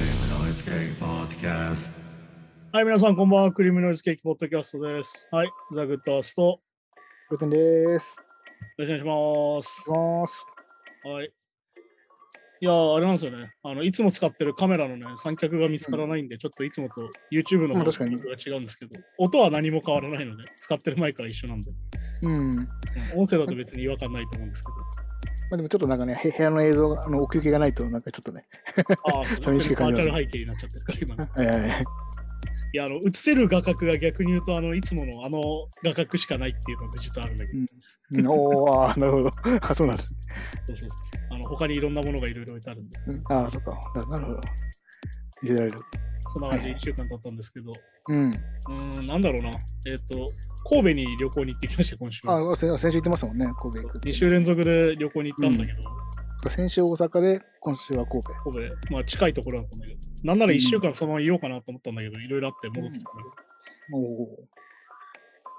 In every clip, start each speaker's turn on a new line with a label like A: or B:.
A: ケーキポッドキャスト。
B: はい、皆さん、こんばんは。クリームノイズケーキポッドキャストです。はい、ザ・グッドアースト、よ
C: グテンです。
B: ろしくお願いし
C: いきます。
B: ます。はい。いやー、あれなんですよね。あの、いつも使ってるカメラのね、三脚が見つからないんで、ちょっといつもと YouTube の
C: ま
B: 方
C: あ
B: が
C: 確かに
B: 違うんですけど、音は何も変わらないので、使ってるマイクは一緒なんで、
C: うん。ま
B: 音声だと別に違和感ないと思うんですけ
C: あ、でもちょっとなんかね、へ部屋の映像が、あの奥行きがないと、なんかちょっとね。
B: ど、ああ、
C: 寂しく感じます
B: る背景になっちゃってるから、今ね。
C: はいはいはい。
B: いや、あの、映せる画角が逆に言うと、あの、いつものあの画角しかないっていうのが実はあるんだけど、
C: うんおー、あ ーなるほど。 あ、そうなんだ。
B: そうそうそうあの、他にいろんなものがいろいろ置いてあるんで。
C: うんあー、そっか。ななるほど。入れられる。
B: そんな感じで1週間経ったんですけど、
C: うん。
B: うーん、なんだろうな、えっ、と、神戸に旅行に行ってきました、今週。
C: あ、先先週言ってましたもんね、神戸行くって
B: 2週連続で旅行に行ったんだけど、
C: 先週大阪で、今週は神戸。
B: 神戸、まあ近いところだったんだけど、なんなら1週間そのままいようかなと思ったんだけど、いろいろあって戻ってきたんだけど。
C: おお。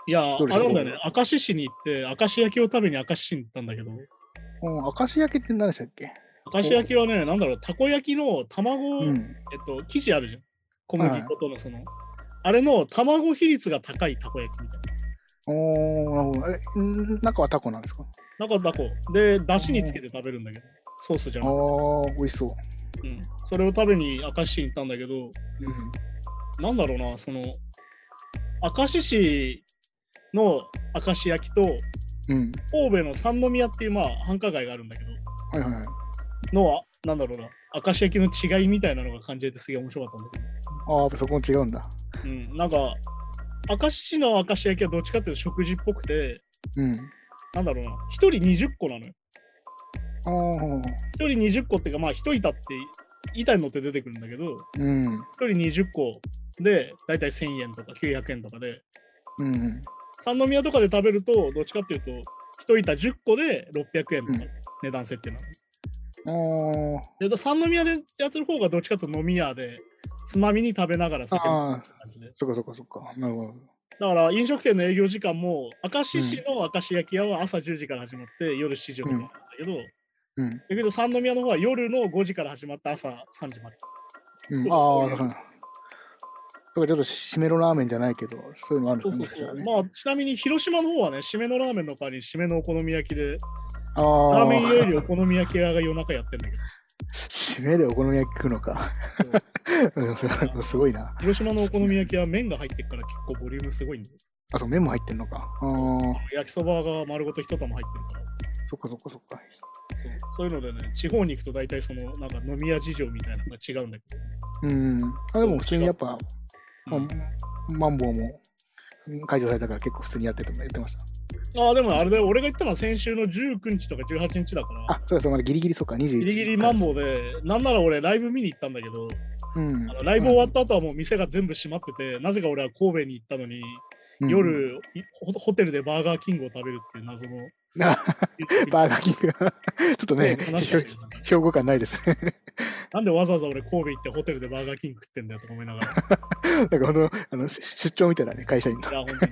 B: いやー
C: どうで
B: あ
C: した
B: れなんだよね、明石市に行って、明石焼きを食べに明石市に行ったんだけど、
C: うん、明石焼きって何でしたっけ
B: 明石焼きはね、なんだろう、たこ焼きの卵、
C: うん。
B: えっと、生地あるじゃん。小麦粉とのその、あれの卵比率が高いたこ焼きみたいな。
C: おー、なるほど。え、ん中はタコなんですか
B: 中たこ。で、だしにつけて食べるんだけど、ソースじゃなくて
C: おー、美味しそう。
B: うん、それを食べに明石市に行ったんだけど、
C: うん。
B: なんだろうな、その、明石市の明石焼きと、
C: うん。
B: 神戸の三宮っていう、まあ、繁華街があるんだけど、
C: はいはいはい。
B: の、なんだろうな、明石焼きの違いみたいなのが感じれてすげえ面白かったんだ
C: あー、やっぱそこも違うんだ。
B: けど、うん、なんか、明石市の明石焼きはどっちかっていうと食事っぽくて、
C: うん。
B: なんだろうな、1人20個なのよ。
C: お
B: 1
C: ー。
B: 人20個っていうか、まあ、1板って、板に乗って出てくるんだけど、
C: うん。
B: 1人20個で、だいたい1000円とか900円とかで、
C: うん。
B: 三宮とかで食べると、どっちかっていうと、一板10個で600円とか
C: うん
B: 値段設定なの。
C: あ
B: で三宮でやってる方がどっちかというと飲み屋で、つまみに食べながら
C: あ、
B: 酒飲む
C: ああ、
B: 感じで。
C: そっかそっかそっか。なるほど。
B: だから飲食店の営業時間も、明石市の明石焼き屋は朝10時から始まって夜7時までなんだけど、
C: うん。
B: だけど三宮の方は夜の5時から始まって朝3時まで。
C: うん、あ
B: そう
C: あ、
B: です
C: だから。そっか、ちょっとししめろラーメンじゃないけど、そういうのある
B: そう
C: 感
B: そ
C: じ
B: う
C: で
B: そう。
C: すね。
B: まあちなみに広島の方はね、締めのラーメンの代わりに締めのお好み焼きで、
C: ああ、
B: ラーメンよりお好み焼き屋が夜中やってんだけど。
C: 締めでお好み焼き食うのか。うん すごいな。
B: 広島のお好み焼きは麺が入ってっから結構ボリュームすごいんです。
C: あ、そう、麺も入ってんのか。ああ、
B: 焼きそばが丸ごと一玉入ってるから。
C: そっかそっかそっか。
B: そうそういうのでね、地方に行くと大体そのなんか飲み屋事情みたいなのが違うんだけど。
C: うん。あ、でも普通にやっぱ、
B: うん
C: まあマンボウも解除されたから結構普通にやってても言ってました。
B: ああ、でもあれだよ、俺が行ったのは先週の19日とか18日だから、
C: あ、そうだそう、まだギリギリそっか、21
B: ギリギリマンボウで、なんなら俺ライブ見に行ったんだけど、
C: うん
B: あの。ライブ終わった後はもう店が全部閉まってて、なぜか俺は神戸に行ったのに、
C: うん、
B: 夜いホホテルでバーガーキングを食べるっていう謎の。
C: な バーガーキン グがちょっとね、
B: 話したんだけ
C: ひ
B: ど
C: ょ標語感ないです ね。
B: なんでわざわざ俺神戸行ってホテルでバーガーキング食ってんだよとか思いながら。
C: なんかほんとあのし出張みたいなね、会社員の
B: い。や、 本当に。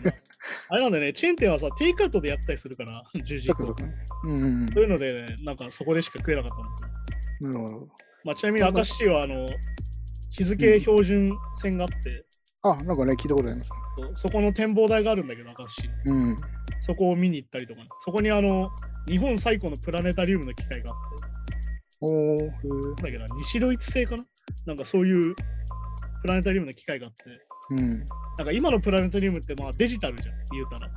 B: あれなんだよね、チェーン店はさ、テイクアウトでやったりするから、10時以
C: そっ
B: 降。
C: かそ
B: そ
C: っかうんうん
B: ういうのでね、なんかそこでしか食えなかったんですよ。
C: うん。なるほど。
B: まあ、ちなみに明石市は、あの、日付標準線があって、
C: あ、なんかね、聞いたことあります。
B: そうそこの展望台があるんだけど、明石市の。
C: うん。
B: そこを見に行ったりとかね、そこにあの、日本最古のプラネタリウムの機械があって、
C: おー、へ
B: なんだっけど、西ドイツ製かななんかそういうプラネタリウムの機械があって、
C: ーうん。
B: なんか今のプラネタリウムってまあデジタルじゃん、言うたら。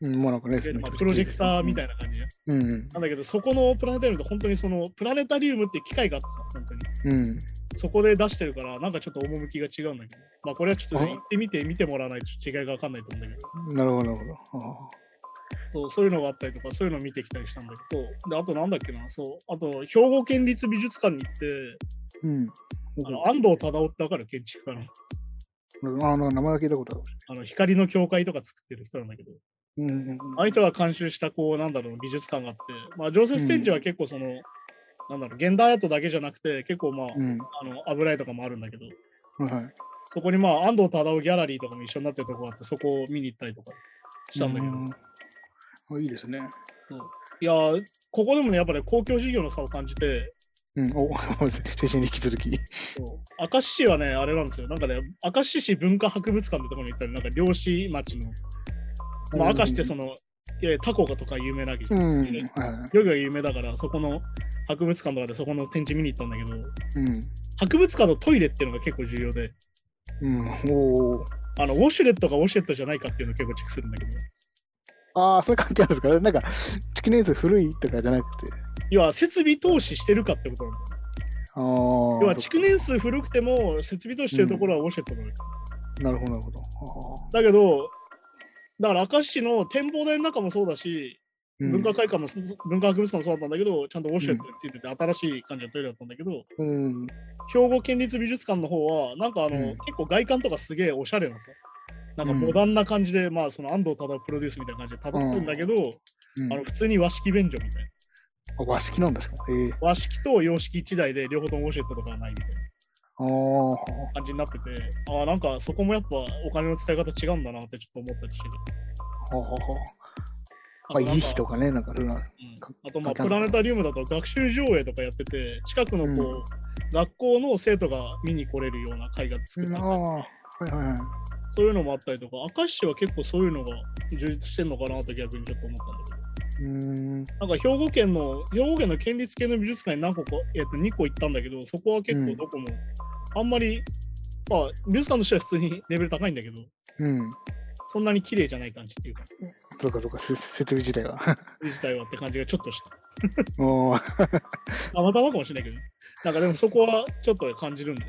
C: うん、もうなんかね、その
B: まあプロジェクターみたいな感じじゃん
C: うんうん
B: なんだけど、そこのプラネタリウムって本当にそのプラネタリウムっていう機械があってさ、本当に。
C: うん。
B: そこで出してるから、なんかちょっと趣が違うんだけど。まあこれはちょっとね、行
C: あ
B: ってみて見てもらわないと違いがわかんないと思うんだけど
C: なるほど、なるほど。あ
B: そう、そういうのがあったりとか、そういうのを見てきたりしたんだけど、で、あとなんだっけな、そう、あと兵庫県立美術館に行って、
C: ーうん。
B: あの安藤忠夫ってわかる建築家の、
C: あの名前は聞いたことある。
B: あの光の教会とか作ってる人なんだけど、
C: うんうんうん。
B: あの人が監修したこう、なんだろう、美術館があって、まあ常設展示は結構その、なんだろう、現代アートだけじゃなくて、結構まあ、
C: うん。
B: あの油絵とかもあるんだけど、
C: はいはい。
B: そこにまあ安藤忠雄ギャラリーとかも一緒になってるとこがあって、そこを見に行ったりとかしたんだけど、
C: うんあいいですね。
B: いやー、ここでもね、やっぱり公共事業の差を感じて、
C: うん、お、 先週に引き続き。
B: そう明石市はね、あれなんですよ。なんかね、明石市文化博物館ってところに行ったら、なんか漁師町の、まあ、明石ってそ
C: の、
B: の、いやいやタコとか有名なわけじ
C: う
B: ゃ
C: ん、
B: ん
C: はいはい
B: 漁業有名だから、そこの博物館とかでそこの展示見に行ったんだけど、
C: うん、
B: 博物館のトイレっていうのが結構重要で、
C: うん、おー
B: あのウォシュレットかウォシュレットじゃないかっていうのを結構チェックするんだけど、
C: ああ、それ関係あるんですかなんか、チキンレース古いとかじゃなくて。
B: 要は設備投資してるかってことなんだよ。
C: ああ、
B: 要は築年数古くても設備投資してるところはウォシュレットなのよ
C: なるほど、なるほど。あー
B: だけど、だから明石市の展望台の中もそうだし、
C: うん
B: 文化会館もそ、文化博物館もそうだったんだけど、ちゃんとウォシュレットについてて新しい感じのトイレだったんだけど、
C: うん。
B: 兵庫県立美術館の方は、なんかあの、
C: う
B: 結
C: ん
B: 構外観とかすげえおしゃれなさ。なんか
C: うん
B: モダンな感じで、まあその安藤忠夫プロデュースみたいな感じでたどってんだけど、
C: うん
B: あの普通に和式便所みたいな。
C: あ和式なんだしかも。ええ
B: 和式と洋式1台で両方ともウォシュレットとかはないみたいな。
C: ああ、
B: 感じになってて、ああ、なんかそこもやっぱお金の使い方違うんだなってちょっと思ったりしてる。
C: ほうほうほう
B: あ
C: まあ、
B: なんか
C: いい日とかね、なんかそんな、
B: うんあとまあプラネタリウムだと学習上映とかやってて、近くのこう、
C: う
B: 学校の生徒が見に来れるような絵画作ったり
C: あ
B: と
C: あ、
B: か、
C: はいはいはい。
B: そういうのもあったりとか、明石市は結構そういうのが充実してんのかなと逆にちょっと思ったんだけど。
C: うーん、
B: なんか兵庫県の、兵庫県の県立系の美術館に何個か、えっと2個行ったんだけど、そこは結構どこも、あんまり、まあ美術館としては普通にレベル高いんだけど、
C: うん、
B: そんなに綺麗じゃない感じっていうか。
C: そうかそうか、せ設備自体は。
B: 自体はって感じがちょっとした。
C: おー
B: あまたまかもしれないけど、なんかでもそこはちょっと感じるんで、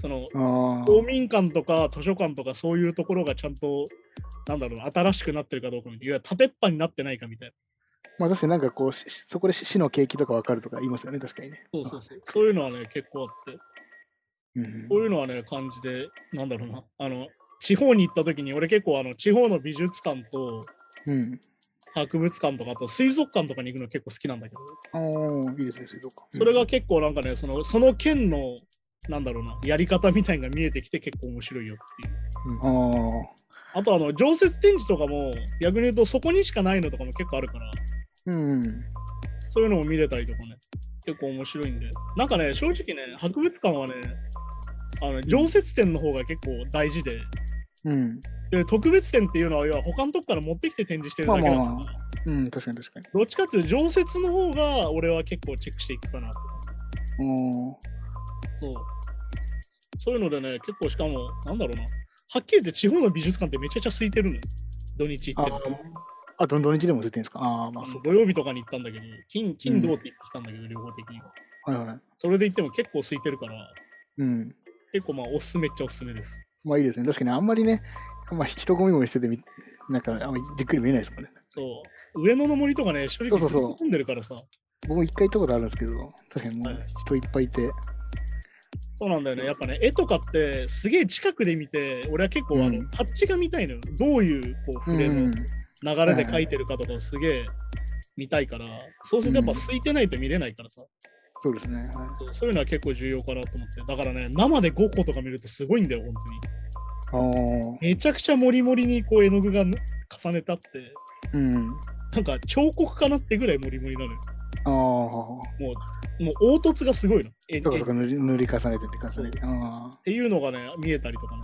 B: その
C: あ
B: 公
C: ー
B: 民館とか図書館とかそういうところがちゃんと、なんだろう、新しくなってるかどうかみたいな、いわゆる縦っ端になってないかみたいな。
C: まあ確かになんかこう、ししそこでし市の景気とかわかるとか言いますよね、確かにね。
B: そうそうそう。そういうのはね、結構あって、
C: うん
B: こういうのはね、感じで、なんだろうな、あの、地方に行った時に、俺結構あの地方の美術館と
C: うん。
B: 博物館とか、あと水族館とかに行くの結構好きなんだけど、
C: ああ、いいですね、水道か。
B: それが結構なんかね、そのその県の、なんだろうな、やり方みたいなのが見えてきて結構面白いよっていう。
C: うん、ああ、
B: あとあの常設展示とかも逆に言うとそこにしかないのとかも結構あるから
C: うん。
B: そういうのも見れたりとかね結構面白いんでなんかね正直ね博物館はねあの常設展の方が結構大事で
C: うん。
B: で特別展っていうのは要は他のとこから持ってきて展示してるだけだから、
C: まあまあうん、確かに確かに。
B: どっちかっていうと常設の方が俺は結構チェックしていくかなと
C: おー
B: そうそういうのでね結構しかもなんだろうなはっきり言って地方の美術館ってめちゃくちゃ空いてるのよ土日行
C: あ
B: っ
C: ー
B: ても
C: あ、ど土日でも出てるんですかああ、まあそう。
B: 土曜日とかに行ったんだけど、金、
C: う
B: 金
C: ん
B: 土って言ってきたんだけど、両方的には。
C: はいはい。
B: それで行っても結構空いてるから、
C: うん。
B: 結構まあ、おすすめっちゃおすすめです。
C: まあいいですね。確かにあんまりね、まあ人混みごみしててみ、なんかあんまりじっくり見えないですもんね。
B: そう。上野の森とかね、正直
C: そう
B: ず
C: そう
B: っ
C: そう
B: と混んでるからさ、
C: 僕も一回行ったことあるんですけど、確かにもう人いっぱいいて。
B: そうなんだよね。やっぱね、絵とかってすげえ近くで見て、俺は結構あの、
C: うん
B: タッチが見たいのよ。どういうこう
C: う
B: 筆の
C: ん。
B: 流れで描いてるかとかをすげえ見たいから、そうするとやっぱ空いてないと見れないからさ、
C: そうですね。はい
B: そうそういうのは結構重要かなと思って。だからね、生でゴッホとか見るとすごいんだよ、本当に。
C: ああ。
B: めちゃくちゃモリモリにこう絵の具がぬ重ねてあって、
C: うん。
B: なんか彫刻かなってぐらいモリモリなのよ。
C: ああ。
B: もう、もう凹凸がすごいの。絵
C: とか
B: 絵
C: と
B: っ
C: か塗り塗り重ねてって重ねて。ああ。
B: ていうのがね、見えたりとかね。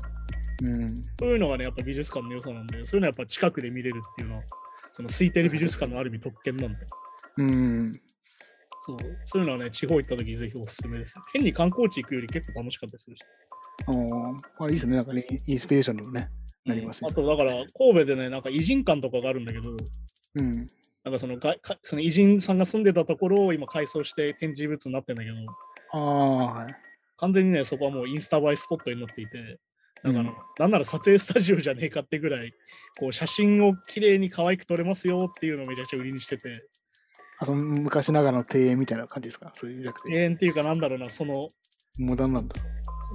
C: うん。
B: そういうのがね、やっぱ美術館の良さなんで、そういうのはやっぱ近くで見れるっていうのは、その空いてる美術館のある意味特権なんで。
C: うん。
B: そうそういうのはね、地方行った時にぜひおすすめです。変に観光地行くより結構楽しかったりするし。
C: ああ。まあいいですね。なんかね、インスピレーションにもね、なります
B: うん
C: ね
B: あ。と、だから、神戸でね、なんか偉人館とかがあるんだけど、
C: うん。
B: なんかそのがかその偉人さんが住んでたところを今改装して展示物になってんだけど、
C: ああ、はい。
B: 完全にね、そこはもうインスタ映えスポットになっていて、なんかあの、
C: うん
B: なんなら撮影スタジオじゃねえかってぐらい、こう写真を綺麗に可愛く撮れますよっていうのをめちゃくちゃ売りにしてて、
C: あその昔ながらの庭園みたいな感じですかそういうんじゃなくて。
B: 永遠っていうかなんだろうな、その
C: モダンなんだ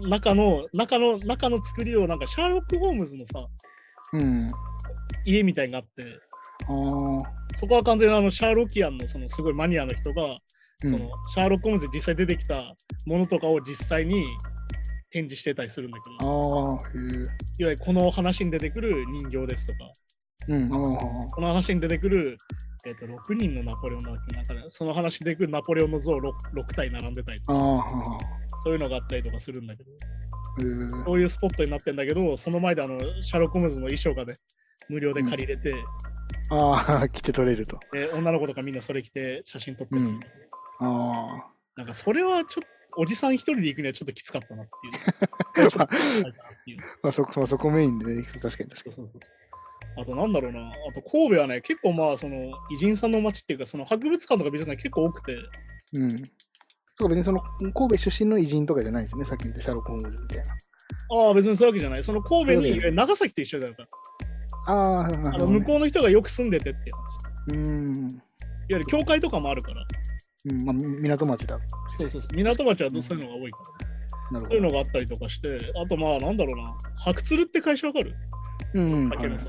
C: ろ
B: 中の、中の、中の作りをなんかシャーロック・ホームズのさ、
C: う。うん。
B: 家みたいになって、
C: ああ。
B: そこは完全にあのシャーロキアンのそのすごいマニアの人が、
C: う
B: そ
C: ん
B: の。シャーロック・ホームズで実際出てきたものとかを実際に展示してたりするんだけど、
C: ああ、へえ。
B: いわゆるこの話に出てくる人形ですとか、
C: うん。おー
B: この話に出てくる、えっと6人のナポレオンだっけなんかね、その話に出てくるナポレオンの像 6, 6体並んでたりとか
C: ああ。
B: そういうのがあったりとかするんだけど
C: うー
B: そういうスポットになってんだけどその前であのシャーロック・ホームズの衣装がね無料で借りれて、
C: あ あ、来て取れると。
B: で女の子とかみんなそれ着て写真撮って
C: う
B: る、
C: ん。ああ。
B: なんかそれはちょっとおじさん一人で行くにはちょっときつかったなっていう そうかな
C: まあ
B: っていう
C: まあ、そこ、そこメインでね、確かに確か
B: そう
C: に。
B: そうそうあとなんだろうなあと神戸はね結構まあその偉人さんの街っていうかその博物館とか美術館結構多くて
C: うん。そうか別にその神戸出身の偉人とかじゃないですよね、さっき言ったシャーロック・ホームズみたいな。
B: ああ別にそういうわけじゃないその神戸
C: そうだよ
B: に
C: ね
B: いわゆる長崎と一緒だから
C: あ
B: あ
C: あ、なる
B: の
C: ほど、
B: 向
C: ね。
B: こうの人がよく住んでてっていう話いう
C: ーん。
B: わゆる教会とかもあるから
C: うん、まあ、港町だ。
B: そうそうそう港町はそういうのが多いから、
C: なるほ
B: そういう
C: ど。
B: のがあったりとかしてあとまあなんだろうな白鶴って会社わかる
C: うん、は
B: だけ
C: い
B: どさ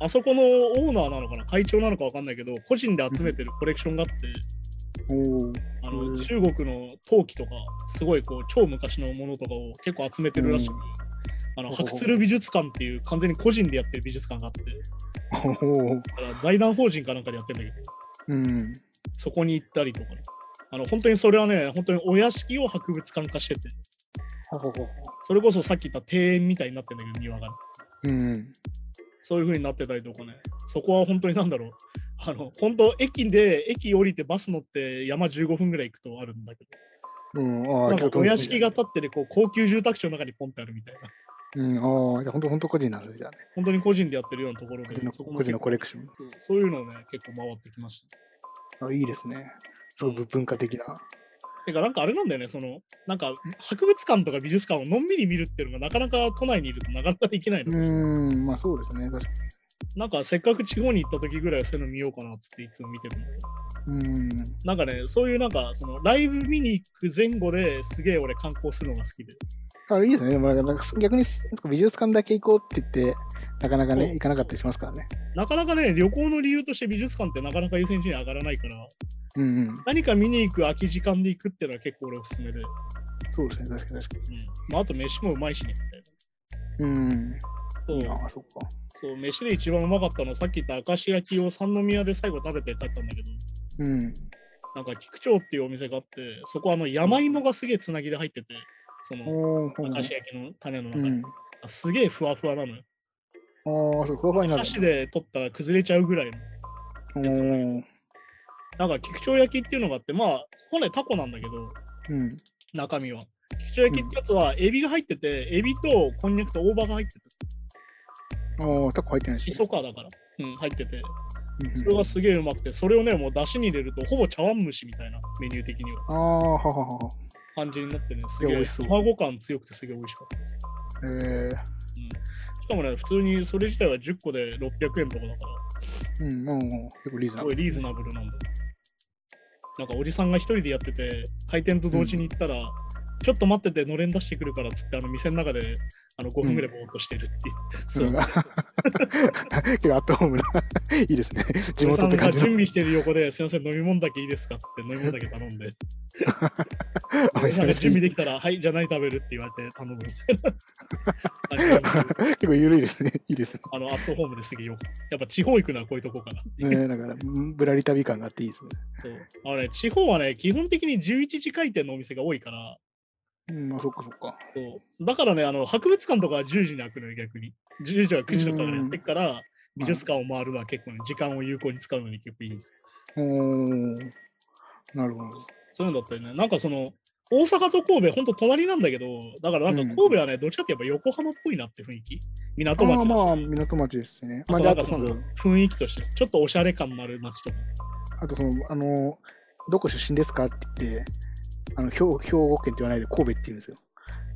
B: あそこのオーナーなのかな会長なのかわかんないけど個人で集めてるコレクションがあって、
C: おー
B: あ
C: う
B: の
C: ん
B: 中国の陶器とかすごいこう超昔のものとかを結構集めてるらしく、
C: うん
B: あの
C: ほうほう
B: 白鶴美術館っていう完全に個人でやってる美術館があってだ
C: おー。
B: から財団法人かなんかでやってるんだけど
C: うん。
B: そこに行ったりとかね、あの本当にそれはね本当にお屋敷を博物館化してて
C: ほほほほ。
B: それこそさっき言った庭園みたいになってんだけど庭が
C: うん。
B: そういう風になってたりとかねそこは本当になんだろうあの本当駅で駅降りてバス乗って山15分ぐらい行くとあるんだけど
C: うん、ああ、
B: なんかお屋敷が
C: た
B: 建ってるこう高級住宅地の中にポンってあるみたいな
C: うん、ああ、じゃあ本当、本当個人なんですね、じゃあね。
B: 本当に個人でやってるようなところ
C: 個
B: で
C: 人の、
B: そこも
C: 個
B: 結
C: 人の
B: 構
C: コレクション。
B: そういうのをね、結構回ってきました。
C: あいいですね。すごい文化的な。
B: てか、なんかあれなんだよね、その、なんか博物館とか美術館をのんびり見るっていうのがなかなか都内にいるとなかなかできないうの。
C: ーん、まあそうですね、確か
B: なんかせっかく地方に行った時ぐらいはそういうの見ようかなっつっていつも見てるんだけど。
C: に。うーん。
B: なんかね、そういうなんか、そのライブ見に行く前後ですげえ俺観光するのが好きで。
C: あいいですね、でもなんか逆に美術館だけ行こうって言って、なかなか
B: そう
C: ね、行かなかったりしますからね。
B: なかなかね、旅行の理由として美術館ってなかなか優先順位上がらないから、
C: うんうん。
B: 何か見に行く空き時間で行くっていうのは結構俺おすすめで。うん。
C: そうですね、確かに確か
B: まあ、あと飯もうまいしね、みたいな。
C: に。うん。
B: そう。
C: ああ、そっか。
B: そう飯で一番うまかったのはさっき言った明石焼きを三宮で最後食べて帰ったんだけど
C: うん。
B: なんか菊町っていうお店があってそこはあの山芋がすげえつなぎで入っててその
C: おーほう
B: 明石焼きの種の中
C: う
B: に、
C: ん。
B: あすげえふわふわなのよ
C: ああ、そう、ふわふわになる
B: 箸。で取ったら崩れちゃうぐらいの
C: おー
B: なんか菊町焼きっていうのがあってまあ本来タコなんだけど
C: うん。
B: 中身は菊町焼きってやつはエビが入っててエビとこんにゃくと大葉が入ってて
C: ああ、タコ入ってないし。
B: ひそかだから、うん、入ってて
C: うんうん
B: それがすげえうまくてそれをねもう出汁に入れるとほぼ茶碗蒸しみたいなメニュー的には
C: ああ、はははは。
B: 感じになってね、す
C: いや
B: げ
C: 美
B: え
C: 味しそう
B: 卵感強くてすげえ美味しかったです。
C: えー。
B: しかもね、普通にそれ自体は10個で600円とかだから、
C: うん、うん、うん結構リーズ
B: す
C: ナ
B: ご
C: ブ
B: い
C: ル。。
B: リーズナブルなんだ。なんかおじさんが一人でやってて、開店と同時に行ったら、ちょっと待っててのれん出してくるからっつって、あの店の中であの5分ぐらいぼーっとしてるっていう。そううん
C: 結構アットホームな。いいですね。地元って
B: おじさん
C: 感
B: が
C: じ
B: 準
C: の。
B: 備してる横で、すいません、飲み物だけいいですかっつって飲み物だけ頼んで、
C: お
B: おじ
C: 店
B: さんが
C: の準
B: 準備
C: 備
B: できたら、はい、じゃあ何食べるって言われて頼むみたいな感じ。
C: 結構緩いですね。いいですね。
B: あの、アットホームですげえよ。やっぱ地方行くのはこういうとこかな。
C: ねだから、ぶらり旅感があっていいですね。
B: そうあのね、地方はね、基本的に11時開店のお店が多いから、
C: うん、まあそっかそっか。
B: そうだからねあの、博物館とかは10時に開くのよ、逆に。10時とか9時とかやってっから、美術館を回るのは結構ね、時間を有効に使うのに結構いいんですよ。
C: おー。なるほど。
B: そういうのだったりね、なんかその、大阪と神戸、ほんと隣なんだけど、だからなんか神戸はね、どっちかってやっぱ横浜っぽいなって雰囲気。港町
C: まあ
B: だし
C: まあ、港町ですね。まあ、
B: あとなん
C: であ
B: か
C: と
B: そ
C: そ
B: の
C: の、
B: 雰囲気として、ちょっとおしゃれ感のある街とか。
C: あとその、あの、どこ出身ですかって言って、あの兵兵庫県って言わないで神戸って言うんですよ。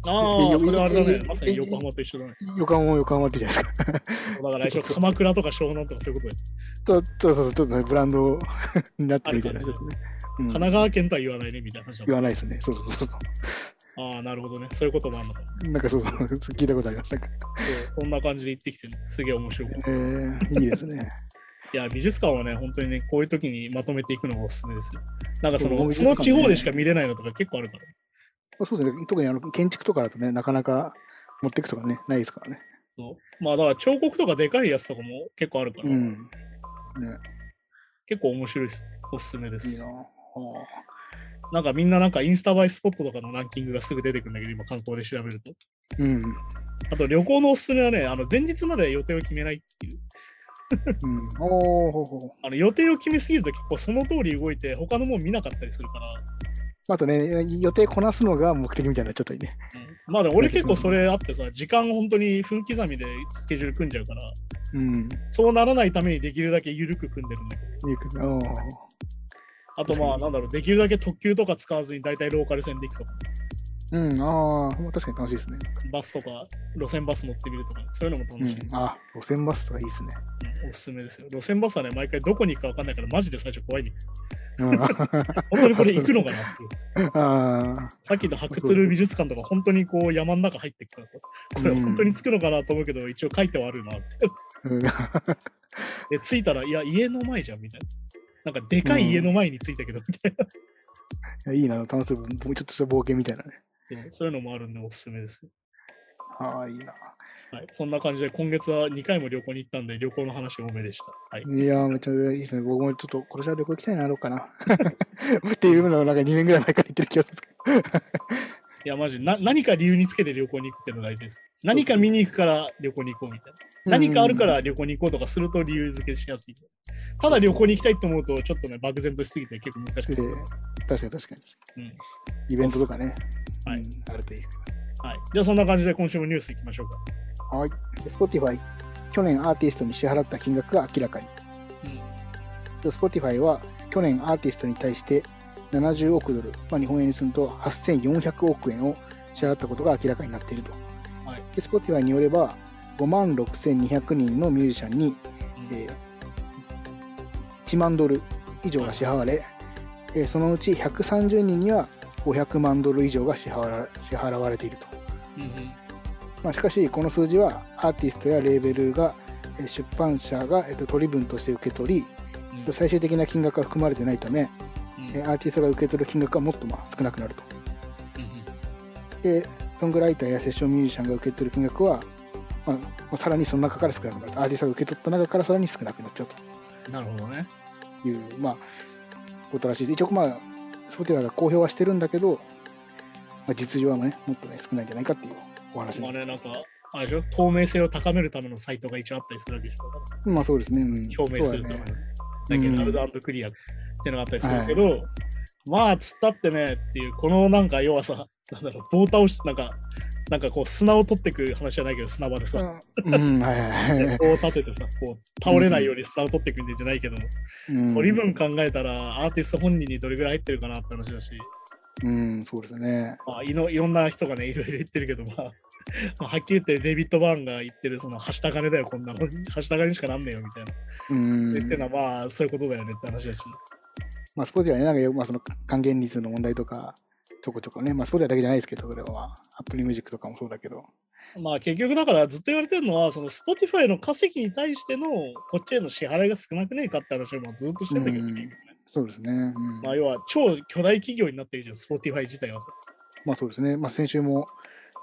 B: ああ、
C: よ
B: それはあれだね
C: よ。
B: まさに横浜と一緒だね。
C: 横浜は横浜ってじゃないですか。
B: だから一緒、鎌倉とか湘南とかそういうことで。
C: ととそうそう ちょっとねブランドになってるみたいな、
B: あ
C: ね
B: る感
C: うん、
B: 神奈川県とは言わないねみたいな話だもん
C: 言わないですね。そうそうそうそ
B: ああ、なるほどね。そういうこともあるのか。
C: う。なんかそうそう、聞いたことあります。なんか
B: こんな感じで行ってきてる。すげえ面白い。
C: えー、いいですね。
B: いや、美術館はね、本当にね、こういう時にまとめていくのがおすすめですよ。なんかそ
C: そう
B: の、
C: 美
B: そ
C: 術館
B: の
C: ね
B: 地方でしか見れないのとか結構あるから。
C: そうですね。特にあの建築とかだとね、なかなか持っていくとかね、ないですからね。
B: そうまあだから彫刻とかでかいやつとかも結構あるから、
C: うん。ね、
B: 結構面白いです。おすすめで
C: いい
B: す
C: な。。あ
B: なんかみんななんかインスタ映えスポットとかのランキングがすぐ出てくるんだけど、今観光で調べると。
C: ーうん。
B: あと旅行のおすすめはね、あの前日まで予定を決めないっていう。
C: うん。おーほうほう。
B: あの予定を決めすぎると結構その通り動いて他のもん見なかったりするから、
C: あとね、予定こなすのが目的みたいになっちゃったりね。
B: まあでも俺結構それあってさ、時間本当に分刻みでスケジュール組んじゃうから、
C: うん。
B: そうならないためにできるだけ緩く組んでるんだけど、
C: ゆうくん。おー
B: あとまあなんだろう、できるだけ特急とか使わずに大体ローカル線で行くとか、
C: うん。ああ、確かに楽しいですね。
B: バスとか路線バス乗ってみるとか、そういうのも
C: う
B: 楽しい。
C: ん。あ、路線バスとかいいですね。
B: うんおすすめですよ。路線バスはね、毎回どこに行くか分かんないから、マジで最初怖いね。
C: うん。あ
B: 本当にこれ行くのかなっていう。
C: あ。
B: さっきの発掘る美術館とか、本当にこう山の中入ってくからさ、これ
C: うん
B: 本当に着くのかなと思うけど、一応書いてはあるなって。
C: うん。
B: で、着いたら、いや、家の前じゃんみたいな。なんかでかい家の前に着いたけど、みたいな。
C: いいな、楽しい。もうちょっとした冒険みたいなね。
B: そうそういうのもあるんで、おすすめですよ。
C: ああ、いいな。
B: はい、そんな感じで、今月は2回も旅行に行ったんで、旅行の話多めでした。はい。
C: いやー、めっちゃいいですね。僕もちょっと、今年は旅行行きたいな、やろうかな。 っていうのを、なんか2年ぐらい前から言ってる気がするんですけど。
B: いや、マジな、何か理由につけて旅行に行くっていうのが大事です。何か見に行くから旅行に行こうみたいな。何かあるから旅行に行こうとかすると理由付けしやすい。ただ旅行に行きたいと思うと、ちょっとね、漠然としすぎて結構難し
C: え
B: くて、
C: ー確かに確かに。
B: うん
C: イベントとかね。
B: はい
C: うんあるといいです
B: はい。じゃあそんな感じで今週もニュースいきましょうか。
C: はい。で Spotify、去年アーティストに支払った金額が明らかに。で Spotify は、去年アーティストに対して70億ドル、まあ、日本円にすると8400億円を支払ったことが明らかになっていると。
B: はい
C: で Spotify によれば、5万6200人のミュージシャンに、
B: うん
C: えー1万ドル以上が支払われ、えーそのうち130人には500万ドル以上が支払わ支払われていると。まあ、しかしこの数字はアーティストやレーベルがえー出版社がえっと取り分として受け取り最終的な金額は含まれてないためえーアーティストが受け取る金額はもっとまあ少なくなるとでソングライターやセッションミュージシャンが受け取る金額は、まあまあ、さらにその中から少なくなるとアーティストが受け取った中からさらに少なくなっちゃう
B: なるほどね。
C: というまあことらしいです一応まあスポティファイが公表はしてるんだけど、まあ、実情はねもっとね少ないんじゃないかっていうお話
B: まあ
C: で
B: ね、
C: す
B: なんか、あれでしょ透明性を高めるためのサイトが一応あったりするわけでしょ
C: まあそうですね、うん、
B: 表明するため
C: そうだ
B: の。
C: ね
B: だけ
C: うん
B: ど、アルドクリアっていうのがあったりするけど、まあ、つったってねっていう、このなんか、要はさ、なんだろう、棒倒し、なんか、なんかこう、砂を取ってく話じゃないけど、砂場でさ、
C: うんうん、はいはい はい。
B: こう立ててさ、こう、倒れないように砂を取ってくんでじゃないけど、
C: うん
B: 取り分考えたら、アーティスト本人にどれぐらい入ってるかなって話だし、
C: うん、そうですね。
B: まあ、いのいろんな人がね、いろいろ言ってるけど、まあ、まあはっきり言ってデイビッド・バーンが言ってる、その、はした金だよ、こんなの。はした金しかなんねえよ、みたいな。
C: うん。
B: 言ってるのは、まあ、そういうことだよねって話だし。
C: まあ、スポーツはね、なんかよ、まあ、その還元率の問題とか、ちょこちょこね、まあ、スポーツだけじゃないですけど、それは、まあ、アップルミュージックとかもそうだけど。
B: まあ結局だからずっと言われてるのは、その Spotify の稼ぎに対してのこっちへの支払いが少なくねえかって話をもうずっとしてんだけど、
C: うん
B: 結局ね
C: そうですね。うん、
B: まあ要は超巨大企業になってるじゃん、Spotify 自体はさ。
C: まあ、そうですね。まあ、先週も、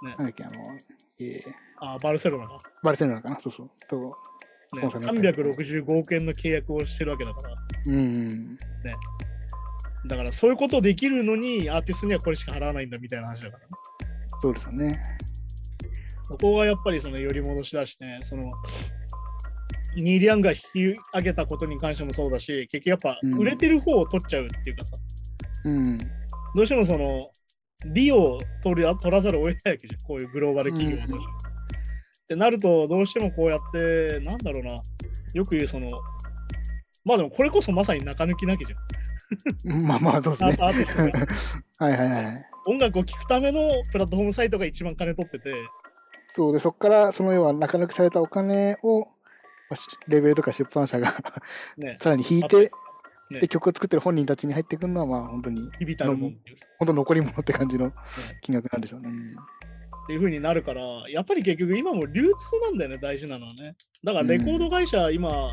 B: ね
C: なんだっけ、あの、えー、
B: あバルセロナが、
C: バルセロナかな、そうそう。と、
B: ね。
C: スポンサーになったりとか
B: 365億円の契約をしてるわけだから。
C: うん。
B: だからそういうことできるのにアーティストにはこれしか払わないんだみたいな話だからね。
C: そうですよね。
B: そこがやっぱりその寄り戻しだしね、そのニーリアンが引き上げたことに関してもそうだし、結局やっぱ売れてる方を取っちゃうっていうかさ、
C: うん。
B: どうしてもその利を取る取らざるを得ないわけじゃん、こういうグローバル企業はどうしても。ってなると、どうしてもこうやって、なんだろうな、よく言うその、まあでもこれこそまさに中抜きなきゃじゃん。
C: まあまあ、そうです
B: ア
C: ね
B: ー。アーティス トが
C: はいはいはい。
B: 音楽を聴くためのプラットフォームサイトが一番金取ってて、
C: そうで、そこから、その要は、中抜きされたお金を、まあしレベルとか出版社が
B: ね、
C: さらに引いて、
B: ね
C: で曲を作ってる本人たちに入ってくるのは、まあ、本当に
B: 響たるもんっていう。
C: 本当残り物って感じの金額なんでしょうね。
B: っていう風になるから、やっぱり結局今も流通なんだよね、大事なのはね。だからレコード会社、今、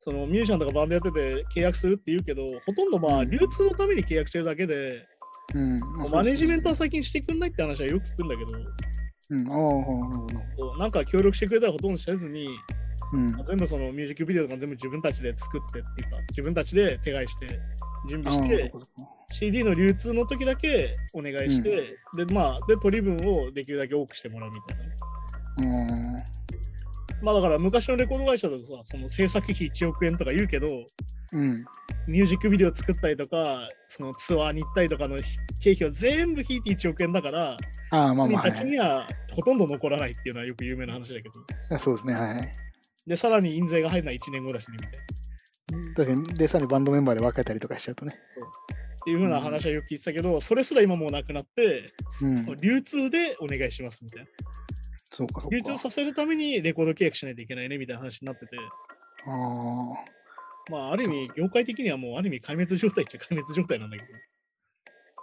B: そのミュージシャンとかバンドやってて契約するって言うけど、ほとんどま
C: う
B: あ
C: ん
B: 流通のために契約してるだけで、
C: うん。
B: マネジメントは最近してくんないって話はよく聞くんだけど、
C: うん、ああ、なるほど。
B: こうなんか協力してくれたらほとんどせずに、
C: うん。
B: 全部そのミュージックビデオとか全部自分たちで作ってっていうか、自分たちで手配して、準備し
C: ああそ
B: て
C: こ、そこ
B: CD の流通の時だけお願いして、で、まあ、で、取り分をできるだけ多くしてもらうみたいな。
C: うん。
B: まあだから昔のレコード会社だとさ、その制作費1億円とか言うけど、
C: うん。
B: ミュージックビデオ作ったりとか、そのツアーに行ったりとかの経費を全部引いて1億円だから、
C: ああ、まあ
B: 本
C: まあ、
B: 人
C: は
B: たち
C: い、
B: にはほとんど残らないっていうのはよく有名な話だけど。
C: そうですね、はい。
B: で、さらに印税が入るのは1年後だしね、みたいな。
C: 確かに、で、さらにバンドメンバーで分けたりとかしちゃうとね。
B: っていうふうな話はよく聞いてたけど、それすら今もうなくなって、
C: うん。
B: 流通でお願いしますみたいな。
C: そうか、そ
B: 流
C: う
B: 通
C: か。
B: させるためにレコード契約しないといけないねみたいな話になってて、
C: ああ。
B: まあ、ある意味、業界的にはもうある意味壊滅状態っちゃ壊滅状態なんだけど。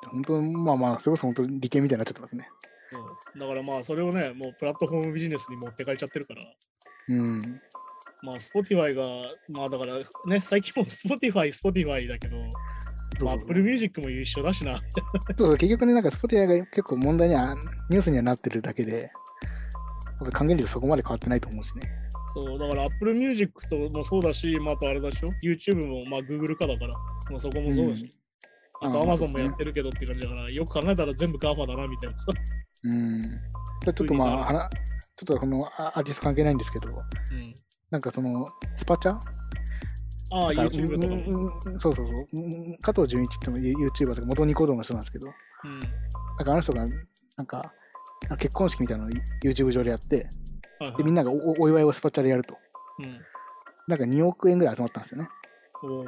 C: 本当まあまあ、それこそ本当理系みたいになっちゃってますね。
B: そうだからまあそれをね、もうプラットフォームビジネスに持ってかれちゃってるから、
C: うん。
B: まあ Spotify が、まあだからね、最近も Spotify、Spotify だけど、
C: そう
B: まあ
C: そう
B: Apple Music も一緒だしな。
C: そうそう結局ね、なんか Spotify が結構問題には、ニュースにはなってるだけで、やっぱ還元率そこまで変わってないと思うしね。
B: そう、だから Apple Music ともそうだし、まああとあれだでしょ、YouTube もまあ Google 化だから、まあそこもそうだし、
C: うん
B: あと
C: あーまあそ
B: Amazon
C: うです
B: も
C: ね
B: やってるけどって感じだから、よく考えたら全部 GAFA だなみたいなさ。
C: うん。ちょっとまあ、はなちょっとこのあアーティスト関係ないんですけど、
B: うん、
C: なんかその、スパチャ
B: ああ、
C: だから
B: YouTube とかも。うん
C: うんうんそうそうそう。うん加藤純一っても YouTuber とか元ニコ動の人なんですけど、なんかあの人が、なんか、結婚式みたいなのを YouTube 上でやって、
B: はいは
C: で
B: い
C: みんながおお祝いをスパチャでやると。
B: うん
C: なんか2億円ぐらい集まったんですよね。
B: お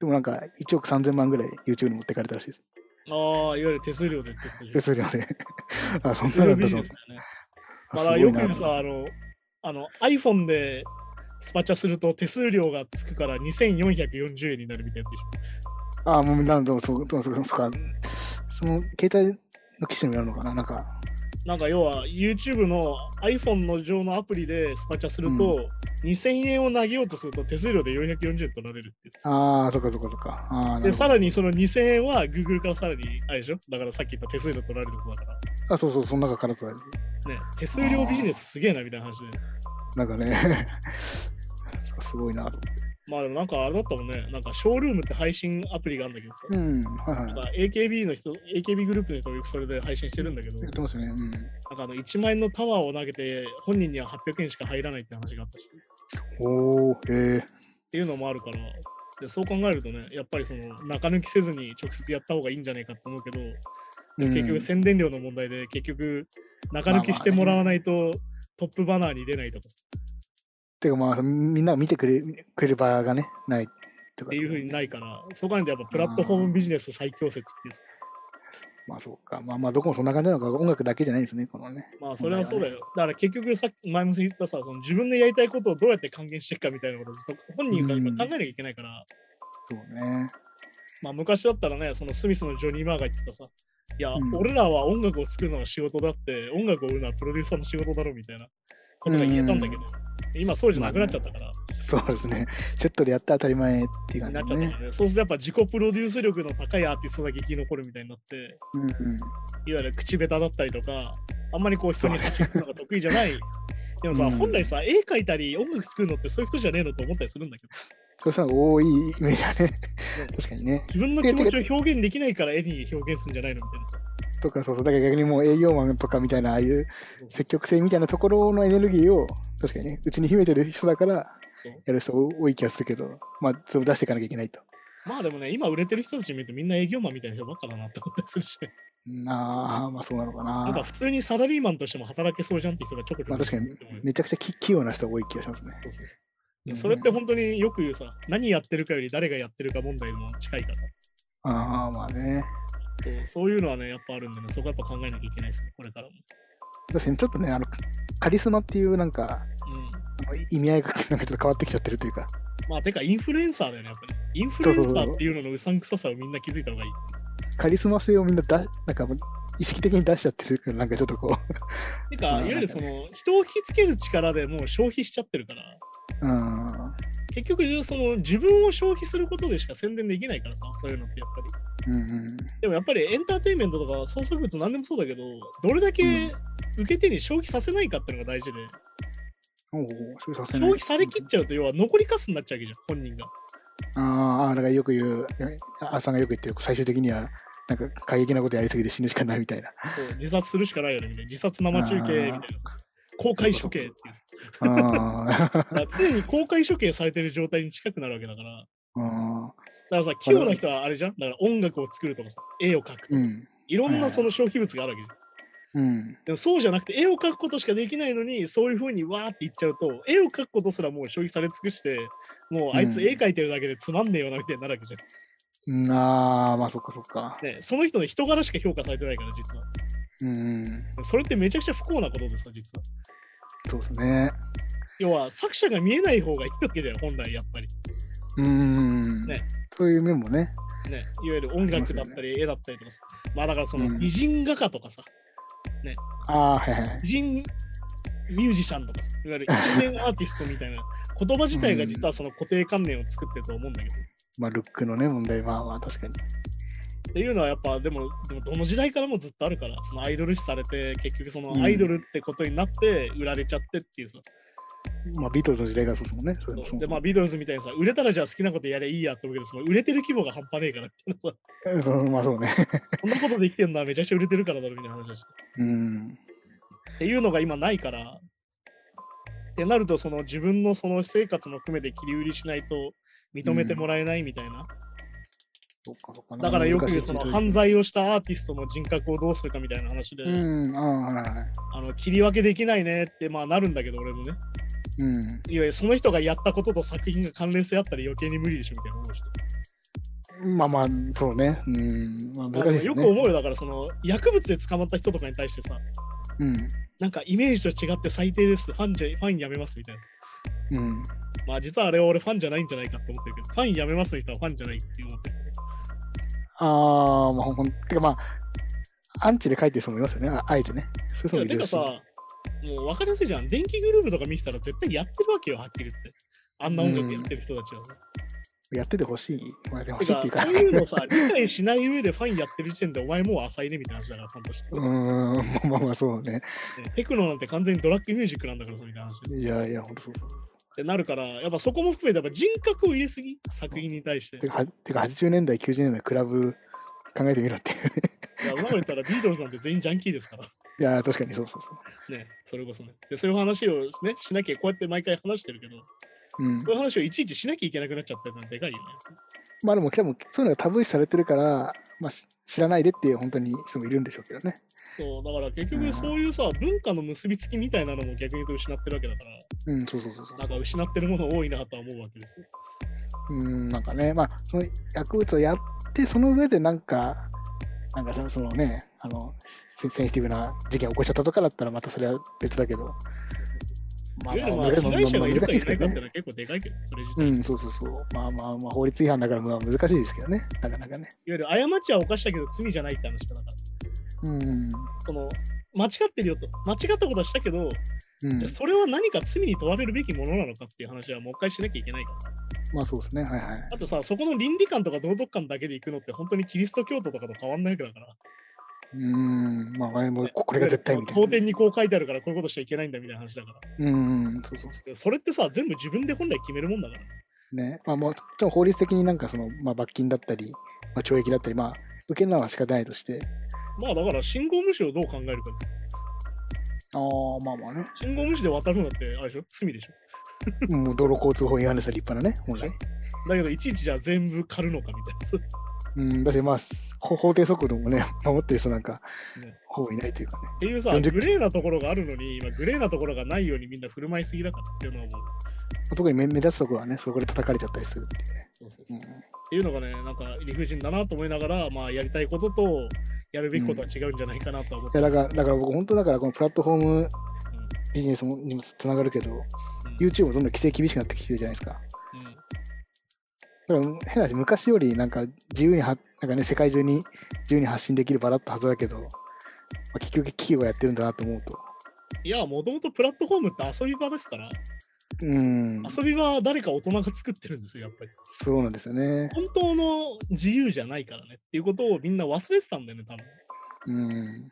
C: でもなんか1億3000万ぐらい YouTube に持ってかれたらしいです。
B: ーああ、いわゆる手数料でってことで
C: 手
B: しょ
C: 数料で。 あ、そん
B: 手
C: な
B: 数
C: のだ
B: 料
C: っ
B: ビジネ
C: たと思っ
B: ス
C: た
B: だ。よね。だから
C: あすごい
B: よ
C: な
B: く言うさ、あの、あの iPhone でスパチャすると手数料がつくから2440円になるみたいなやつでし
C: あ、もうなんだ、そう、そう、そう、そうか。その携帯の機種にもよるのかななんか、
B: ょ。なんか要は YouTube の iPhone の上のアプリでスパチャする
C: う
B: と、2000円を投げようとすると手数料で440円取られるっていう。
C: ああ、そっかそっかそっか。ああ、な
B: で、
C: るほ
B: さ
C: ど。
B: らにその2000円は Google からさらに、あれでしょだからさっき言った手数料取られるとこだから。
C: あ、そうそう、その中からとられる。
B: ね、手数料ビジネスすげえなみたいな話で。
C: なんかね、 すごいなと。
B: まあでもなんかあれだったもんね、なんかショールームって配信アプリがあるんだけどさ、
C: うん、はいはい
B: なん。か AKB の人、AKB グループの人がよくそれで配信してるんだけど、
C: 言ってますよね。うん。
B: なんかあの1万円のタワーを投げて、本人には800円しか入らないって話があったし、っ
C: おー、へえ。
B: ていうのもあるから、でそう考えるとね、やっぱりその中抜きせずに直接やった方がいいんじゃないかと思うけど、
C: うん
B: 結局宣伝量の問題で、結局中抜きしてもらわないとトップバナーに出ないとか
C: てかまあ、みんなが見てくれくれる場がね、ないと
B: っ
C: か。
B: ていうふうにないから、そう考えるとやっぱプラットフォームビジネス最強説っていう。
C: まあそうか。まあまあ、どこもそんな感じなのか、音楽だけじゃないんですね、このね。
B: まあそれはそうだよ。だから結局さっき前も言ったさ、その自分でやりたいことをどうやって還元していくかみたいなことをずっと本人が今考えなきゃいけないから、
C: そうね。
B: まあ昔だったらね、そのスミスのジョニー・マーが言ってたさ、いや、
C: うん
B: 俺らは音楽を作るのが仕事だって、音楽を売るのはプロデューサーの仕事だろみたいなことが言えたんだけど、今そうじゃなくなっちゃったから、
C: そうですね。セットでやったら当たり前っていう
B: な
C: 感
B: っちゃ
C: じで
B: ったか。
C: ね
B: らね。そうするとやっぱ自己プロデュース力の高いアーティストだけ生き残るみたいになって、
C: うんうん。
B: いわゆる口下手だったりとか、あんまりこう人に話すのが得意じゃない。でもさ、
C: うん
B: 本来さ、絵描いたり音楽作るのってそういう人じゃねえのと思ったりするんだけど、
C: それさ、多いイメージだね
B: うん。
C: 確かにね。
B: 自分の気持ちを表現できないから絵に表現するんじゃないのみたいなさ。
C: とか、そうそう。だから逆にもう営業マンとかみたいな、ああいう積極性みたいなところのエネルギーを、確かにね、うちに秘めてる人だから、
B: そう
C: やる人多い気がするけど、まあ、それを出していかなきゃいけないと。
B: まあでもね、今売れてる人たち見るとみんな営業マンみたいな人ばっかだなって思ったりするし、
C: なあ、まあそうなのかな。
B: なんか普通にサラリーマンとしても働けそうじゃんって人がちょこちょ
C: まあ
B: こ
C: 確かに、めちゃくちゃ器器用な人が多い気がしますね。
B: そうそうそうそれって本当によく言うさ、何やってるかより誰がやってるか問題も近いから、
C: ああ、まあね。
B: そうそういうのはね、やっぱあるんでね、そこはやっぱ考えなきゃいけないですね、これからも。
C: 確かにちょっとね、あの、カリスマっていうなんか、
B: うん、
C: あの意味合いがなんかちょっと変わってきちゃってるというか、
B: まあ、てかインフルエンサーだよね、やっぱり。インフルエンサーっていうののうさんくささをみんな気づいた方がいい。
C: カリスマ性をみんなだ、なんかもう意識的に出しちゃってるから、なんかちょっとこ
B: て
C: ま
B: か、
C: あ
B: いわゆるその、人を引きつける力でもう消費しちゃってるから、
C: う、うん、
B: 結局、その、自分を消費することでしか宣伝できないからさ、そういうのってやっぱり。
C: うん、うん、
B: でもやっぱりエンターテインメントとか創作物何でもそうだけど、どれだけ受け手に消費させないかっていうのが大事で、
C: おお、消費させな
B: 消
C: い。
B: 費されきっちゃうと、要は残りカスになっちゃうわけじゃん、本人が。
C: あーあー、だからよく言う、あさんがよく言ってる、最終的には、なんか過激なことやりすぎて死ぬしかないみたいな。
B: そう自殺するしかないよね、みたいな自殺生中継みたいな
C: あー。
B: 公開処刑っていう。
C: あー
B: だから常に公開処刑されてる状態に近くなるわけだから。だ
C: あ
B: からさ、器用な人はあれじゃんだから音楽を作るとかさ、絵を描くと
C: ー、う
B: かさ、
C: ん。
B: いろん
C: はいは
B: ないその消費物があるわけじゃん。
C: うん。
B: でもそうじゃなくて、絵を描くことしかできないのに、そういうふうにわーって言っちゃうと、絵を描くことすらもう消費され尽くして、もうあいつ
C: うん
B: 絵描いてるだけでつまんねえよなみたいになるわけじ
C: うんああ、まあそっかそっか。
B: ゃん。ね、その人の人柄しか評価されてないから、実は。
C: うん。
B: それってめちゃくちゃ不幸なことですよ、実は。
C: そうですね。
B: 要は作者が見えない方がいいわけだよ、本来やっぱり。
C: うん。
B: ね
C: そういう面もね。
B: ね、いわゆる音楽だったり絵だったりとかさ。まあだからその
C: うん
B: 偉人画家とかさ、
C: ああ、はいはい。
B: 偉人ミュージシャンとかさ、いわゆる一年アーティストみたいな言葉自体が実はその固定観念を作ってると思うんだけど。
C: まあ、ルックのね、問題、まあまあ、確かに。
B: っていうのはやっぱでもでもどの時代からもずっとあるからそのアイドル視されて結局そのアイドルってことになって売られちゃってっていうさ、
C: まあ、ビートルズの時代がそうですもんね。そうそう
B: でまあビートルズみたいにさ売れたらじゃあ好きなことやれいいやって思うけどその売れてる規模が半端ねえからみたいなさ
C: うんまあ、そうね。
B: こんなことできてるのはめちゃくちゃ売れてるからだろみたいな話だし
C: うん。
B: っていうのが今ないからってなるとその自分のその私生活も含めて切り売りしないと認めてもらえないみたいな、
C: そっかそっか。
B: だからよく言うその犯
C: 罪。
B: 罪をしたアーティストの人格をどうするかみたいな話で、
C: うん、ああ、はいはい。
B: あの切り分けできないねってまあなるんだけど俺もね
C: うん。
B: いわゆるその人がやったことと作品が関連性あったら余計に無理でしょみたいな思うし。
C: まあまあ、そうね。うん。まあ、難しいですね。
B: よく思うよ、だからその薬物で捕まった人とかに対してさ、
C: うん。
B: なんかイメージと違って最低です、ファンじゃファンやめますみたいな。
C: うん。
B: まあ実はあれは俺ファンじゃないんじゃないかって思ってるけど、ファンやめますの人はファンじゃないって思ってる。
C: ああ、まあ、ほんてかまあ、アンチで書いてる人もいますよね。ああえてね。そういう人もい
B: いやて
C: る
B: か
C: し。
B: さ、もう分かりやすいじゃん。電気グループとか見てたら絶対やってるわけよ、はっきり言って。あんな音楽やってる人たちはさ。
C: やっててほしい。まあ、やってほ
B: て
C: しいっ
B: か
C: て
B: そ
C: いうか
B: う。いうのさ、理解しない上でファンやってる時点でお前もう浅いねみたいな話だから、ファンとして
C: う。ん、まあまあまあ、そうね。
B: テクノなんて完全にドラッグミュージックなんだから、そみたいな話です。
C: いやいや、ほんとそうそう。
B: ってなるから、やっぱそこも含めてやっぱ人格を入れすぎ、作品に対して。
C: てか、はてか80年代、90年代、クラブ考えてみろっていうね。
B: いや、裏を言ったらビートルズなんて全員ジャンキーですから。
C: いや、確かにそうそうそ
B: ね、それこそね。で、そういう話をね、しなきゃ、こうやって毎回話してるけど、こ
C: う。うん
B: うい。う話をいちいちしなきゃいけなくなっちゃってるのはでかいよね。
C: まあでも、多分そういうのがタブー視されてるから、まあ、し知らないでっていう本当に人もいるんでしょうけどね。
B: そう、だから結
C: う
B: 局
C: ん
B: そういうさ、文化の結びつきみたいなのも逆に言うと失ってるわけだから、
C: うん、そうそうそうそう
B: なん。か失ってるもの多いなとは思うわけですよ。
C: うん、なんかね、まあ、その薬物をやって、その上でなんか、なんかそのそのね、あの、セセンシティブな事件を起こしちゃったとかだったら、またそれは別だけど。ま
B: いわゆるまあ、被害者がいるかいないかってのは結構でかいけど、それ自
C: う
B: 体。いわ
C: ん、そうそうそう。まあまあまあ、法律違反だから、まあ難しいですけどね、なかなかね。
B: ゆる過ちは犯したけど罪じゃないって話かだから。
C: うん。
B: その間違ってるよと間違ったことはしたけど、
C: うん
B: じゃあ、それは何か罪に問われるべきものなのかっていう話はもう一回しなきゃいけないから
C: まあそうですね、はいはい。
B: あとさそこの倫理観とか道徳観だけでいくのって本当にキリスト教徒とかと変わんないわけだから
C: うん、まあ、あれもここれが絶対みたい
B: 法
C: な。
B: 典にこう書いてあるからこういうことしちゃいけないんだみたいな話だから
C: うん、そうそうそ
B: でそれってさ全部自分で本来決めるもんだから
C: う。ね、まあもう、ちょっと法律的になんかその、まあ罰金だったり、まあ懲役だったり、まあ、受けるのは仕方ないとして。
B: まあだから信号無視をどう考えるかですよ
C: ああ、まあまあね。
B: 信号無視で渡るのだってあれでしょ罪でしょ
C: も う道路交通法違反でした立派なね、本来。
B: だけどいちいちじゃあ全部狩るのかみたいなそう
C: うん、だしまあ、法法定速度もね、 守ってる人なんか
B: ね、
C: ほぼいないというかね。
B: っていうさ
C: 40
B: グレーなところがあるのに今グレーなところがないようにみんな振る舞いすぎだからっていうのはもう
C: 特に目目立つとこはね、そこで叩かれちゃったりするっていうね。
B: そうそうっていうのがね、なんか理不尽だなと思いながら、まあ、やりたいこととやるべきことは違うんじゃないかなとは思っ
C: い
B: て、
C: やだから、だから僕、本当だから、このプラットフォームビジネスもにもつながるけど、
B: うん
C: YouTube もどんどん規制厳しくなってきてるじゃないですか。
B: うん
C: だから変な話、昔よりなんか自由には、なんかね、世界中に自由に発信できる場だったはずだけど、まあ、結局企業がやってるんだなと思うと。
B: いや、もともとプラットフォームって遊び場ですから、
C: うん、
B: 遊び場は誰か大人が作ってるんですよ、やっぱり。
C: そうなんですよね。
B: 本当の自由じゃないからねっていうことをみんな忘れてたんだよね、多分。
C: うん。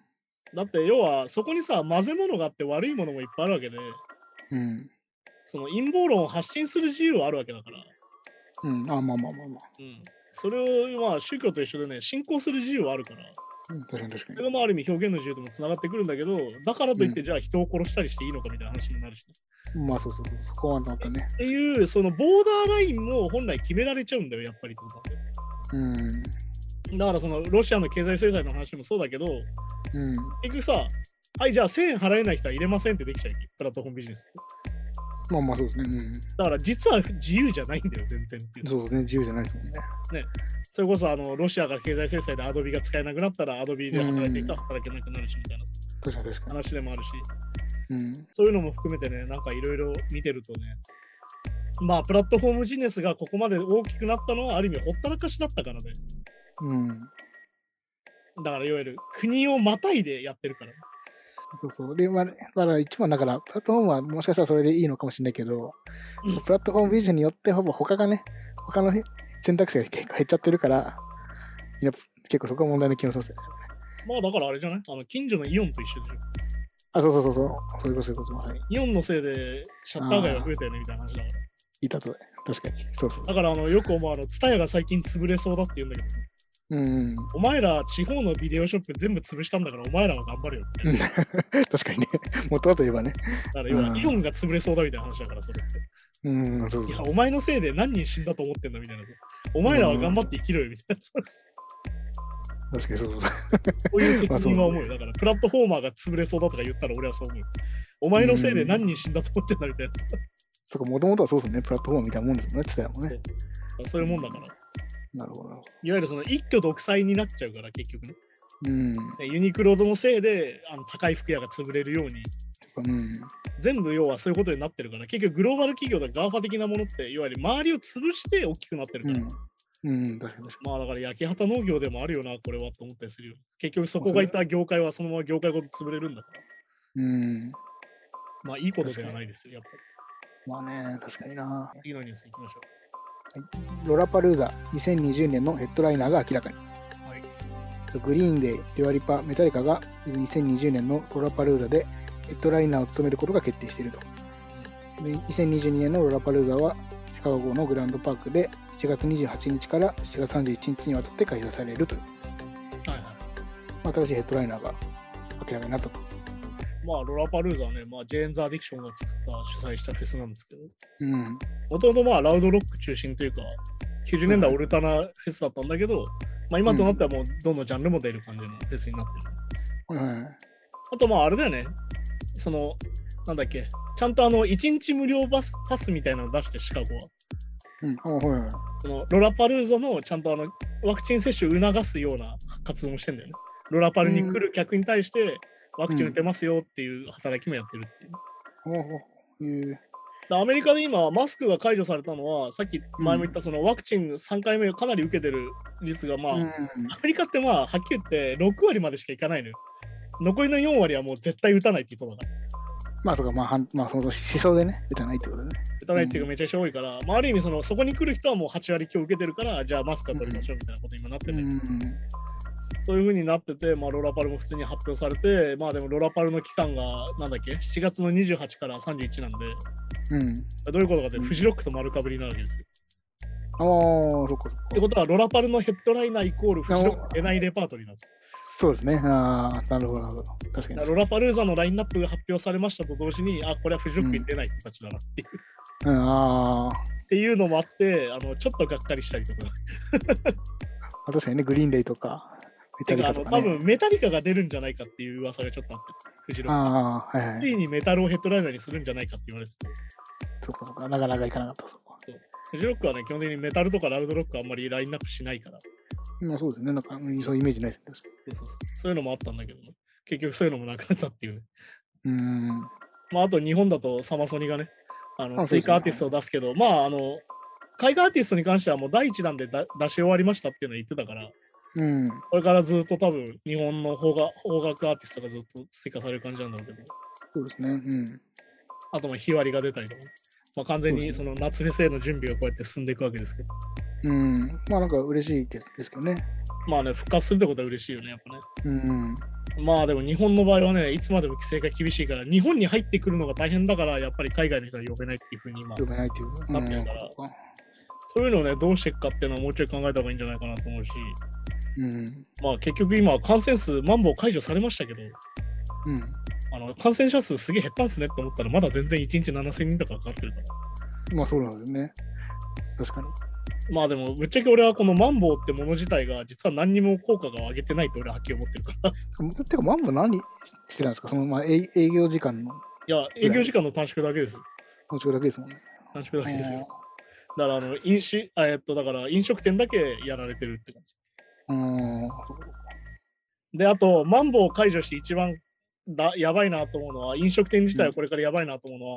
B: だって要はそこにさ混ぜ物があって悪いものもいっぱいあるわけで
C: うん。
B: その陰謀論を発信する自由はあるわけだから、
C: うん。あ、まあまあまあまあ。
B: うん、それをまあ宗教と一緒でね信仰する自由はあるから
C: うん、確かに確か
B: それがまあある意味表現の自由ともつながってくるんだけどだからといってじゃあ人を殺したりしていいのかみたいな話になるし、
C: に。まあそうそうそう。そこはなんかね。
B: っていうそのボーダーラインも本来決められちゃうんだよやっぱりってことなんだよ
C: うん。
B: だからそのロシアの経済制裁の話もそうだけど
C: うん。
B: 結局さはいじゃあ1000円払えない人は入れませんってできちゃうよプラットフォームビジネス
C: まあまあそうですね。
B: だから実は自由じゃないんだよ全然ってい
C: うん。
B: う
C: そうですね。自由じゃないですもんね。
B: それこそあのロシアが経済制裁でアドビが使えなくなったらアドビで働いていたら働けなくなるしみたいな
C: 確かに確か
B: 話でもあるし
C: に。うん。
B: そういうのも含めてねなんかいろいろ見てるとねまあプラットフォームビジネスがここまで大きくなったのはある意味ほったらかしだったからね
C: うん。
B: だからいわゆる国をまたいでやってるから、
C: そうそう。で、まあ、まだ一番だから、プラットフォームはもしかしたらそれでいいのかもしれないけど
B: うん、
C: プラットフォームビジネスによって、ほぼ他がね、他の選択肢が結構減っちゃってるから、いや結構そこは問題の気もしますよね。
B: まあだからあれじゃないあの近所のイオンと一緒でしょ
C: あ、そうそうそうそう。そういうこと、そういうこと。はい。
B: イオンのせいでシャッター街が増えたよねみたいな話だから
C: いたと。確かに。そうそう
B: だ。からあのよく思うあの TSUTAYA が最近潰れそうだって言うんだけど
C: うんうん。
B: お前ら地方のビデオショップ全部潰したんだからお前らは頑張れよみたいな
C: 確かにね。 元はといえばね。
B: だから要は
C: うん
B: イオンが潰れそうだみたいな話だからそれって
C: うん、そう
B: い
C: そ
B: や
C: う。
B: お前のせいで何人死んだと思ってんだみたいなお前らは頑張って生きろよみたいな
C: 確かにそうそう。
B: そういう責任は思うよだからプラットフォーマーが潰れそうだとか言ったら俺はそう思うお前のせいで何人死んだと思ってんだみたいな
C: そこ、もともとはそうですね。プラットフォームみたいなもんですもんね。つたもんね。
B: そういうもんだから
C: なるほどなるほ
B: いわゆるその一挙独裁になっちゃうから結局ね
C: ど。うん。
B: でユニクロのせいであの高い服屋が潰れるように
C: うん。
B: 全部要はそういうことになってるから結局グローバル企業だガーファ的なものっていわゆる周りを潰して大きくなってる
C: う
B: から、
C: ん。うん、確かに確か
B: まあだから焼き畑農業でもあるよなこれはと思ったりするよ結局そこがいた業界はそのまま業界ごと潰れるんだから
C: に。うん。
B: まあいいことではないですよやっぱ
C: まあね、確かにな。
B: り次のニュースいきましょ
C: ロラパルーザ2020年のヘッドライナーが明らかに。
B: うはい
C: グリーンデイ、デュアリパ、メタリカが2020年のロラパルーザでヘッドライナーを務めることが決定していると。で2022年のロラパルーザはシカゴのグランドパークで7月28日から7月31日にわたって開催されるということです。
B: はいはい
C: まあ新しいヘッドライナーが明らかになったと。
B: まあロラパルーザはね、まあ、ジェーン・ザ・ディクションが作った主催したフェスなんですけど
C: うん。
B: もともとまあラウドロック中心というか90年代オルタナフェスだったんだけど、まあ今となってはもうどんどんジャンルも出る感じのフェスになってる
C: うん。
B: あとまああれだよね、その、なんだっけ、ちゃんとあの、1日無料バスパスみたいなの出して、シカゴは。
C: うん。あ、はいはい。
B: そのロラパルーザのちゃんとあのワクチン接種を促すような活動もしてんだよね。ロラパルに来る客に対してワクチン打てますよっていう働きもやってるっていう。
C: ほうほう。いう。
B: だアメリカで今、マスクが解除されたのは、さっき前も言ったそのワクチン3回目をかなり受けてる率が、まあ、
C: う
B: ア
C: ん。
B: メリカってまあ、はっきり言って6割までしかいかないのよ。残りの4割はもう絶対打たないっていうことだから
C: まあそうか、まあ、はんまあ、その思想でね、出てないってことだね。
B: 打たないっていうかめちゃくちゃ多いから、まあ、ある意味そのそこに来る人はもう8割今日受けてるからじゃあマスクは取りましょうみたいなことに今なってて、
C: うん。
B: そういう風になってて、まあ、ロラパルも普通に発表されてまあでもロラパルの期間がなんだっけ7月の28から31なんで
C: うん。
B: どういうことかって
C: うん
B: フジロックと丸かぶりになるわけですよ。
C: ああ、そっかそっ
B: って
C: か。
B: ことはロラパルのヘッドライナーイコールフジロック出ないレパートリーなんですよ。
C: そうですね。ああ、なるほど、なるほど。
B: だ
C: 確か
B: から
C: に。
B: ロラパルーザのラインナップが発表されましたと同時にあこれはフジロックに出ない人たちだなっていう,、
C: うん、ああ。
B: っていうのもあってあのちょっとがっかりしたりとか。
C: あ確かにね、グリーンデイとか、
B: て
C: メタリ
B: かあ
C: カ
B: の
C: と
B: 多
C: か、ね。
B: 分メタリカが出るんじゃないかっていう噂がちょっとあってフジロック。
C: ああ、はいは
B: つ
C: い。
B: いにメタルをヘッドライナーにするんじゃないかって言われてて、
C: そっかそっか。なかなかいかなかった。そっか
B: フジロックはね、基本的にメタルとかラウドロックはあんまりラインナップしないから、
C: まあそうですね。なんか、うんそういうイメージないですね。確か
B: そうそうそうそういうのもあったんだけどね、結局そういうのもなくなったっていうね。
C: にうん。
B: まあ、あと日本だとサマソニがね、あの
C: あそうですね
B: 追加アーティストを出すけど、まあ、あの、海外アーティストに関してはもう第一弾でだ出し終わりましたっていうのは言ってたから、
C: うん。
B: これからずっと多分日本の邦楽邦楽アーティストがずっと追加される感じなんだろうけど、
C: そうですね。うん。
B: あとまあ日割りが出たりとか、まあ、完全に
C: そ
B: その夏フェスへの準備がこうやって進んでいくわけですけど、
C: うん。まあなんか嬉しいですですけどね。
B: まあね、復活するってことは嬉しいよね、やっぱね。
C: うん。
B: まあでも日本の場合はね、いつまでも規制が厳しいから、日本に入ってくるのが大変だから、やっぱり海外の人は呼べないっていうふうに今、
C: 読めないっていう。
B: なってるからそういうのをね、どうしていくかっていうのをもうちょい考えた方がいいんじゃないかなと思うし、
C: うん。うん。
B: まあ結局今、感染数、マンボウ解除されましたけど、
C: うん。
B: あの感染者数すげえ減ったんすねって思ったら、まだ全然1日7000人とかかかってるから。
C: まあそうなんですよね。確かに。
B: まあでも、ぶっちゃけ俺はこのマンボウってもの自体が、実は何にも効果が上げてないって俺ははっきり思ってるから。
C: てか、マンボウ何してたんですかその、まあ、営営業時間の
B: いや、営業時間の短縮だけですよ。
C: 短縮だけですもんね。
B: 短縮だけですよ。だからあの飲酒あ、えっと、だから飲食店だけやられてるって感じ。
C: うん。
B: で、あと、マンボウを解除して一番だやばいなと思うのは、飲食店自体はこれからやばいなと思うのは、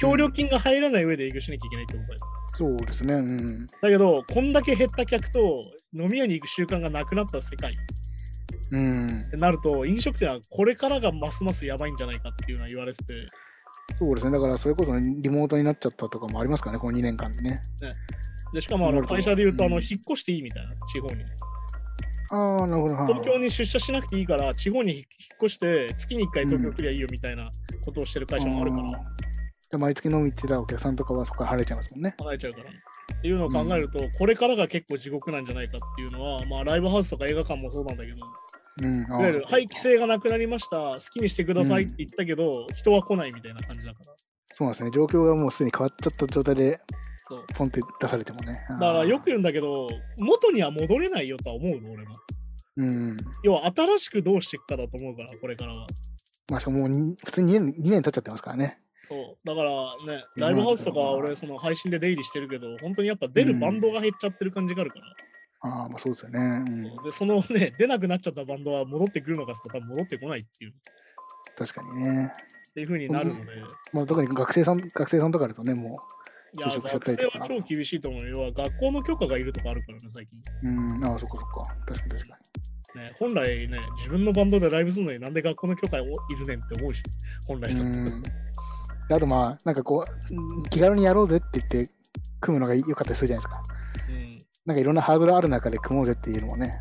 B: 協力金が入らない上で営業しなきゃいけないってことだよ。
C: そうですね。うん。
B: だけど、こんだけ減った客と飲み屋に行く習慣がなくなった世界っ
C: うん。
B: てなると、飲食店はこれからがますますやばいんじゃないかっていうのは言われてて、
C: そうですね。だから、それこそねリモートになっちゃったとかもありますからね、この2年間でね。
B: でしかもあの
C: なるほど
B: 会社で言うと、あの
C: うん
B: 引っ越していいみたいな、地方に。
C: ああ、なるほど。はい
B: 東京に出社しなくていいから、地方に引っ越して、月に1回東京来りゃいいよみたいなことをしてる会社もあるから、
C: うんで毎月飲み行ってたお客さんとかはそこから晴れちゃいますもんね。
B: 離れちゃうから。っていうのを考えると、これからが結構地獄なんじゃないかっていうのは、まあ、ライブハウスとか映画館もそうなんだけど、
C: うん。
B: いわゆる、はい、規
C: い。
B: 制がなくなりました、好きにしてくださいって言ったけど、人は来ないみたいな感じだから。
C: そうなんですね。状況がもうすでに変わっちゃった状態で、
B: そう
C: ポンって出されてもね。だ
B: だからよく。言うんだけど、元には戻れないよとは思うの、俺も。
C: うん。
B: 要は新しくどうしていくかだと思うから、これからは。
C: まあ、しかももうに普通に2年 ,2 年経っちゃってますからね。
B: そう。だからね、ライブハウスとかは俺、その配信で出入りしてるけど、本当にやっぱ出るバンドが減っちゃってる感じがあるから。
C: ああ、まあそうですよね。うん。
B: で、そのね、出なくなっちゃったバンドは戻ってくるのかって言ったら多分戻ってこないっていう、っ
C: 確かにね。
B: ていう風になるので、
C: まあ、特に学生さん、学生さんとかだとね、も
B: いや、
C: 就職しちゃった
B: 学
C: り
B: 生
C: とか
B: は超厳しいと思うよ。要は学校の許可がいるとかあるからね、最近。
C: う、うん、ああ、そっかそっか。確かに確か
B: ね、本来ね、自分のバンドでライブするのになんで学校の許可いるねんって思うし、本来
C: に。
B: だ
C: う
B: と
C: ん。であとまあ、なんかこううん、気軽にやろうぜって言って、組むのが良かったりするじゃないですか。
B: うん
C: なんかいろんなハードルある中で組もうぜっていうのもね、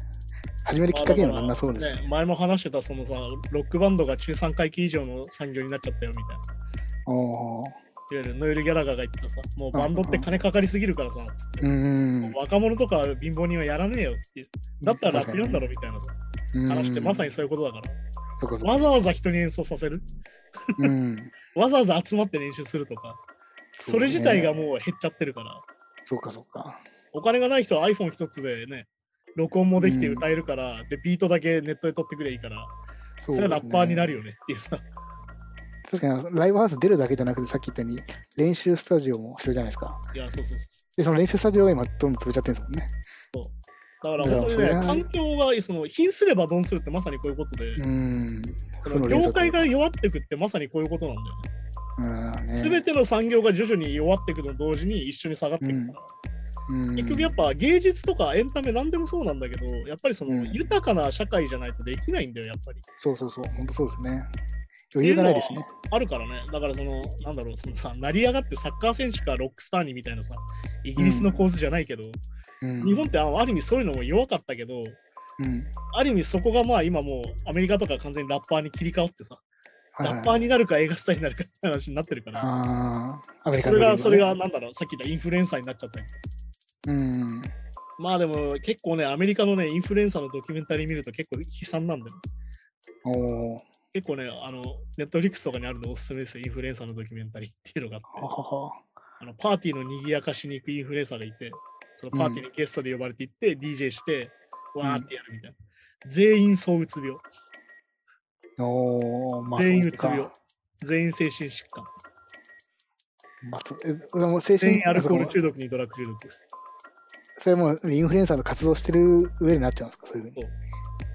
C: 始めるきっかけにもなんなそうですよね。
B: ね前も話してた、そのさ、ロックバンドが中3回忌以上の産業になっちゃったよみたいな。いわ
C: おー
B: ゆるノエル・ギャラガーが言ってたさ、もうバンドって金かかりすぎるからさ、つって
C: うん。
B: 若者とか貧乏人はやらねえよって、だったらラップなんだろみたいなさ、
C: うん
B: 話ってまさにそういうことだから、
C: そこそこ
B: わざわざ人に演奏させる、
C: うん。
B: わざわざ集まって練習するとか、それ自体がもう減っちゃってるから、
C: そうかそうか。
B: お金がない人は iPhone 一つでね、録音もできて
C: うん
B: 歌えるから、で、ビートだけネットで撮ってくれいいから、
C: そ
B: それはラッパーにな
C: る。
B: るよねっていうさ、
C: 確かにライブハウス出るだけじゃなくて、さっき言ったように練習スタジオも必要じゃないですか。
B: いや、そうそうそう。
C: で、その練習スタジオが今、どんどん潰れちゃってるんですもんね。
B: だから本当に
C: い
B: ね
C: や、それは
B: 環境が、その、貧すれば鈍するってまさにこういうことで、
C: うん。
B: そ
C: 負
B: の
C: の連
B: 業
C: 鎖とい
B: 界
C: うか
B: が弱ってくってまさにこういうことなんだよね。
C: うんね
B: すべての産業が徐々に弱っていくのと同時に一緒に下がっていくから、
C: うん
B: 結局やっぱ芸術とかエンタメ何でもそうなんだけどやっぱりそ
C: うん
B: の豊かな社会じゃないとできないんだよやっぱり
C: そうそうそう、本当そうですね。余裕がないですね。
B: あるからねだからそのなんだろうそのさ成り上がってサッカー選手からロックスターにみたいなさイギリスの構図じゃないけど、
C: うん
B: 日本ってあのある意味そういうのも弱かったけど
C: うん
B: ある意味そこがまあ今もうアメリカとか完全にラッパーに切り替わってさ、
C: はいはい
B: ラッパーになるか映画スターになるかって話になってるから。
C: あーアメリカ
B: そ
C: の
B: れが、
C: ゲー
B: そ
C: ム
B: れ
C: ね
B: が、なんだろう、さっき言ったインフルエンサーになっちゃったりとか
C: うん。
B: まあでも結構ね、アメリカのね、インフルエンサーのドキュメンタリー見ると結構悲惨なんだよ。
C: おー
B: 結構ね、あの、ネットフリックスとかにあるのおすすめですよ、インフルエンサーのドキュメンタリーっていうのがあ
C: は
B: って、
C: はは。
B: あのパーティーの賑やかしに行くインフルエンサーがいて、そのパーティーにゲストで呼ばれて行って、DJ して、わーってやるみたいな。全員躁うつ病、
C: おーまあ、
B: 全員う
C: そう
B: つ
C: か
B: 病、全員精神疾患、
C: まあ、そうえ俺も精
B: 全
C: 神
B: 員アルコー
C: あ
B: ル
C: そうか
B: 中毒にドラッグ中毒。
C: それもインフルエンサーの活動してる上になっちゃうんですか、そういうふうに
B: そう。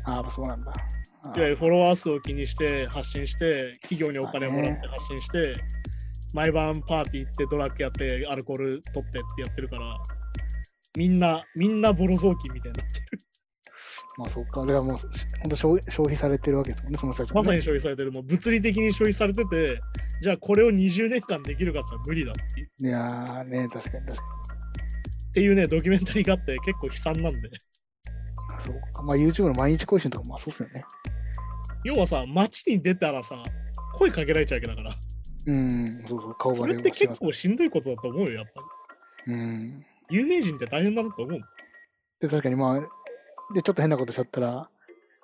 C: ああ、そうなんだ。あ
B: いわゆるフォロワー数を気にして発信して、企業にお金をもらって発信して、毎晩パーティー行ってドラッグやって、アルコール取ってってやってるから、みんな、みんなボロ雑巾みたいになってる。
C: まあ、そうか。だからもう、し本当消消費されてるわけですもんね、その人たちも
B: まさ
C: ね
B: に消費されてる、もう物理的に消費されてて、じゃあこれを20年間できるかさ、無理だっていう。
C: いやーね、確かに確か
B: っていうね、ドキュメンタリーがあって、結構悲惨なんで。
C: に。そうか。まあ、YouTube の毎日更新とかもまあそうですよね。
B: 要はさ、街に出たらさ、声かけられちゃうわけだから、
C: うん、そうそう、顔
B: そ
C: バレ
B: れっ
C: は
B: て
C: しま
B: 結
C: す。
B: 構しんどいことだと思うよ、やっぱ
C: うん。
B: り。有名人って大変だなと思う。
C: で、確かにまあ、で、ちょっと変なことしちゃったら、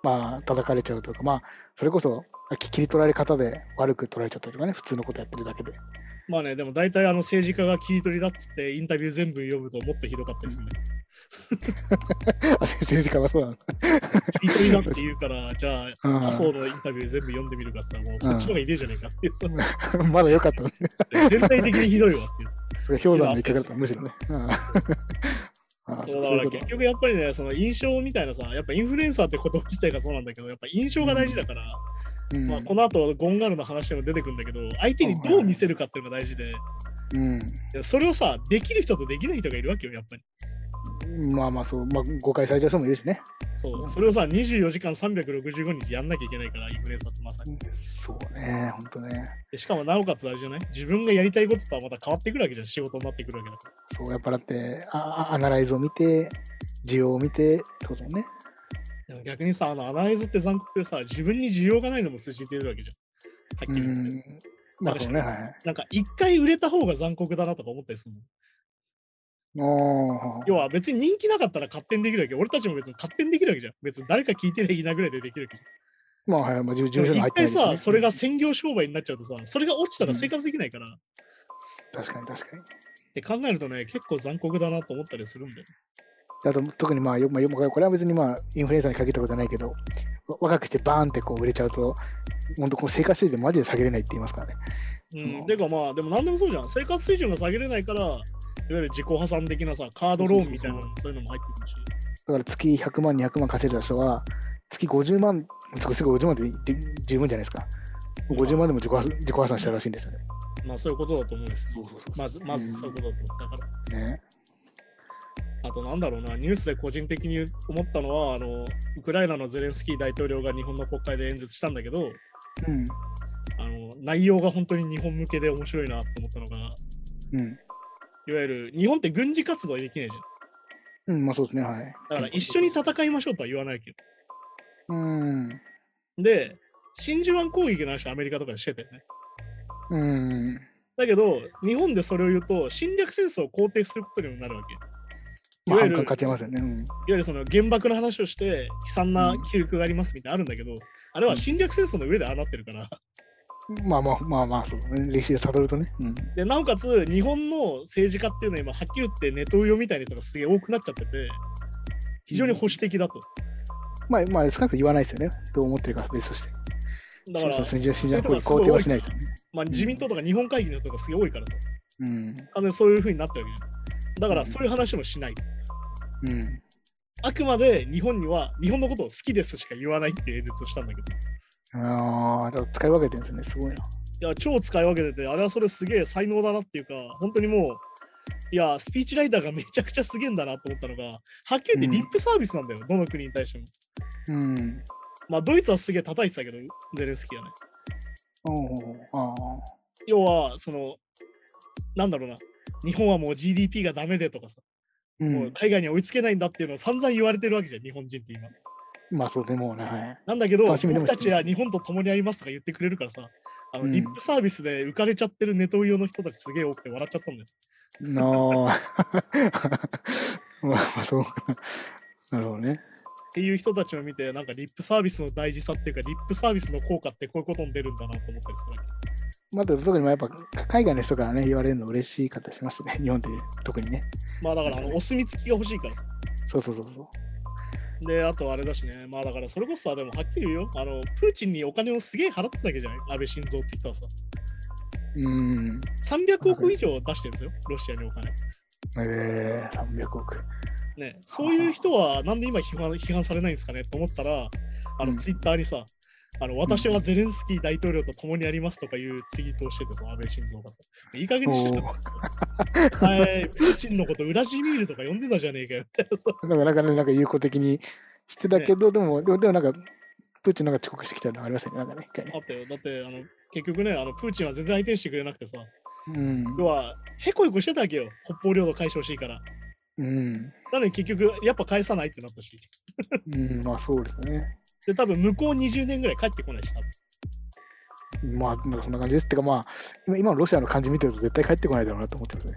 C: まあ、叩かれちゃうとか、まあ、それこそ、あき切り取られ方で悪く取られちゃったりとかね、普通のことやってるだけで。
B: まあね、でも大体あの政治家が切り取りだっつってインタビュー全部読むともっとひどかったですね。
C: あ、政治家はそうなの。
B: 切り取りだって言うから、じゃあ、
C: うん
B: 麻生のインタビュー全部読んでみるかって言ったら、もうこっちの方がいねえじゃねえかっていう、
C: まだ良かったのね。
B: 全体的にひどいわっていう。
C: それ氷山の一角だったのむしろね。うん あー
B: そうだから
C: こと
B: 結局やっぱりね、その印象みたいなさ、やっぱインフルエンサーってこと自体がそうなんだけど、やっぱ印象が大事だから、
C: うん
B: まあ、この後ゴンガールの話でも出てくるんだけど、相手にどう見せるかっていうのが大事で、
C: う
B: それをさ、できる人とできない人がいるわけよ、やっぱり。
C: ん、まあまあそう、まあ、誤解されちゃう人もいるしね。
B: そうそれをさ、24時間365日やんなきゃいけないから、インフルエンサーってまさに。
C: そうね、本当ね。
B: でしかもなおかつあれじゃない自分がやりたいこととはまた変わってくるわけじゃん、仕事になってくるわけだから。
C: そう、やっぱだって、ああアナライズを見て、需要を見て、ってことだもんね。
B: でも逆にさ、あのアナライズって残酷でさ、自分に需要がないのも筋出るわけじゃ。
C: うん
B: はっきり言って。
C: ん。まあそうね、はいはい。
B: なんか一回売れた方が残酷だなとか思ったりするの。
C: あ
B: 要は別に人気なかったら勝手にできるわけ。俺たちも別に勝手にできるわけじゃん。別に誰か聞いてりゃいいなぐらいでできるわけじ
C: あ、まあはい、まあ、事事
B: ゃん。
C: 務所
B: で
C: に
B: も
C: 入っ
B: 一
C: て
B: 回
C: ないしね
B: さ、それが専業商売になっちゃうとさ、それが落ちたら生活できないから。っ
C: 確かに確かに。
B: て考えるとね、結構残酷だなと思ったりするんだよ。
C: あと、特にまあ、よまあ、よこれは別にまあ、インフルエンサーに限ったことじゃないけど、わ若くしてバーンってこう売れちゃうと、本当こう生活水準マジで下げれないって言いますからね。
B: うん。てかまあ、でも何でもそうじゃん。生活水準が下げれないから、いわゆる自己破産的なさ、カードローンみたいなの、そういうのも入ってくるし。
C: だから月100万、200万稼いだ人は、月50万、すぐ50万で十分じゃないですか。50万でも自己破自己破産したらしいんですよね。
B: まあそういうことだと思うんですよ
C: そうそうそうそう
B: まず、まずそういうことだと思う。だから。
C: ね
B: あとなんだろうな、ニュースで個人的に思ったのは、あのウクライナのゼレンスキー大統領が日本の国会で演説したんだけど、
C: うん。
B: あの内容が本当に日本向けで面白いなと思ったのが、いわ
C: うん。
B: ゆる日本って軍事活動できないじゃん。
C: うん、まあそうですね、はい。
B: だから一緒に戦いましょうとは言わないけ
C: うん。
B: ど。で、真珠湾攻撃の話はアメリカとかでしてたよね。
C: うん。
B: だけど、日本でそれを言うと、侵略戦争を肯定することにもなるわけ。
C: まあ、
B: いわゆ
C: 反
B: る
C: 感かけますよね。うん。
B: いわゆるその原爆の話をして、悲惨な記憶がありますみたいなのあるんだけど、あれは侵略戦争の上でああなってるから。
C: まあまあまあまあ、そうだね。歴史で辿るとね。うん。
B: でなおかつ日本の政治家っていうのは今はっきり言ってネトウヨみたいな人がすげえ多くなっちゃってて非常に保守的だと。
C: まあまあ、少なくとも言わないですよね。どう思ってるかは別として。
B: だから、
C: そうそう信じ信じない方に肯定はしないですよね。
B: まあ、自民党とか日本会議の人がすげえ多いからと。
C: うん。
B: あのそういう風になってるわけじゃん。だか
C: う
B: ら
C: ん
B: そういう話もしない。
C: うん。
B: あくまで日本には日本のことを好きですしか言わないっていう演説をしたんだけど。
C: ああ、だから使い分けてるんですね。すごいな。
B: いや、超使い分けてて、あれはそれすげえ才能だなっていうか、本当にもう、いや、スピーチライターがめちゃくちゃすげえんだなと思ったのが、はっきり言ってリップサービスなんだよ、どの国に対しても。
C: うん。
B: まあ、ドイツはすげえ叩いてたけど、ゼレンスキーはね。
C: おーああ。
B: 要は、その、なんだろうな、日本はもう GDP がダメでとかさ、
C: う。
B: もうん海外に追いつけないんだっていうのを散々言われてるわけじゃん、日本人って今。
C: まあそうでもうね、はい。
B: なんだけど、
C: 楽しみでも
B: 僕たちは日本と共にありますとか言ってくれるからさ、あの
C: うん
B: リップサービスで浮かれちゃってるネトウヨの人たちすげえ多くて笑っちゃったんだよ。
C: なあ。まあまあそうかな。なるほどね。
B: っていう人たちを見て、なんかリップサービスの大事さっていうか、リップサービスの効果ってこういうことに出るんだなと思ったりするわ
C: まあ、特にまあやっぱ海外の人からね、言われるの嬉しい方しましたね。日本って特にね。
B: け。まあだから、あのお墨付きが欲しいからさ。
C: そうそうそうそう。
B: で、あとあれだしね、まあだからそれこそさ、でもはっきり言うよ、あの、プーチンにお金をすげえ払ってたわけじゃない安倍晋三って言ったら
C: うん。
B: さ、300億以上出してるんですよ、ロシアにお金。
C: ええ300億。
B: ね、そういう人はなんで今批判批判されないんですかねと思ったら、あ
C: う
B: の、
C: ん
B: ツイッターにさ、あの私はゼレンスキー大統領と共にありますとかいうツイートをしててさ、安倍晋三がさ、いい加減にしろよ お前プーチンのことウラジミールとか呼んでたじゃねえかよみたいなさ
C: なんか、なんかね、なんか有効的にしてたけど、でも、でも、でもなんか、プーチンなんか遅刻してきたのありましたね。なんかね、一回
B: あ
C: ね。
B: ったよ。だって、あの、結局ね、あの、プーチンは全然相手にしてくれなくてさ、
C: うん。
B: 要は、へこへこしてたわけよ。北方領土解消していいから。
C: うん。
B: なのに結局、やっぱ返さないってなったし。
C: うん、まあそうですね。
B: で、多分向こう20年ぐらい帰ってこないし、多分
C: まあ、なんかそんな感じです。ってかまあ、今今のロシアの感じ見てると絶対帰ってこないだろうなと思ってますね。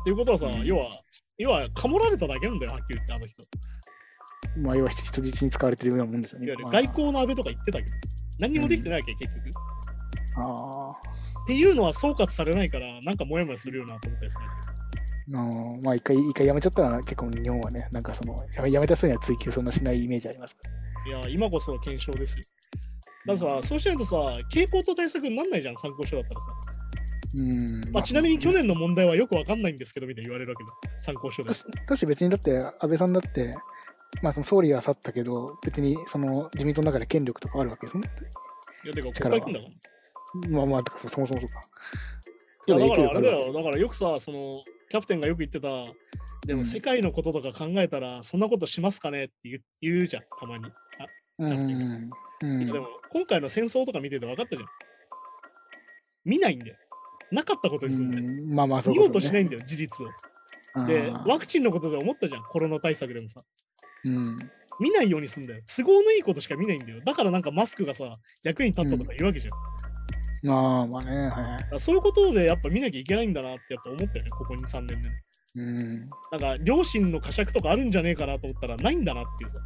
B: っていうことはさ、
A: うん
B: 要は、要は、かもられただけなんだよ、はっきり言って、あの人。い
C: まあ、要は人人質に使われてるようなもんですよね。
B: わゆる
C: まあ
B: 外交の安倍とか言ってたけどさ、何にもできてないわけ、結局。っ
C: あ
B: ていうのは総括されないから、なんかモヤモヤするよなと思ったりする。
C: ーあのまあ、一回、一回やめちゃったら結構日本はね、なんかその、やめやめた人には追求そんなしないイメージありますか
B: いや、今こそ検証ですよ。だからさ、そうしないとさ、傾向と対策になんないじゃん、参考書だったらさ。
C: ら。うん。
B: まあ、ちなみに去
C: 年
B: 年の問題はよくわかんないんですけど、みたいに言われるわけだ。参考書で。
C: だし別にだって安倍さんだって、まあ、その総理は去ったけど別にその自民党の中で権力とかあるわけですね。
B: いや、てか、国
C: 力は
B: 会行くんだから。
C: まあまあてかそもそもそうか。
B: いやだか
C: 影
B: ら
C: 響
B: あ
C: 力
B: れ
C: る
B: だ
C: わけ
B: よ、だからよくさ、そのキャプテンがよく言ってた、で
C: う
B: も
C: ん
B: 世界のこととか考えたら、そんなことしますかねって言う言うじゃん、たまに。
C: うんうんう
B: て
C: ん
B: かでも、今回の戦争とか見てて分かったじゃん。見ないんだよ。なかったことにするんだよ。
C: うんまあまあそう
B: 見ようとしないんだよ、事実を。で、
C: わ
B: ワクチンのことで思ったじゃん、コロナ対策でもさ。
C: うん、
B: 見ないようにすんだよ。都合のいいことしか見ないんだよ。だからなんかマスクがさ、役に立ったとか言うわけじゃん。だ
C: まあまあね、はい。
B: からそういうことでやっぱ見なきゃいけないんだなってやっぱ思ったよね、ここ2、3年で、ね。
C: うん
B: なんか両親の呵責とかあるんじゃねえかなと思ったらないんだなっていうさ、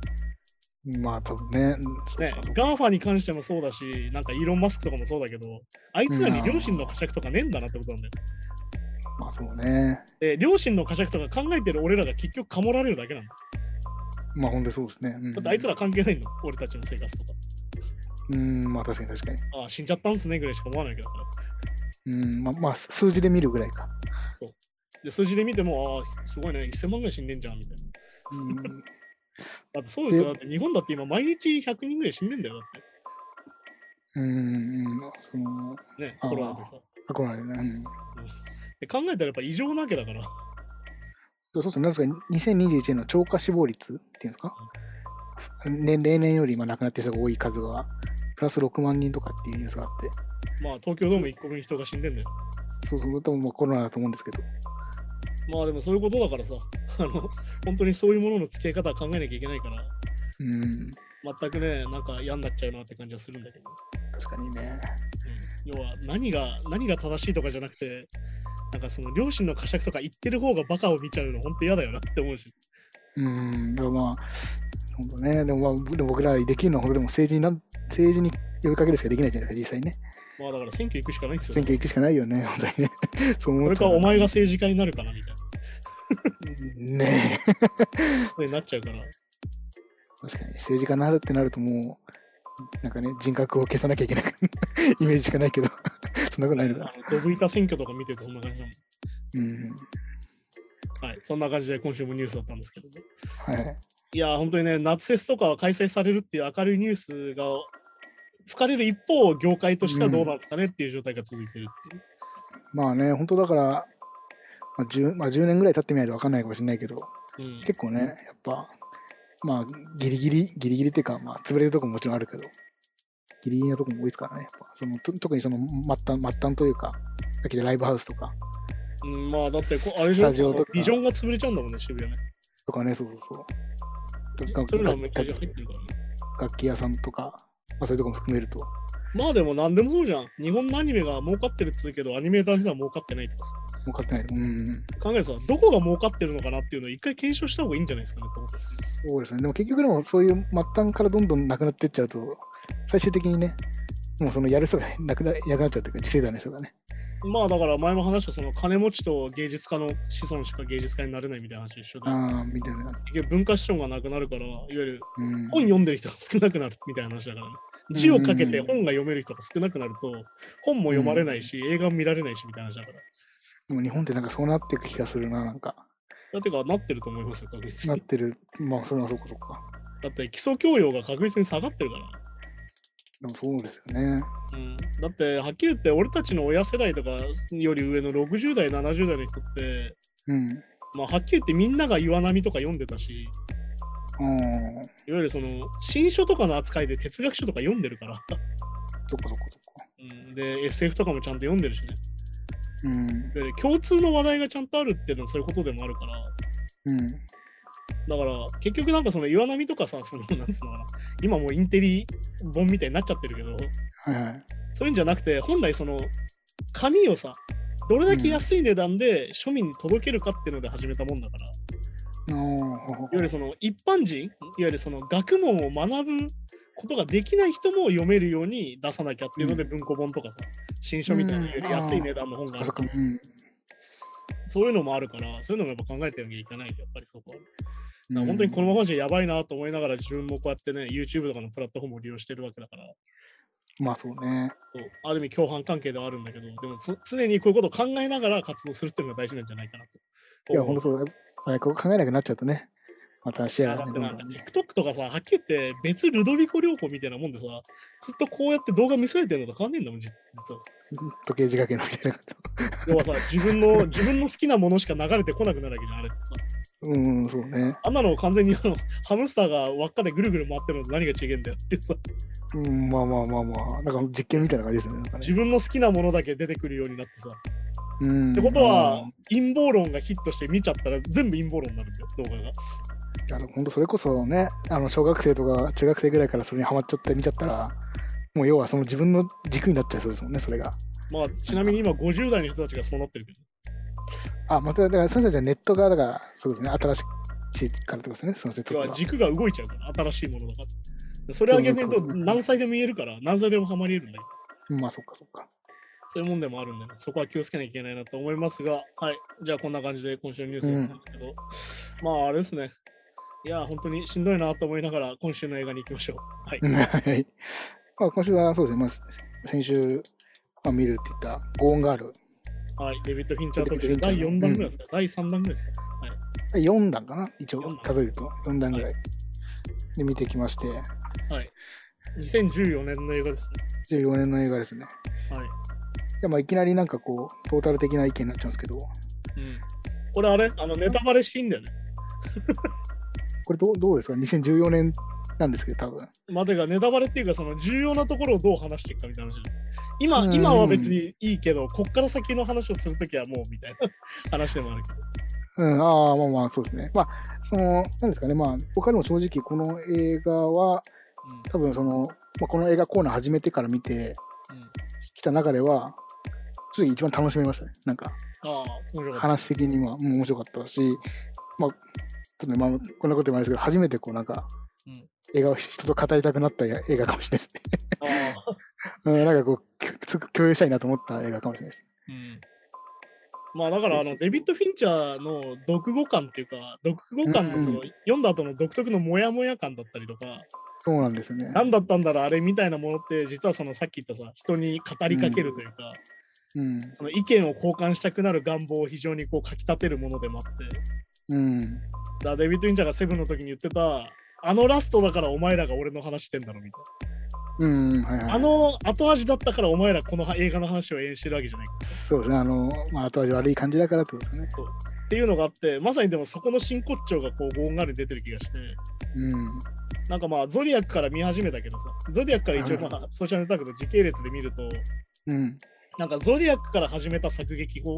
C: まあ多分ね。そう
B: ね
C: かそう、か
B: ガーファに関してもそうだし、なんかイーロン・マスクとかもそうだけど、あいつらに両親の呵責とかねえんだなってことなんだよ。
C: まあそうね。
B: で、両親の呵責とか考えてる俺らが結局かもられるだけなの。だ
C: まあほんでそうですね。うん
B: ってあいつら関係ないの、俺たちの生活とか。
C: うん、まあ確かに確かに。
B: ああ、死んじゃったんすねぐらいしか思わないけど。
C: うん、まあまあ数字で見るぐらいか。
B: で、数字で見ても、ああ、すごいね、1000万ぐらい死んでんじゃんみたいな。
C: うん、
B: だってそうですよ、だ
C: で
B: って日本だって今毎日100人ぐらい死んでんだよ、だっ
C: うん、うんその、
B: て。ね、
C: ああ
B: コロナでさ。
C: あこないね。うん
B: で考えたらやっぱ異常なわけだから。
C: そうそうなんですか、2021年の超過死亡率っていうんですか、ね例年より今亡くなってる人が多い数が、プラス6万人とかっていうニュースがあって、
B: まあ、東京ドーム1個分人が死んでんだよ。
C: そうそう、多分まあコロナだと思うんですけど、
B: まあでもそういうことだからさ、あの、本当にそういうものの付け方は考えなきゃいけないから、
C: うん、
B: 全くね、なんか嫌になっちゃうなって感じはするんだけど、
C: 確かにね。
B: うん要は何が、何が正しいとかじゃなくて、なんかその両親の呵責とか言ってる方がバカを見ちゃうの、本当嫌だよなって思うし、
C: うん、でもまあ、本当ね、でもまあ、でも僕らできるのは、本当でも政治になん、政治に呼びかけるしかできないじゃないですか、実際ね。
B: まあだから選挙行くしかないんですよ。
C: 選挙行くしかないよね、本当にね。 そう思
B: こ
C: っ
B: れ
C: ち
B: か
C: ゃう
B: お前が政治家になるかなみたいな
C: ねえ
B: ことになっちゃうから、
C: 確かに、政治家になるってなるともう、なんかね、人格を消さなきゃいけない イメージしかないけど、 そんなことないのかな。
B: あのドブ板選挙とか見てるとそんな感じな
C: うん。
B: の。はい、そんな感じで今週もニュースだったんですけどね。
C: はい。
B: いやー、本当にね、夏フェスとかは開催されるっていう明るいニュースが吹かれる一方、業界としてはどうなんですかねっていう状態が続いてるっていう。
C: まあね、本当だから、まあ 10, まあ10年ぐらい経ってみないと分かんないかもしれないけど、
B: うん
C: 結構ね、やっぱ、まあ、ギリギリ、ギリギリっていうか、まあ、潰れるとこももちろんあるけど、ギリギリなとこも多いですからね、やっぱ、そのと特にその末端、末端というか、さっきでライブハウスとか、
B: うん、まあ、だってこう、あれじゃ
C: スタジオとか
B: ビジョンが潰れちゃうんだもんね、渋谷ね。
C: とかね、そうそうそう。とか
B: そういうのはめっちゃ
C: 楽
B: 入って
C: 楽
B: るからね。
C: 楽器屋さんとか、まあ、そういうとこも含めると、
B: まあでも何でもそうじゃん。日本のアニメが儲かってるっつうけど、アニメーターの人は儲かってないとかさ。
C: もう買ってないと思う。うんうん。
B: 考えるとさ、どこが儲かってるのかなっていうのを一回検証した方がいいんじゃないですかねと思って。
C: そうですね。でも結局でもそういう末端からどんどんなくなってっちゃうと、最終的にね、もうそのやる人がなくななくなっちゃうというか、次世代の人がね。
B: まあだから前も話したその金持ちと芸術家の子孫しか芸術家になれないみたいな話と一緒で、
C: ああ、みたいな感じ。
B: 結局文化資産がなくなるから、いわゆる
C: うん。
B: 本読んでる人が少なくなるみたいな話だからね。字をかけて本が読める人が少なくなると、本も読まれないし、映画も見られないしみたいな話だから。
C: でも日本ってなんかそうなっていく気がするな、なんか。
B: だってか、なってると思いますよ、確実
C: なっ
B: に。
C: てる。まあ、それはそこそこか。
B: だって基礎教養が確実に下がってるから。
C: でもそうですよね。
B: うん、だって、はっきり言って、俺たちの親世代とかより上の60代、70代の人って、
C: うん。
B: まあ、はっきり言ってみんなが岩波とか読んでたし、
C: う
B: い
C: ん。
B: わゆるその新書とかの扱いで哲学書とか読んでるから、
C: そこそこそこ。
B: うん、 で SF とかもちゃんと読んでるしね
C: うん。
B: いわゆる共通の話題がちゃんとあるっていうのはそういうことでもあるから
C: うん。
B: だから結局なんかその岩波とかさそのなんつうのかな今もうインテリ本みたいになっちゃってるけど
C: はいはい。
B: そういうんじゃなくて本来その紙をさどれだけ安い値段で庶民に届けるかっていうので始めたもんだから、い
C: おーほほ
B: わゆるその一般人いわゆるその学問を学ぶことができない人も読めるように出さなきゃっていうので文庫本とかさ新書みたいなより安い値段の本があ
C: あ
B: る
C: そっか、うん。
B: そういうのもあるからそういうのもやっぱ考えてなきゃいけないんでやっぱりそこは。だか
C: うん
B: ら本当にこのままじゃやばいなと思いながら自分もこうやってね、YouTube とかのプラットフォームを利用してるわけだから、
C: まあそうね。
B: そうある意味共犯関係ではあるんだけど、でもそ常にこういうことを考えながら活動するっていうのが大事なんじゃないかなと。
C: いや、本当そうだ。あれこう考えなくなっちゃうとね。またシェア
B: だ
C: が
B: っ
C: ね、
B: て
C: どん
B: な
C: ど
B: ん
C: ん
B: か
C: ね。
B: TikTok とかさ、はっきり言って別ルドビコ療法みたいなもんでさ、ずっとこうやって動画見せられてるのと変わんねえんだもん、実実はさ。
C: 時計仕掛けのみたいな。
B: 要は さ、自分の、自分の好きなものしか流れてこなくなるわけじゃん、あれってさ。
C: うん、うんそうね。
B: あんなの完全にあのハムスターが輪っかでぐるぐる回ってるのと何が違えんだよってさ。
C: うん、まあまあまあまあ。なんか実験みたいな感じですよね。なんかね
B: 自分の好きなものだけ出てくるようになってさ。
C: うん、
B: ってことは
C: うん、
B: 陰謀論がヒットして見ちゃったら全部陰謀論になるんだよ、動画が。
C: あの本当それこそね、あの小学生とか中学生ぐらいからそれにハマっちゃって見ちゃったら、もう要はその自分の軸になっちゃいそうですもんね、それが。
B: まあ、ちなみに今50代の人たちがそうなってるけど。
C: あ、また、だから、その人たちはネットが、だから、そうですね、新しいからってことですね、そのセット
B: 要
C: と
B: は
C: か。
B: 軸が動いちゃうから、新しいものだから。それは逆に言うと
C: そういうこと
B: 何歳でも言えるから、何歳でもハマり得るんだよ。
C: まあ、そっかそっか。
B: そういうもんでもあるんで、ね、そこは気をつけなきゃいけないなと思いますが、はい。じゃあこんな感じで今週のニュースなんですけど、まああれですね。いや、本当にしんどいなと思いながら今週の映画に行きましょう。はい。
C: はい。まあ、今週はそうですね、まあ、先週、まあ、見るって言った、ゴーンガール。
B: はい。デビッド・フィンチャーと
C: デビッド
B: 第
C: フィンチ
B: 4
C: ャー
B: 弾ぐらいですか、第3弾ぐらいですか
C: 4弾かな一応
B: 四弾
C: 数えると4弾ぐらいで見てきまして
B: はい。2014年の映画ですね。
C: 14年の映画ですね
B: はい。
C: いやまあいきなりなんかこうトータル的な意見になっちゃうんですけど
B: うん。これあれあの、ネタバレしていいんだよね。
C: これどうどうですか2014年なんですけど多分
B: まあ、てか、ネタバレっていうか、その重要なところをどう話していくかみたいな話じゃん今、
C: うん
B: 今は別にいいけど、こっから先の話をするときはもうみたいな話でもあるけど。
C: うんああまあまあそうですねまあそのなんですかねまあ僕らも正直この映画は多分その、まあ、この映画コーナー始めてから見て
B: うん。うん、
C: きた中では正直一番楽しめましたねなんか
B: ああ、面白かっ
C: 話的には面白かったし、まあ、ちょっとね、まあ、こんなこと言もあれですけど、初めてこうなんか、
B: うん
C: 映画を人と語りたくなった映画かもしれないですね。
B: た。ああ。
C: うん、なんかこう、すごく共有したいなと思った映画かもしれないです。
B: うん。まあ、だから、あの、デビッド・フィンチャーの読語感っていうか、読語感のその、
C: う
B: 読んだ後の独特のモヤモヤ感だったりとか、
C: そうなんですよね。
B: 何だったんだろうあれみたいなものって実はそのさっき言ったさ人に語りかけるというか、
C: うん。
B: その意見を交換したくなる願望を非常にこうかきたてるものでもあって
C: うん。
B: だからデビッド・インチャーがセブンの時に言ってたあのラストだからお前らが俺の話してんだろみたい
C: うん、はいはい。
B: な、あの後味だったからお前らこの映画の話を演じてるわけじゃないか
C: そうですね、あの、まあ、後味悪い感じだからってことですよね。
B: っていうのがあってまさにでもそこの真骨頂がこうゴーンガールに出てる気がして
C: うん。
B: なんかまあゾディアックから見始めたけどさゾディアックから一応まあソーシャルネタークの時系列で見ると
C: うん。
B: なんかゾディアックから始めた作劇法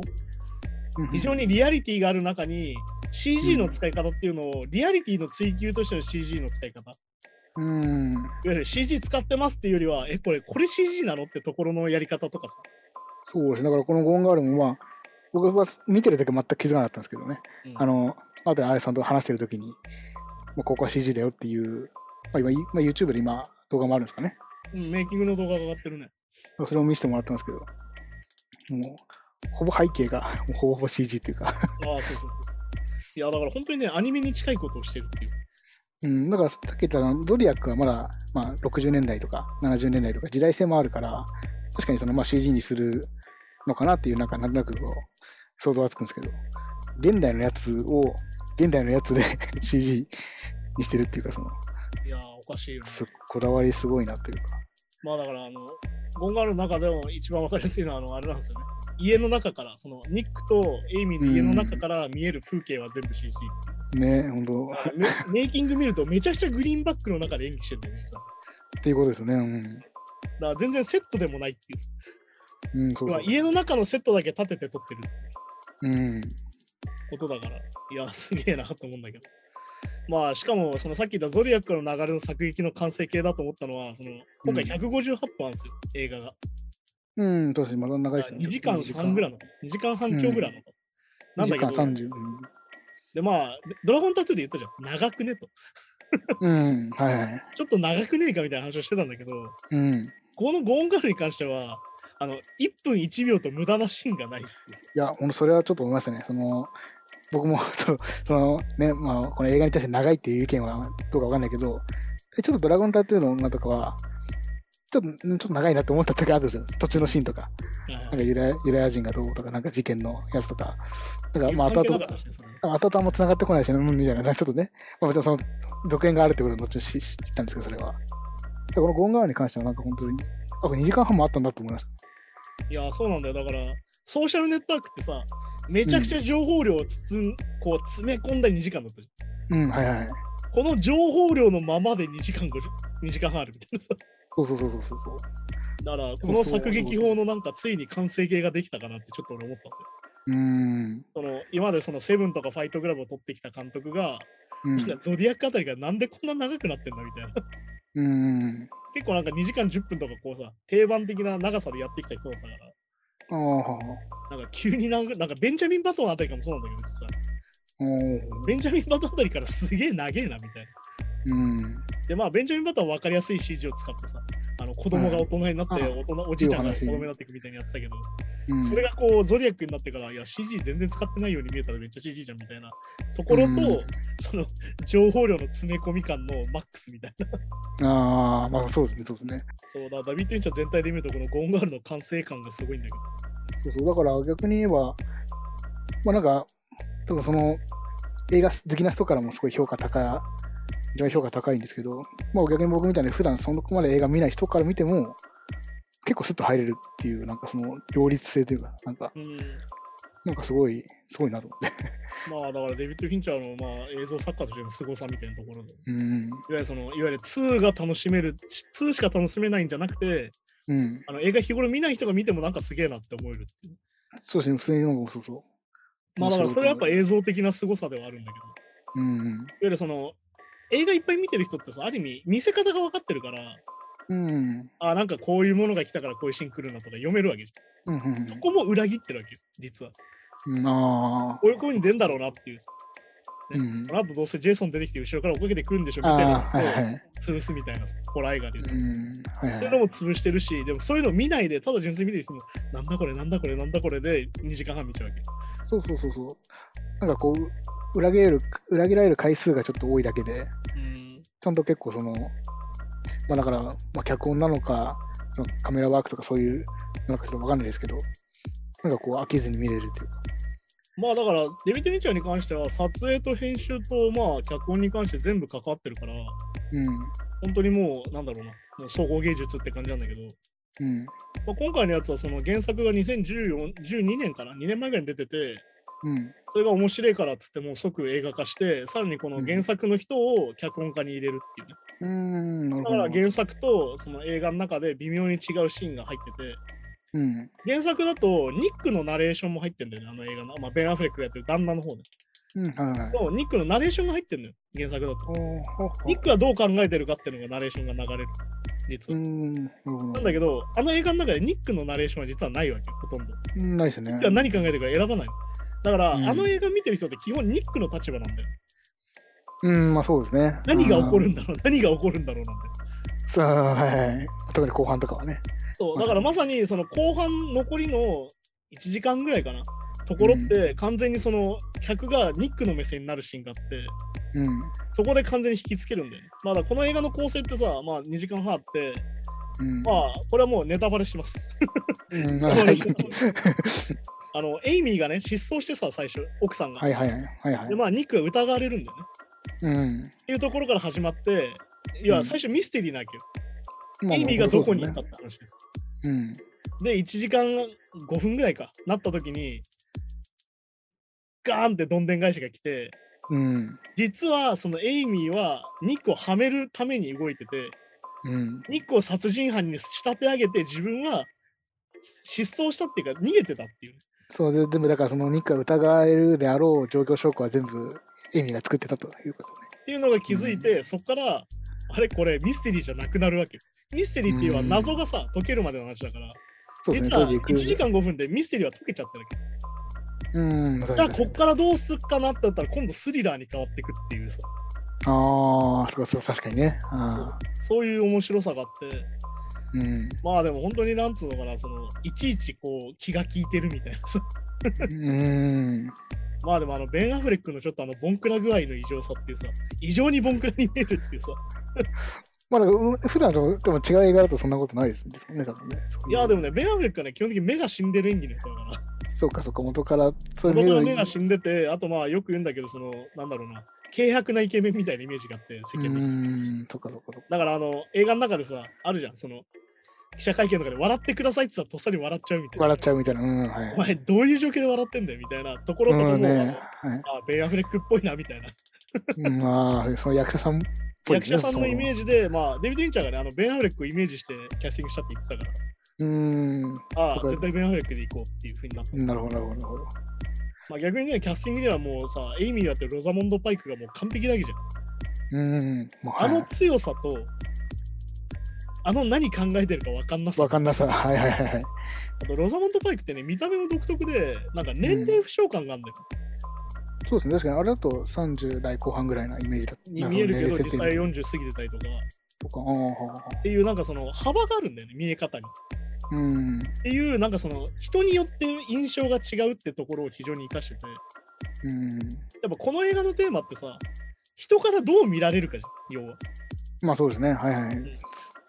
C: うん
B: 非常にリアリティがある中に CG の使い方っていうのをリアリティの追求としての CG の使い方いわ
C: うん。
B: ゆる CG 使ってますっていうよりはえこれこれ CG なのってところのやり方とかさ
C: そうですね、だからこのゴーンガールもまあ、僕は見てるとき全く気づかなかったんですけどね。
B: うん
C: あの、あとであやさんと話してるときに、まあ、ここは CG だよっていう、まあ、今、まあ、YouTube で今、動画もあるんですかね。
B: うんメイキングの動画が上がってるね
C: それを見せてもらったんですけど、もう、ほぼ背景が、もうほぼほぼ CG っていうか、
B: ああそうそうそういやだから本当にねアニメに近いことをしてるっていう
C: うん、だからさっき言ったあのゾディアックはまだ、まあ、60年代とか70年代とか時代性もあるから、確かにその、まあ、CG にするのかなっていう、なんか、なんとなくこう、想像はつくんですけど、現代のやつを、現代のやつで CG にしてるっていうか、その、
B: いやーおかしいよね
C: すこだわりすごいなっていうか、
B: まあだからあのゴンガールの中でも一番わかりやすいのはあのあれなんですよね家の中からそのニックとエイミーの家の中から見える風景は全部 CG っていう
C: ね、本当
B: あメメイキング見るとめちゃくちゃグリーンバックの中で演技してるんだよ、実は。
C: っていうことですよね。うん。
B: だから全然セットでもないっていう。
C: うん、そ
B: 要
C: うそ
B: は
C: う。
B: 家の中のセットだけ立てて撮ってる
C: うん。
B: ことだから、いや、すげえなと思うんだけど。まあ、しかも、そのさっき言ったゾディアックの流れの作劇の完成形だと思ったのは、その今回158分あるんですよ、映画が。
C: うん、確かにまだ長いですね。
B: 2時間3ぐらいの、2時間半強ぐらいの。な
C: 2
B: んだ
C: 時
B: け
C: 間
B: ど、
C: 30。
B: で、まあ、ドラゴンタトゥーで言ったじゃん、長くねと。
C: うん、うんはいはい。
B: ちょっと長くねえかみたいな話をしてたんだけど、
C: うん。い
B: このゴーンガールに関しては、あの、1分1秒と無駄なシーンがないんですよ。
C: や、ほんとそれはちょっと思いましたね。その、僕も その、そのね、まあ、この映画に対して長いっていう意見はどうかわかんないけど、えちょっとドラゴンタトゥーの女とかは、ちょっと、んちょっと長いなって思った時あるんですよ。途中のシーンとか。
B: はい
C: なんかユダヤユダヤ人がどうとか、なんか事件のやつとか。なんか、まあ、
B: 関係な
C: 後々
B: かった、ですねそれね
C: あ後々あんま繋がってこないし、うん、みたいな、ちょっとね、まあ、別にその、続編があるってこともちろん知知ったんですけど、それは。でこのゴーンガールに関しては、なんか本当に、あ、これ2時間半もあったんだと思いました。
B: いや、そうなんだよ。だから、ソーシャルネットワークってさ、めちゃくちゃ情報量を包ん、こう詰め込んだ2時間だったじ
C: うん、はいはい。
B: ゃん。この情報量のままで2時間50、2時間半あるみたいなさ。
C: そうそうそうそうそうそう。
B: だから、この作劇法のなんか、ついに完成形ができたかなってちょっと俺思ったんだよ。
C: うーん。
B: その今までそのセブンとかファイトクラブを取ってきた監督が、
C: う
B: なん
C: ん
B: か。ゾディアックあたりがなんでこんな長くなってんだみたいな。
C: うん。
B: 結構なんか2時間10分とかこうさ、定番的な長さでやってきた人だったか
C: ああ。お
B: ら、なんか急になんか、なんかベンジャミン・バトンあたりかもそうなんだけど、実は。
C: ー
B: ベンジャミン・バトンあたりからすげえ長えなみたいな。
C: うん。
B: で、まあ、ベンジャミン・バトンは分かりやすい CG を使ってさ、あの子供が大人になって、
C: う
B: 大人、おじいちゃんが
C: いいお話
B: 子供になっていくみたいにやってたけど、
C: うん。
B: それがこう、ゾディアックになってから、いや、CG 全然使ってないように見えたらめっちゃ CG じゃんみたいなところと、
C: うん
B: その情報量の詰め込み感のマックスみたいな。
C: ああ、まあそうですね、そうですね。
B: そうだ、ダビッド・インチャー全体で見ると、このゴーンガールの完成感がすごいんだけど。
C: そうそう。だから逆に言えば、まあなんか、多分その、映画好きな人からもすごい評価高い、非常に評価高いんですけど、まあ逆に僕みたいに普段そこまで映画見ない人から見ても、結構スッと入れるっていう、なんかその両立性というか、なんか、
B: うん
C: なんかすごい、すごいなと思って。
B: まあだからデビッド・フィンチャーのまあ映像作家としての凄さみたいなところで、い
C: うん。
B: わゆるそのいわゆる2が楽しめる、し2しか楽しめないんじゃなくて、
C: うん。
B: あの映画日頃見ない人が見てもなんかすげえなって思えるっていう。
C: そうですね、普通になんかそうそう。
B: まあだからそれはやっぱ
C: 面
B: 映像的な凄さではあるんだけど、いわ
C: 白いと思う、うん。
B: ゆるその映画いっぱい見てる人ってさ、ある意味見せ方が分かってるから、
C: うん。
B: あなんかこういうものが来たからこういうシーン来るなとか読めるわけじゃ
C: うんうん
B: ん。そこも裏切ってるわけよ、実は。
C: うん。ああ。
B: こういう声に出んだろうなっていう。
C: うん
B: こ。の後どうせジェイソン出てきて後ろから追っかけてくるんでしょみ
C: あ
B: たいな
C: あ、はいは
B: のを
C: い。
B: 潰すみたいなホラー映画で言うと。
C: うん。はい
B: そういう
C: は
B: の
C: い。
B: も潰してるし、でもそういうの見ないで、ただ純粋に見てる人も、なんだこれ、なんだこれ、なんだこれで2時間半見ちゃうわけ。
C: そうそうそうそう。なんかこう、裏切れる、裏切られる回数がちょっと多いだけで、
B: うん。
C: ちゃんと結構その、まあだから、まあ脚本なのか、そのカメラワークとかそういうのなんかちょっとわかんないですけど、なんかこう飽きずに見れるというか。
B: まあだから、デビッド・ミンチャーに関しては、撮影と編集と、まあ、脚本に関して全部関わってるから、
C: うん。
B: 本当にもう、なんだろうな、もう総合芸術って感じなんだけど、
C: うん。
B: まあ、今回のやつは、その原作が2012年かな、2年前ぐらいに出てて、
C: うん。
B: それが面白いからっつって、もう即映画化して、さらにこの原作の人を脚本家に入れるっていうね。
C: うーん、なる
B: だ
C: ほ
B: から
C: ど。
B: 原作とその映画の中で微妙に違うシーンが入ってて、
C: うん。
B: 原作だとニックのナレーションも入ってんだよね、あの映画の。まあ、ベン・アフレックがやってる旦那の方ね。
C: うん、はいはい。
B: そうニックのナレーションが入ってんのよ、原作だと。
C: おーほっほ
B: ニックはどう考えてるかっていうのがナレーションが流れる、実
C: うー
B: は。
C: ん、なるほ
B: なん
C: ど。
B: だけど、あの映画の中でニックのナレーションは実はないわけよ、ほとんど。ニッ
C: うんないですね
B: ク。は何考えてるか選ばないの。だから、
C: うん
B: あの映画見てる人って基本ニックの立場なんだよ。
C: うん、まあそうですね。
B: 何が起こる
C: うん
B: んだろう、何が起こるんだろうなんだよ。
C: そうはいはい。特に後半とかはね。
B: そう、だからまさにその後半残りの1時間ぐらいかな。ところって完全にその客がニックの目線になるシーンがあって、
C: うん。
B: そこで完全に引きつけるんだよね。まあだからこの映画の構成ってさ、まあ2時間半あって、
C: うん。
B: まあこれはもうネタバレします。
C: うん
B: あ
C: はいはい
B: の、エイミーがね、失踪してさ、最初、奥さんが。
C: はいはいはいはい
B: で、。まあニックが疑われるんだよね。
C: う
B: っ
C: ん。
B: ていうところから始まって、いや、
C: うん
B: 最初ミステリーなわけよ。
C: まあ
B: エイミーがどこに行ったって話です。
C: うん。
B: で、1時間5分ぐらいかなった時に、ガーンってどんでん返しが来て、
C: うん。
B: 実はそのエイミーはニックをはめるために動いてて、
C: うん。
B: ニックを殺人犯に仕立て上げて自分は失踪したっていうか逃げてたっていう。
C: そうで、全部だからそのニックが疑われるであろう状況証拠は全部エミが作ってたということね。
B: っていうのが気づいて、そこからあれこれミステリーじゃなくなるわけミステリーっていうのは
C: うん
B: 謎がさ、解けるまでの話だから
C: そうですね、
B: 実
C: 当
B: は
C: 時
B: 1時間5分でミステリーは解けちゃってるわけ
C: うん、確
B: だ
C: か
B: からこっからどうすっかなってなったら今度スリラーに変わっていくっていうさ
C: ああ、そうそう、確かにね。
B: そう
C: あ
B: そういう面白さがあって
C: ーうん。
B: まあでも本当になんつうのかなそのいちいちこう気が利いてるみたいなさ
C: うん。
B: まあでもあのベン・アフレックのちょっとあのボンクラ具合の異常さっていうさ異常にボンクラに見えるっていうさ
C: まあ、だからうん普段とでも違う映画だとそんなことないですね、多分ね。
B: いやで
C: も。
B: もねベン・アフレックはね基本的に目が死んでる演技の人だから
C: そうか、そうか、元から、そう
B: 僕の
C: いう
B: 目が
C: が
B: 死んでて、あとまあよく言うんだけど、その、なんだろうな、軽薄なイケメンみたいなイメージがあって、世
C: う
B: 間に。
C: ん、そうか、そうか、そうか。
B: だからあの、映画の中でさ、あるじゃん、その、記者会見の中で笑ってくださいって言ったらとっさに笑っちゃうみたいな。
C: 笑っちゃうみたいな。うん、はい。
B: お前、どういう状況で笑ってんだよみたいなところとかも、
C: うんね。はい。
B: あのあ、ベイアフレックっぽいなみたいな。
C: うんまあ、その役者さんっぽい
B: 役
C: ですね。
B: 者さんのイメ
C: ー
B: ージで、まあ、デビッド・インチャーがね、あのベン・アフレックをイメージしてキャスティングしたって言ってたか
C: ジ。う
B: ら、
C: ん。
B: あ
C: そ
B: あ、
C: うか
B: 絶対ベン・アフレックで行こうっていうふうになった。
C: なるほど、なるほど、なるほど。
B: まあ、逆にね、キャスティングではもうさ、エイミーだってロザモンド・パイクがもう完璧だけじゃん。
C: うん。もう
B: あ
C: は
B: の
C: い
B: 強さと、あの何考えてるか分かんなさ
C: わかんなさ。はいはいはいはい。
B: あとロザモンド・パイクってね、見た目も独特で、なんか年齢不詳感があるんだよ、
C: そうですね、確かにあれだと30代後半ぐらいなイメージだった。
B: に見えるけど、
C: なほ
B: 実
C: ね
B: 際40過ぎてたりとか、
C: とか。あーはーは
B: っていうなんかその幅があるんだよね、見え方に。っ
C: ーうん。
B: ていう、なんかその人によって印象が違うってところを非常に生かしてて、や
C: うん。
B: っぱこの映画のテーマってさ、人からどう見られるかじゃん、要は。
C: まあそうですね、はいはい
B: ん。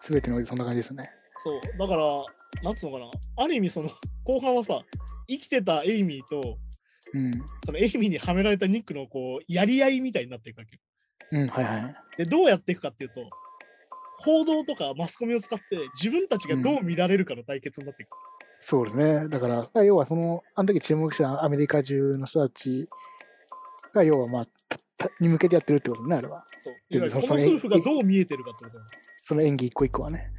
C: すべてにおいてそんな感じですね。
B: そう、だから、なんつうのかな、ある意味その、後半はさ、生きてたエイミーと、
C: うん。
B: そのエイミーにはめられたニックのこう、やり合いみたいになっていくわけよ。
C: うん、はいはい。
B: でどうやっていくかっていうと報道とかマスコミを使って自分たちがどう見られるかの対決になっていく、
C: そうですね。だから、要はその、あの時注目したアメリカ中の人たちが、要はまあ、たたに向けてやってるってことね、あれは。
B: そう
C: で
B: いわゆる
C: そ
B: こ
C: そ
B: の
C: れ
B: 夫婦がどう見えてるかってことだ
C: その演技一個一個はね。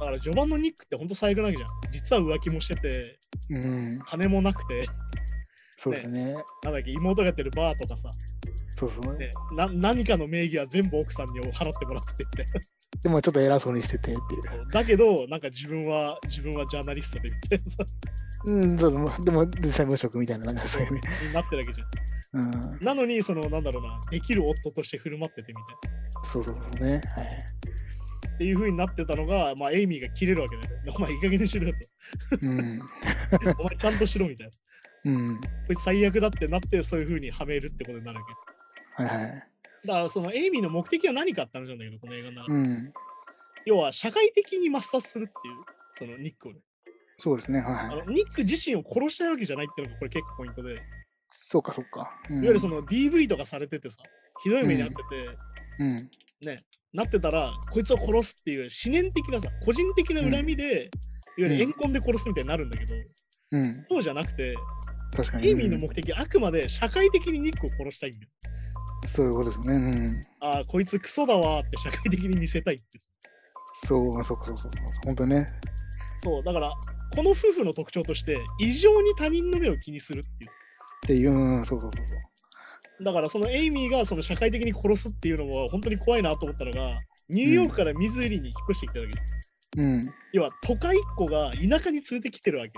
B: だから序盤のニックってほんと最悪なわけじゃん実は浮気もしてて
C: うん、
B: 金もなくて
C: そうですね。
B: なんだっけ妹がやってるバーとかさ、
C: そうそう。
B: ね、な何かの名義は全部奥さんに払ってもらってて
C: でもちょっと偉そうにしててっていう。
B: そうだけどなんか自分は自分はジャーナリストでみたいなさ
C: うん、そうそうでも実際無職みたいな、なんかそういうね。
B: になってるわけじゃん
C: うん、
B: なのにそのなんだろうなできる夫として振る舞っててみたいな
C: そうそうそうね。はい。
B: っていう風になってたのが、まあ、エイミーが切れるわけだよね。お前いい加減にしろよ
C: うん。
B: と。お前ちゃんとしろみたいな。
C: うん。
B: こいつ最悪だってなって、そういう風にはめるってことになるわけ。
C: はいはい。
B: だから、そのエイミーの目的は何かって話なんだけど、この映画の中で、
C: うん。
B: 要は、社会的に抹殺するっていう、そのニックをね。
C: そうですね。はい
B: あ
C: はい。
B: のニック自身を殺したいわけじゃないっていうのが、これ結構ポイントで、いわ
C: そうかそうか。いわ
B: ゆるその DV とかされててさ、ひどい目に遭ってて、
C: うん。
B: なってたら、こいつを殺すっていう、思念的なさ、個人的な恨みで、いわゆる怨恨で殺すみたいになるんだけど、
C: うん。
B: そうじゃなくて、
C: 確かに。
B: エイミーの
C: うん
B: 目的はあくまで社会的にニックを殺したいんだよ。
C: そういうことですね。うん。
B: ああ、こいつクソだわーって社会的に見せたいって。
C: そう、そうかそうかそうか。本当ね。
B: そう、だから、この夫婦の特徴として、異常に他人の目を気にするってい
C: っていう、うん、そうそうそうそう。
B: う。だから、そのエイミーがその社会的に殺すっていうのも本当に怖いなと思ったのが、ニューヨークからミズーリに引っ越してきたわけ。
C: うん。
B: 要は、都会っ子が田舎に連れてきてるわけ。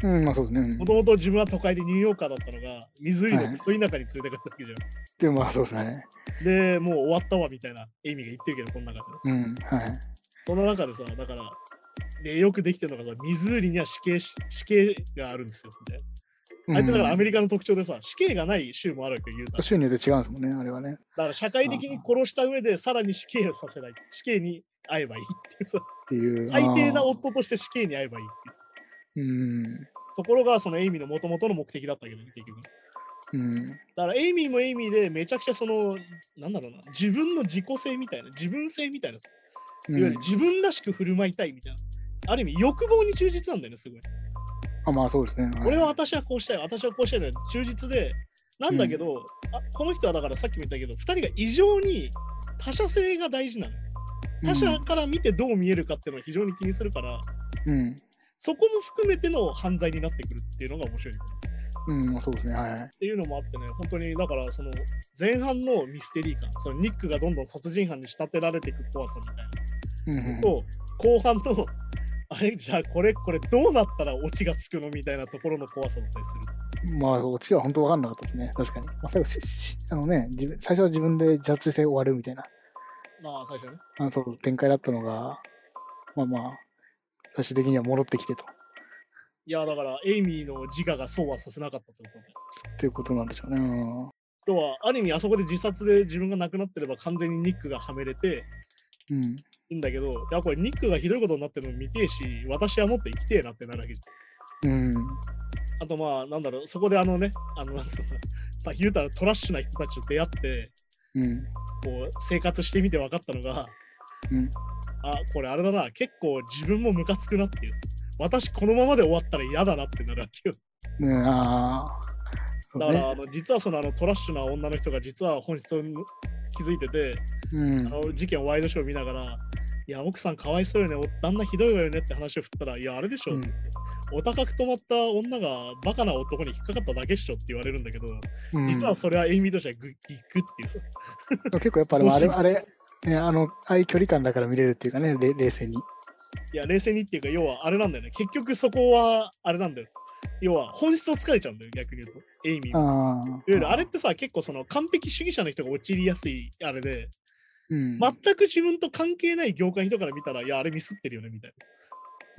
C: うん、まあそうですね。う
B: も
C: ん
B: ともと自分は都会でニューヨーカーだったのが、ミズーリのクソ田舎に連れてかれたわけじゃん。
C: でもまあそうですね。
B: で、もう終わったわみたいな、エイミーが言ってるけど、この中で。
C: うん。はい。
B: その中でさ、だから、でよくできてるのがさ、ミズーリには死刑し死刑があるんですよ、みたいな。相手だからアメ
C: リ
B: リカの特徴でさ、死刑がない州もあるわけよ、言うたら。
C: 州によって違うんですもんね、あれはね。
B: だから社会的に殺した上で、さらに死刑をさせない。死刑に会えばいいっていうさ、
C: っていう。
B: 最低な
C: あー
B: 夫として死刑に会えばいいっていう。
C: うん。
B: ところが、そのエイミーの元々の目的だったけど、ね、結局。
C: うん。
B: だから、エイミーもエイミーで、めちゃくちゃその、なんだろうな、自分の自己性みたいな、自分性みたいなさ、
C: う
B: いわゆ
C: ん
B: る、自分らしく振る舞いたいみたいな。ある意味、欲望に忠実なんだよね、すごい。
C: あ、まあそうですね。い
B: 俺は私はこうしたい、私はこうしたいの忠実で、なんだけど、あこの人はだからさっきも言ったけど、2人が異常に他者性が大事なの。他者から見てどう見えるかっていうのを非常に気にするから、
C: うん。うん
B: そこも含めての犯罪になってくるっていうのが面白い。
C: うん、まあそうですね。はいはい。
B: っていうのもあってね、本当にだからその前半のミステリー感、そのニックがどんどん殺人犯に仕立てられていく怖さみたい
C: うんうん
B: なと、後半のあれじゃあこれこれどうなったらオチがつくのみたいなところの怖さだったりする。
C: まあ、オチは本当分かんなかったですね。確かに。まあ、最後し、しあのね、自分、最初は自分で自殺して終わるみたいな、
B: まあ最初ね。
C: あのそう展開だったのが、まあまあ、最終的には戻ってきてと。
B: いやだからエイミーの自我がそうはさせなかったってことね。
C: ということなんでしょうね。うん
B: 要はある意味あそこで自殺で自分が亡くなってれば完全にニックがはめれて
C: うん。
B: いいんだけど、いやこれニックがひどいことになってるの見てえし、私はもっと生きてえなってなるわけじゃん
C: うん。
B: あとまあなんだろうそこであのねあのなんつうのかなまあ言うたらトラッシュな人たちと出会って
C: うん。
B: こう生活してみて分かったのが、
C: うん
B: あこれあれだな結構自分もムカつくなっていう私このままで終わったら嫌だなってなるわけよ
C: うん、ああ。そ
B: だ
C: う
B: か
C: ね
B: らあの実はそのあのトラッシュな女の人が実は本質を気づいてて
C: うん
B: あ。の事件をワイドショー見ながらいや奥さんかわいそうよねお旦那ひどいわよねって話を振ったらいやあれでしょ、
C: うん
B: つってお高く止まった女がバカな男に引っかかっただけっしょって言われるんだけど、
C: うん
B: 実はそれはエイミーとしてはグッギクっていうさ。
C: 結構やっぱでもあれ、
B: どうし
C: あれ、ね、あの、ああいう距離感だから見れるっていうかね、れ冷静に。
B: いや、冷静にっていうか、要はあれなんだよね。結局そこはあれなんだよ。要は本質を疲れちゃうんだよ、逆に言うと。エイミーは。
C: ああ。
B: いわゆるあれってさ、結構その完璧主義者の人が陥りやすいあれで、
C: うん。
B: 全く自分と関係ない業界の人から見たら、いや、あれミスってるよね、みたいな。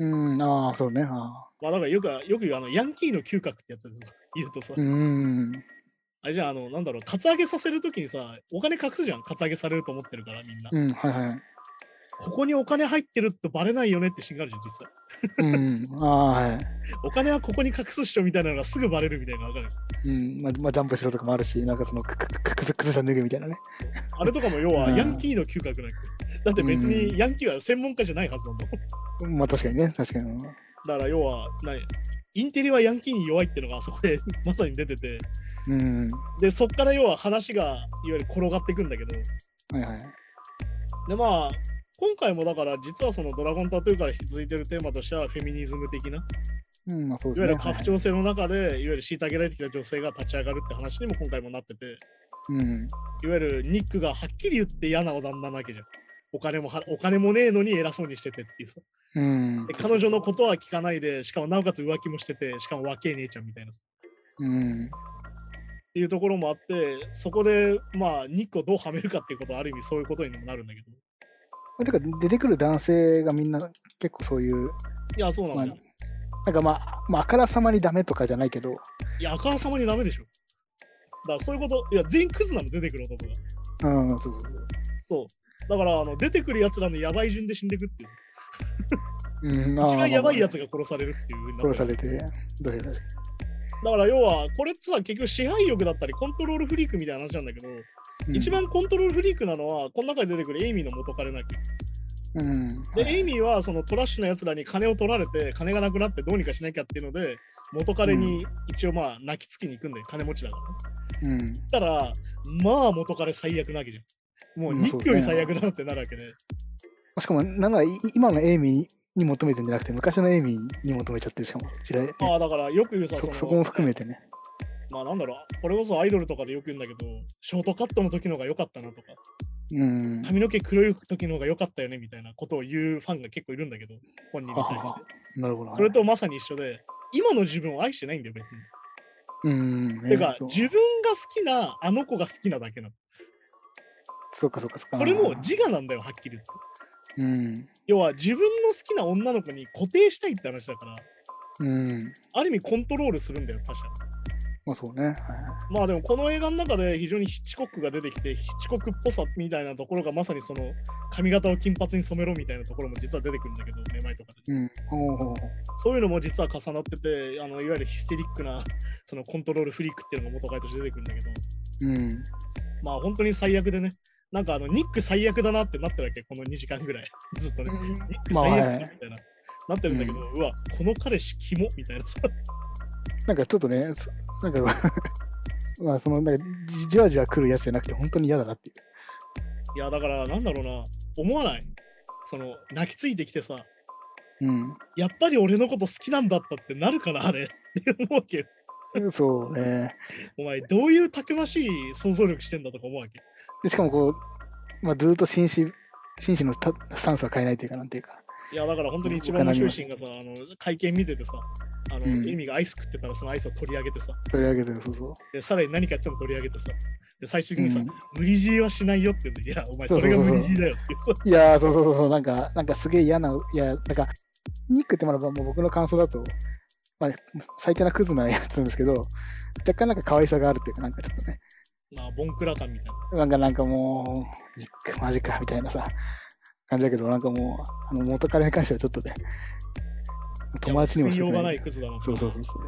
C: うん、ああ、そうね。ああ。
B: まあ、だからよく、よく言うあの、ヤンキーの嗅覚ってやつでさ、言うとさ、
C: うん。
B: あれじゃあ、あの、なんだろう、カツアゲさせるときにさ、お金隠すじゃん、カツアゲされると思ってるから、みんな。
C: うん、はいはい。
B: ここにお金入ってるとバレないよねってシーンがあるじゃん、実際。
C: うん、ああ、はい。
B: お金はここに隠すっしょみたいなのがすぐバレるみたいなの分かる。
C: うん、まあ、まあ、ジャンプしろとかもあるし、なんかその、くくくくくくさ脱ぐみたいなね。
B: あれとかも要は
C: うん
B: ヤンキーの嗅覚なんだよだって別にヤンキーは専門家じゃないはずなんだもん。
C: まあ、確かにね、確かに。
B: だから要は、ないインテリはヤンキーに弱いっていうのがあそこでまさに出てて、
C: うん、
B: で、そっから要は話がいわゆる転がっていくんだけど、
C: はいはい。
B: で、まあ、今回もだから実はそのドラゴンタトゥーから引き続いてるテーマとしてはフェミニズム的な、
C: うん、まあ、そう
B: い
C: で
B: わゆ
C: すね。
B: る拡張性の中で、いわゆる虐げられてきた女性が立ち上がるって話にも今回もなってて、
C: はいうん、
B: いわゆるニックがはっきり言って嫌なお旦那なわけじゃん。お金もはお金もねえのに偉そうにしててっていうさ。
C: うん
B: で、彼女のことは聞かないで、しかもなおかつ浮気もしてて、しかも若え姉ちゃんみたいな。っ
C: うん、
B: ていうところもあって、そこで、まあ、ニックをどうはめるかっていうことはある意味そういうことにもなるんだけど。
C: まあ、てか、出てくる男性がみんな結構そういう、
B: いや、そうなんだ
C: まあ
B: よ。、
C: なんかまあ、まあ、あからさまにダメとかじゃないけど、
B: いや、あからさまにダメでしょ。だからそういうこと、いや、全員クズなの出てくる男が。
C: うん、そうそうそう。
B: そう。だから、あの出てくる奴らのやばい順で死んでくっていう。
C: うん、
B: 一番やばい
C: や
B: 奴が殺されるっていう風になってる
C: 殺されて、どうやら。
B: だから要は、これってさ、結局支配欲だったり、コントロールフリークみたいな話なんだけど、
C: うん
B: 一、番コントロールフリークなのは、この中で出てくるエイミーの元彼なき。
C: うん、
B: で、エイミーはそのトラッシュなやつらに金を取られて、金がなくなってどうにかしなきゃっていうので、元彼に一応まあ泣きつきに行くんだよ、金持ちだからね。
C: うん、
B: たら、まあ元彼最悪なわけじゃん。もう
C: うん
B: ニックより
C: そう
B: 最
C: だね
B: 悪だなってなるわけで。
C: しかも、なんならい今のエイミーに求めてんじゃなくて、昔のエイミーに求めちゃってるしかも、時代、ね
B: まあだからよく言うさ、
C: そ、そ
B: そ
C: こも
B: の、
C: 含めてね。
B: まあなんだろう、これこそアイドルとかでよく言うんだけど、ショートカットの時の方が良かったなとか、
C: うん。
B: 髪の毛黒い時の方が良かったよねみたいなことを言うファンが結構いるんだけど、本人に対
C: はは
B: し
C: は
B: て。
C: なるほど。
B: それとまさに一緒で、今の自分を愛してないんだよ、別に。
C: うん、
B: てか、
C: そう
B: 自分が好きなあの子が好きなだけなの。
C: そうかそうかそうか。
B: それも自我なんだよ、はっきり言って。
C: うん。
B: 要は自分の好きな女の子に固定したいって話だから、
C: うん。
B: ある意味コントロールするんだよ、他者。
C: まあそうね。はい
B: まあでもこの映画の中で非常にヒッチコックが出てきて、ヒッチコックっぽさみたいなところがまさにその髪型を金髪に染めろみたいなところも実は出てくるんだけど、めまいとかで。
C: うん。おお。
B: そういうのも実は重なってて、あのいわゆるヒステリックなそのコントロールフリークっていうのが元回として出てくるんだけど、
C: うん。
B: まあ本当に最悪でね、なんかあのニック最悪だなってなってるわけ、この2時間ぐらい。ずっとね、ニック
C: まあ
B: 最悪だ
C: は
B: み
C: い
B: たいな。なってるんだけど、うわ、この彼氏キモみたいなさ。
C: なんかちょっとね、そなんか、 まあその、なんかじじわじわ来るやつじゃなくて、本当に嫌だなっていう。
B: いや、だからなんだろうな、思わない。その、泣きついてきてさ、
C: うん。
B: やっぱり俺のこと好きなんだったってなるかな、あれ。って思うわけよ。
C: そうね。
B: お前、どういうたくましい想像力してんだとか思うわけ。
C: でしかもこう、まあ、ずっと紳士、紳士のたスタンスは変えないというか、なんていうか。
B: いや、だから本当に一番面白いシーンがさ、あの会見見ててさ、あの、
C: うん
B: エミがアイス食ってたらそのアイスを取り上げてさ、
C: 取り上げて、そうそう。
B: で、さらに何かやっても取り上げてさ、で、最終的
C: う
B: にさ、
C: ん、
B: 無理強いはしないよって言うんで、いや、お前
C: そ
B: そう
C: そ
B: れ
C: うそ
B: が
C: う
B: 無理強いだよってそう
C: いやー、そうそうそうそう、なんか、なんかすげえ嫌な、いや、なんか、ニックってもらえばもう僕の感想だと、まあ、最低なクズなやつなんですけど、若干なんか可愛さがあるっていうか、なんかちょっとね、
B: まあ、ボンクラ感みたいな。
C: なんかなんかもう、ニックマジか、みたいなさ、感じだけど、なんかもう、あの元彼に関してはちょっとね、友達にも
B: い
C: し
B: やもう救
C: て
B: いようがないい。クズだな。
C: そうそうそうそう。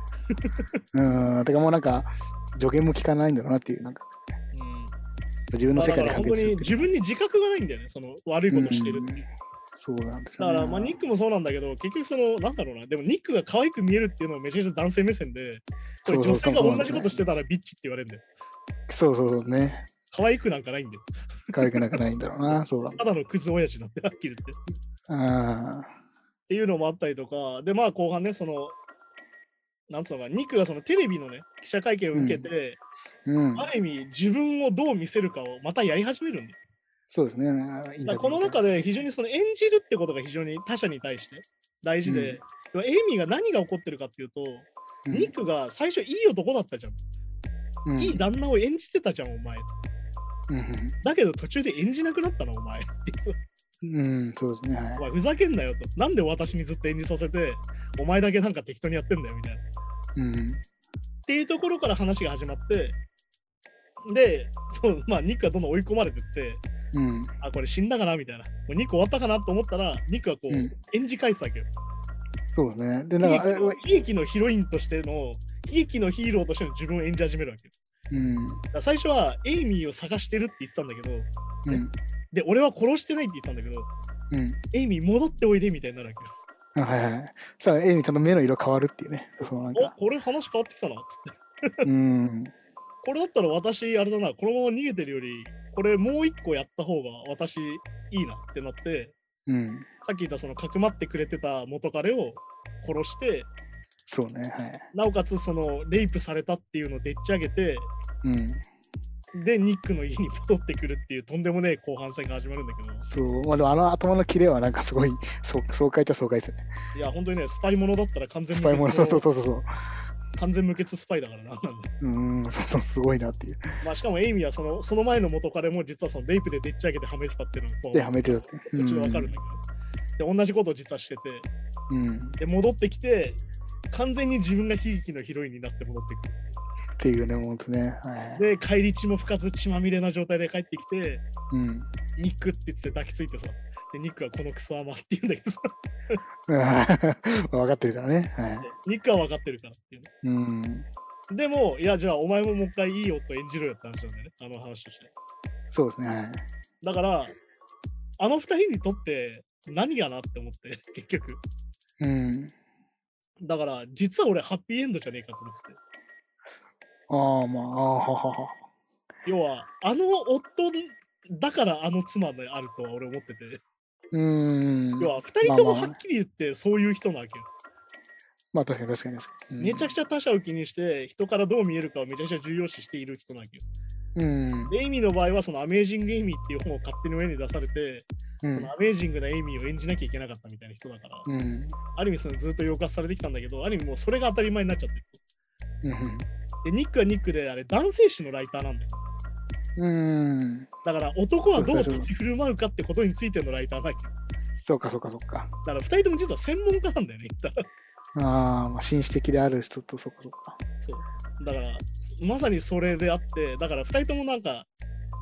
C: うん、てかもうなんか、助言も聞かないんだろうなっていう、なんか、
B: うん
C: 自分
B: ま
C: の
B: あ
C: 世
B: だか
C: 界で
B: ら本当
C: 完結する
B: に
C: っていう。
B: 自分に自覚がないんだよね、その悪いことをしてるっていう。
C: そうなんです
B: だ
C: よ、
B: か
C: ね。
B: ら、まあ、ニックもそうなんだけど、結局、その、なんだろうな、でもニックが可愛く見えるっていうのはめちゃくちゃ男性目線で、これ
C: そうそう
B: 女性が
C: そうな
B: 同
C: んです
B: じ
C: よ
B: ことしてたらビッチって言われるんだよ。
C: そうそうそうね。
B: 可愛くなんかないんだよ。
C: 可愛くなくないんだろうな、 そうだ。
B: ただのクズ親父なんで、はっきり言って。っ
C: あ
B: ていうのもあったりとか、で、まあ、後半ね、その、なんつうのかな、ニックがそのテレビのね、記者会見を受けて、
C: ーうん
B: あ。る意味、自分をどう見せるかをまたやり始めるんだよ。
C: そうですね。イン
B: だ
C: タビュー
B: からこの中で非常にその演じるってことが非常に他者に対して大事で、でもエイミーが何が起こってるかっていうと、
C: うん
B: ニックが最初いい男だったじゃん、
C: うん
B: いい旦那を演じてたじゃんお前
C: うん
B: だけど途中で演じなくなったなお前
C: うんうん、そうですね。はい
B: お前ふざけんなよとなんで私にずっと演じさせてお前だけなんか適当にやってんだよみたいなっ
C: うん
B: ていうところから話が始まってでそう、まあ、ニックがどんどん追い込まれてって
C: うん
B: あこれ死んだかなみたいなもうニック終わったかなと思ったらニックはこう、
C: うん
B: 演じ返すわけよ
C: そうですね。で、
B: 悲
C: なんか、あれ
B: 劇の悲劇のヒロインとしての悲劇のヒーローとしての自分を演じ始めるわけよ。
C: うん。
B: だから最初はエイミーを探してるって言ってたんだけど、
C: うん。
B: で、俺は殺してないって言ったんだけど、
C: うん。
B: エイミー戻っておいでみたいになるわけよ。
C: あはいはい。さあ、絵にちゃんと目の色変わるっていうね。そうなん
B: お
C: か。
B: これ話変わってきたなっつって。
C: うん。
B: これだったら私、あれだな、このまま逃げてるより、これもう一個やった方が私いいなってなって、
C: うん。
B: さっき言ったそのかくまってくれてた元彼を殺して、
C: そうね。はい。
B: なおかつそのレイプされたっていうのをでっち上げて、
C: うん。
B: で、ニックの家に戻ってくるっていうとんでもねえ後半戦が始まるんだけど。
C: そう。まあ、でもあの頭のキレはなんかすごい、そう爽快っちゃ爽快ですよね。
B: いや、本当にね、スパイものだったら完全
C: ス
B: 無
C: パイもの、そう
B: 欠
C: そ
B: の
C: うそうそう。
B: 完全無欠スパイだからな。
C: うん、そうそう、すごいなっていう。
B: まあ、しかもエイミーはそのその前の元彼も実はそのレイプででっち上げてはめてたっていうのがこう、
C: で、はめてたって。
B: 途中でわかるんだけど。で、同じことを実はして、
C: うん。うん。って
B: で、戻ってきて、完全に自分が悲劇のヒロインになって戻ってくる。
C: ていうね、ほんとね。はい。
B: で、帰り血も吹かず血まみれな状態で帰ってきて、
C: うん。
B: ニックって言って抱きついてさ、で、ニックはこのクソ甘って言うんだけどさ、
C: 分かってるからね。はい。
B: ニックは分かってるからっていうね。
C: うん。
B: でも、いや、じゃあお前ももう一回いい夫演じろよって話なんだよね、あの話として。
C: そうですね。はい。
B: だから、あの二人にとって何がなって思って、結局。
C: うん。
B: だから、実は俺、ハッピーエンドじゃねえかと思ってて。
C: ああ、まあ、ああ、ははは。
B: 要は、あの夫だからあの妻であるとは俺思ってて。
C: うん。
B: 要は、二人とも
C: まあまあ
B: はっきり言って、そういう人なわけよ。
C: まあ、確かに確かに確かに。
B: めちゃく
C: ち
B: ちゃ他者を気にして、人からどう見えるかをめちゃくちゃ重要視している人なわけよ。
C: ゃ。うん。
B: でエイミーの場合は、そのアメージングエイミーっていう本を勝手に上に出されて、
C: う
B: そ
C: ん
B: のアメージングなエイミーを演じなきゃいけなかったみたいな人だから、
C: うん。
B: ある意味そのずっと抑圧されてきたんだけど、ある意味もうそれが当たり前になっちゃってる。
C: うん。
B: で、ニックはニックで、あれ、男性誌のライターなんだよ。
C: うん。
B: だから、男はどう
C: そうそうそう
B: 立ち振る舞うかってことについてのライターだっけだ
C: そうか、そうか、そうか。
B: から、二人とも実は専門家なんだよね、言ったら。
C: ああ、まあ、紳士的である人と、そうか、そうか。
B: そう。だから、まさにそれであって、だから、二人ともなんか、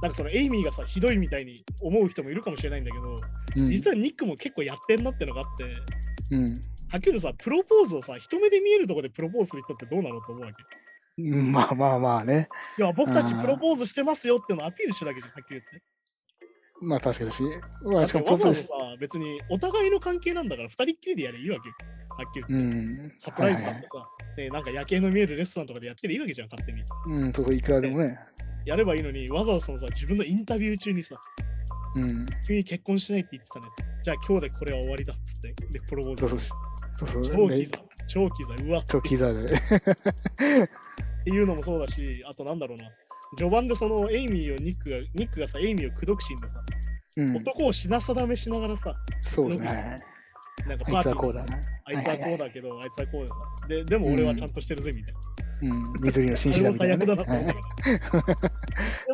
B: なんかそのエイミーがさ、ひどいみたいに思う人もいるかもしれないんだけど、
C: うん。
B: 実はニックも結構やってんなってのがあって、
C: うん。
B: はっきり言うとさ、プロポーズをさ、一目で見えるところでプロポーズする人ってどうなのと思うわけ。
C: うんまあまあまあね。
B: いや、僕たち
C: あー
B: プロポーズしてますよっていうのをアピールしてるわけじゃん、はっきり言って。
C: まあ確かにし。ま
B: だ
C: あ
B: っ
C: してかも
B: わ
C: プロ
B: ざ
C: ポー
B: わざ
C: ズ
B: さ。、別にお互いの関係なんだから、二人っきりでやればいいわけよ。はっきり言って。
C: うん。
B: サプライズ
C: は
B: ない
C: は
B: ん
C: い
B: てさ、ね、なんか夜景の見えるレストランとかでやってりゃいいわけじゃん、勝手に。
C: うん、そうそう、いくらでもね。
B: やればいいのに、わざわざそのさ、自分のインタビュー中にさ、
C: うん。
B: 君に結婚しないって言ってたね。じゃあ今日でこれは終わりだっつって、で、プロポー
C: そうそ
B: ズ
C: う。
B: す
C: そう
B: る。
C: そ
B: 超
C: う。
B: キ
C: で
B: ザ。超機材、うわっ
C: 長期座で。
B: っていうのもそうだし、あとなんだろうな。序盤でそのエイミーをニックが、ニックがさ、エイミーを口説くシーンでさ、
C: うん、
B: 男を品定めしながらさ、
C: そうですね。
B: なんかパ
C: あ
B: ーティー
C: いつはこ
B: の
C: うだな。
B: あいつはこうだけど、あいつはこうでさ。で、でも俺はちゃんとしてるぜみたいな。
C: うん、緑の紳士だみたいな、
B: あれも
C: ね。
B: 最悪だな
C: はい
B: と思うけど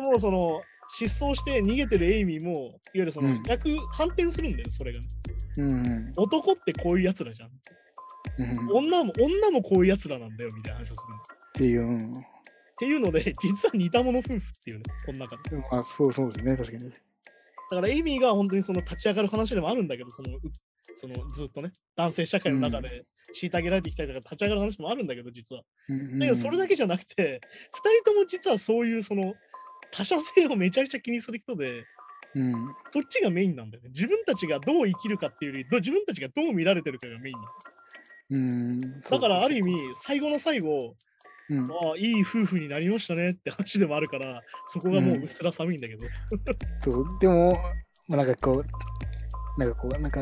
B: でもその、失踪して逃げてるエイミーも、いわゆるその、
C: うん
B: 逆、反転するんだよ、それがね。
C: うん、
B: 男ってこういうやつらじゃん。
C: うん、っ
B: 女も、女もこういうやつらなんだよ、みたいな話をするの。って
C: いう、うん、
B: ていうので、 実は似た者夫婦っていうね、この中で。
C: まあ、そう、そうですね、確かに。
B: だからエイミーが本当にその立ち上がる話でもあるんだけど、そのうそのずっとね、男性社会の中で虐げられてきたりとか立ち上がる話もあるんだけど、実は。
C: うん
B: だけどそれだけじゃなくて、2人とも実はそういうその他者性をめちゃくちゃ気にする人で、
C: うん、
B: そっちがメインなんだよね。自分たちがどう生きるかっていうより、ど自分たちがどう見られてるかがメインなんだよ
C: うん、
B: だからある意
C: 味、
B: 味、最後の最後、
C: うん、
B: ああ、いい夫婦になりましたねって話でもあるから、そこがもううっすら寒いんだけど。
C: そうでも、まあ、なんかこう、なんかこう、なんか、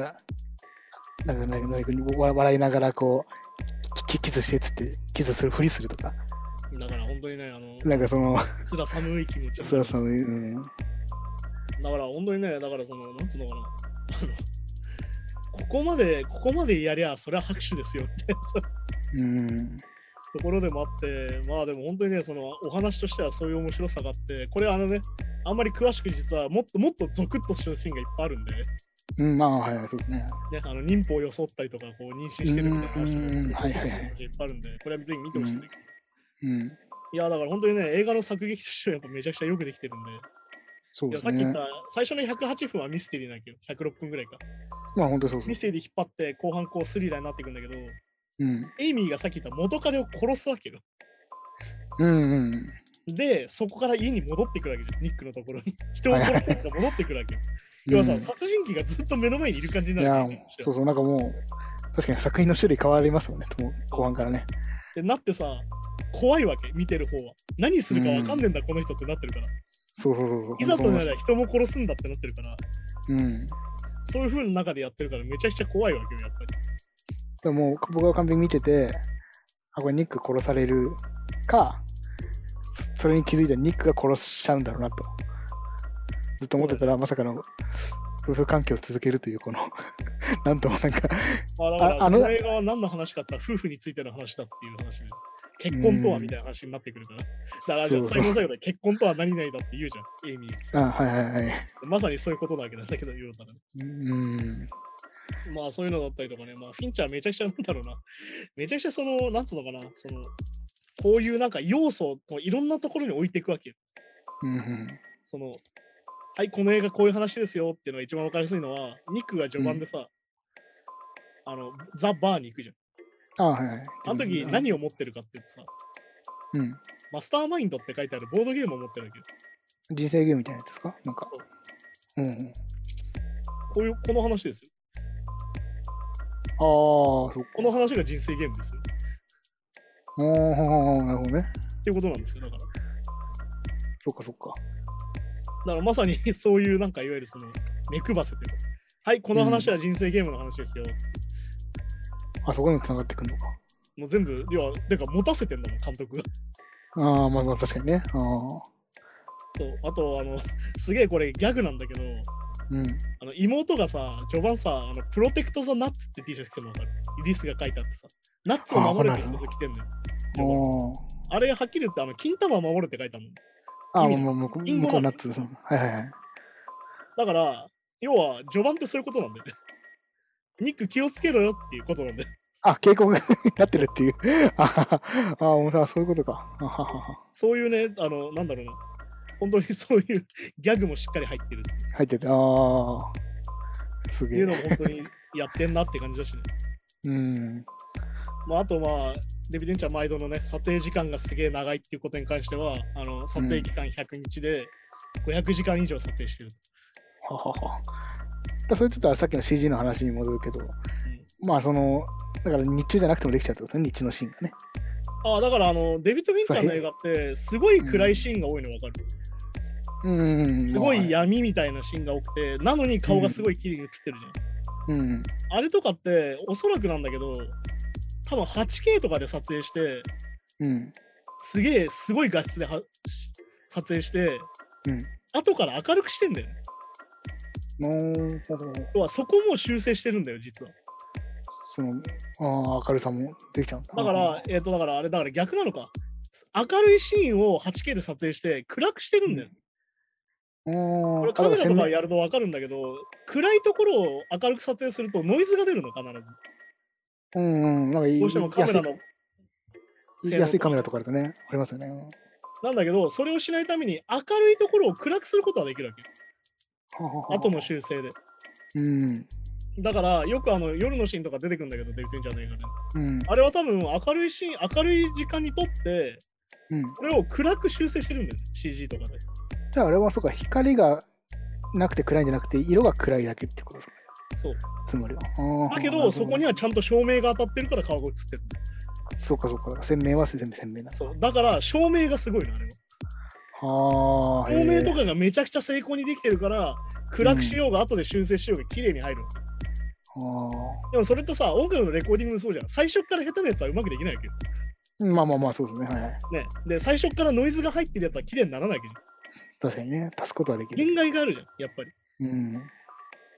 C: なんか、なんか、なんかわ笑いながら、こう、キキスしてっつって、キスするふりするとか、
B: だから本当にね、あの、うっ
C: なんかその、
B: すら寒い気持ち。
C: そうそう、うん、
B: だから本当にね、だからその、なんつうのかな、あの、ここまで、ここまでやりゃ、それは拍手ですよみたいなそう
C: うん、
B: ところでもあって、まあでも本当にね、そのお話としてはそういう面白さがあって、これあのね、あんまり詳しく実はもっともっとゾクッとするシーンがいっぱいあるんで、ね、
C: うん、まあ、はい、そうですね。
B: あの妊婦を装ったりとか、こう妊娠してるみたいな話
C: うんうんうん
B: とか、
C: はいはいはい
B: いっぱいあるんで、これはぜひ見てほしいんだけど。
C: うん、
B: いやだから本当にね、映画の作劇としてはやっぱめちゃくちゃよくできてるんで、
C: そう
B: いや
C: です
B: さっき言っ
C: ね
B: た。最初の108分はミステリーなんだけど、106分ぐらいか。
C: まあ、本当そうそ
B: ミステリーで引っ張って、後半こうスリラーになっていくんだけど、
C: う。うん、
B: エイミーがさっき言った元彼を殺すわけよ。
C: うん、うん。
B: で、そこから家に戻ってくるわけじゃん、ニックのところに。人を殺すやつが戻ってくるわけよ。要はさ、殺人鬼がずっと目の前にいる感じに
C: い
B: な
C: や
B: るじゃん
C: そうそう、なんかもう、確かに作品の種類変わりますもんね、もう後半からね。
B: でなってさ、怖いわけ、見てる方は。何するかわかんねえんだ、この人ってなってるから。
C: そうそうそうそう。
B: いざとな
C: 本
B: りゃ人も殺すんだってなってるから、
C: 当そう思いましたうん。
B: そういう風な中でやってるから、めちゃくちゃ怖いわけよ、やっぱり。
C: でももう僕が完璧に見てて、あ、これニック殺されるか、そそれに気づいたニックが殺しちゃうんだろうなと。ずっと思ってたら、まさかの夫婦関係を続けるという、この、 なんともなんか、
B: まあ、だから
C: ああ
B: こ
C: の
B: の映画は何の話かって言ったら夫婦についての話だっていう話で。結婚とはみたいな話になってくるから。だからじゃあ
C: そう
B: 最後の最後で結婚とは何々だって言うじゃん、エイミーが
C: あ、はいはいはい。
B: まさにそういうことなわけなんだけど、言うたらね。
C: うん。
B: まあそういうのだったりとかね、まあフィンチャーめちゃくちゃなんだろうな、めちゃくちゃその、なんつうのかな、その、こういうなんか要素をいろんなところに置いていくわけよ。
C: うんうん。
B: その、はい、この映画こういう話ですよっていうのが一番わかりやすいのは、ニックが序盤でさ、あの、ザ・バーに行くじゃん。
C: あ、はいはい。
B: あの時何を持ってるかっていうとさ、
C: うん。
B: マスターマインドって書いてあるボードゲームを持ってるわけよ。
C: 人生ゲームみたいなやつですかなんか。
B: そう
C: うんうん。
B: こういう、この話ですよ。
C: ああ、そうか
B: この話が人生ゲームですよ。
C: おおなるほどね。
B: っていうことなんですよ、だから。
C: そっかそっか。
B: だからまさに そういうなんかいわゆるその目くばせというかさはいこの話は人生ゲームの話ですよ、
C: あそこにも繋がってくるのか。
B: もう全部要はてか持たせてんだもん監督が
C: ああ、まあまあ確かにね。ああ。
B: そうあとあのすげえこれギャグなんだけど
C: うん。
B: あの妹がさ序盤さあのプロテクト・ザ・ナッツって T シャツ着てるの分かるリスが書いてあってさナッツを守れって人着てんのよ序盤
C: おー
B: あれはっきり言ってあの金玉を守るって書いてあるの
C: ああ、
B: 意味
C: もう向こう
B: インゴ
C: 向こうナッツ。うんはいはいはい。
B: だから要は序盤ってそういうことなんだよね ニック気をつけろよっていうことなんだよ
C: あ、警告が なってるっていう。あははあー、もうさ、そういうことか。あははは
B: そういうね、あの、なんだろうな、本当に そういうギャグもしっかり入ってるっ
C: 入ってて、ああ。す
B: て
C: げ
B: いうの
C: え。
B: も本当にやってんなって感じだしね。
C: うん。
B: まあ、あとまあ、デビデンチャー毎度のね、撮影時間がすげえ長いっていうことに関しては、あの撮影期間100日で500時間以上撮影してる。
C: ははは。だそれちょっとさっきの CG の話に戻るけど、
B: うん
C: まあその、だから日中じゃなくてもできちゃうってことね、日中のシーンがね。
B: ああだからあのデビッド・ヴィンチャーの映画ってすごい暗いシーンが多いの分かる、
C: うん。
B: すごい闇みたいなシーンが多くてなのに顔がすごい綺麗に映ってるじゃん、
C: うん。
B: あれとかっておそらくなんだけど多分 8K とかで撮影して、
C: うん。
B: すげえ、すごい画質ではし撮影して、
C: うん。
B: 後から明るくしてんだよね。
C: なるほど。
B: 要はそこも修正してるんだよ、実は。
C: その、ああ、明るさもできちゃうんだ。
B: だから、えっ、と、だからあれ、だから逆なのか。明るいシーンを 8K で撮影して暗くしてるんだよ。
C: うん、
B: こ
C: あ
B: れ
C: あ、
B: カメラとか
C: あ
B: やると分かるんだけど、暗いところを明るく撮影するとノイズが出るの、必ず。
C: うんうん、なんかいい
B: どうしてもカメラの
C: 安い安いカメラとかだとね、ありますよね。
B: なんだけど、それをしないために明るいところを暗くすることはできるわけ。後の修正で。
C: うん。
B: だから、よくあの夜のシーンとか出てくるんだけど、出てくるんじゃないかな。
C: うん。
B: あれは多分明るいシーン、明るい時間に撮って、
C: うん。
B: それを暗く修正してるんだよね、CG とかで。
C: じゃああれはそうか、光がなくて暗いんじゃなくて、色が暗いだけってことですかね。
B: そう。
C: つまりは。ああ
B: だけど、そこに
C: は。
B: はちゃんと照明が当たってるから顔が映ってる。
C: そうかそうか、鮮明は全部鮮明だ。
B: そう。だから、照明がすごいの、あれは。
C: ああ。
B: 透明と
C: か。
B: かがめちゃくちゃ成功にできてるから、暗くしようが後で修正しようが綺麗に入る。
C: あ
B: でもそれってさ、音楽のレコーディングもそうじゃん。最初から下手なやつはうまくできないわけよ。
C: あ。まあまあまあ、そうですね。はいはい。
B: ね。で、最初からノイズが入ってるやつは綺麗にならないわけ
C: 確かにね、足すことはでき
B: じゃん。
C: る。
B: 限界があるじゃん、やっぱり。
C: うん。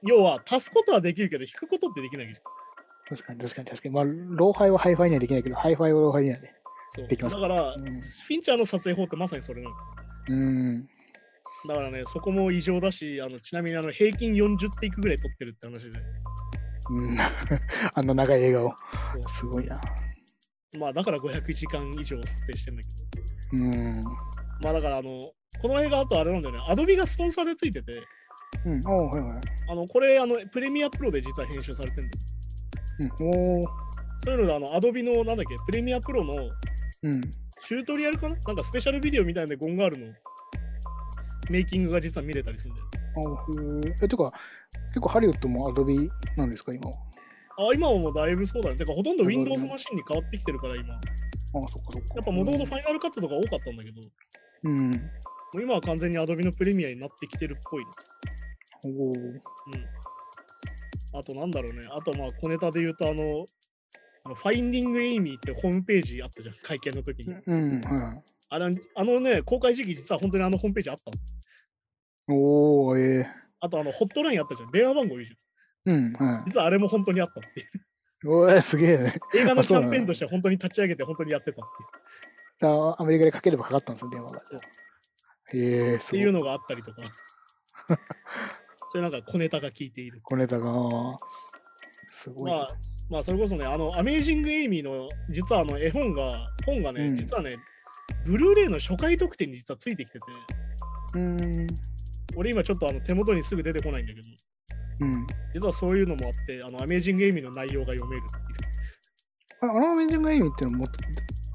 B: 要は、足すことはできるけど、引くことってできないわけ
C: 確かに確かに確かに。まあ、ローハイはハイファイにはできないけど、ハイファイはローハイにはね。
B: じゃん。
C: でき
B: そ
C: ま
B: う。だ
C: す
B: から、フィンチャーの撮影法ってまさにそれなの。
C: うん。
B: だからね、そこも異常だし、あのちなみにあの平均40テイクぐらい撮ってるって話で。
C: うん。 あんな長い映画を
B: そ。う
C: すごいな。
B: まあだから500時間以上撮影してんだけど。
C: うん。
B: まあだからあの、この映画あとあれなんだよね、アドビがスポンサーでついてて、
C: うん。おおはいはい。
B: あのこれあのプレミアプロで実は編集されてるんだよ。
C: うん。おお。
B: そういうのであのアドビのなんだっけ、プレミアプロの
C: うん。
B: チュートリアルかななんかスペシャルビデオみたいなのでゴンガールのメイキングが実は見れたりするんだよ。
C: あふえ、てか、結構ハリウッドもアドビなんですか、今は。
B: あ今はもうだいぶそうだね。てかほとんど
C: なるほどね
B: Windows マシンに変わってきてるから今。や
C: ああ、そっかそっか。
B: っぱもともとファイナルカットとか多かったんだけど、も
C: うん。
B: う今は完全にアドビのプレミアになってきてるっぽいね。
C: おお。
B: あとなんだろうね。あとまあ小ネタで言うとあの、あのファインディングエイミーってホームページあったじゃん、会見の時に。
C: うん、は
B: あれあのね、公開時期実は本当にあのホームページあったの。
C: い。おお、ええ
B: あとあのホットラインあったじゃん、電話番号いいじゃ
C: うん、は
B: ん。実はあれも本当にあったっていう。
C: い。おえ、すげえね。
B: 映画の
C: あ
B: キ
C: そう
B: ャ
C: な
B: ン
C: の
B: ペーンとして本当に立ち上げて本当にやってたっていう
C: あアメリカでかければかかったんですよ、電話が。ええー、
B: っ
C: す
B: て
C: ご
B: いう
C: い。
B: のがあったりとか。 そういうなんか小ネタが効いている。
C: 小ネタが。すごい
B: ま
C: な
B: あ。、まあ、それこそね、あの、アメージング・エイミーの、実はあの、絵本が、本がね、
C: うん
B: 実はね、ブルーレイの初回特典に実はついてきてて、
C: うーん。
B: 俺今ちょっとあの手元にすぐ出てこないんだけど、
C: うん。
B: 実はそういうのもあって、あの、アメージング・エイミーの内容が読めるっていう。
C: ああのアメージングエイミーっていうのも、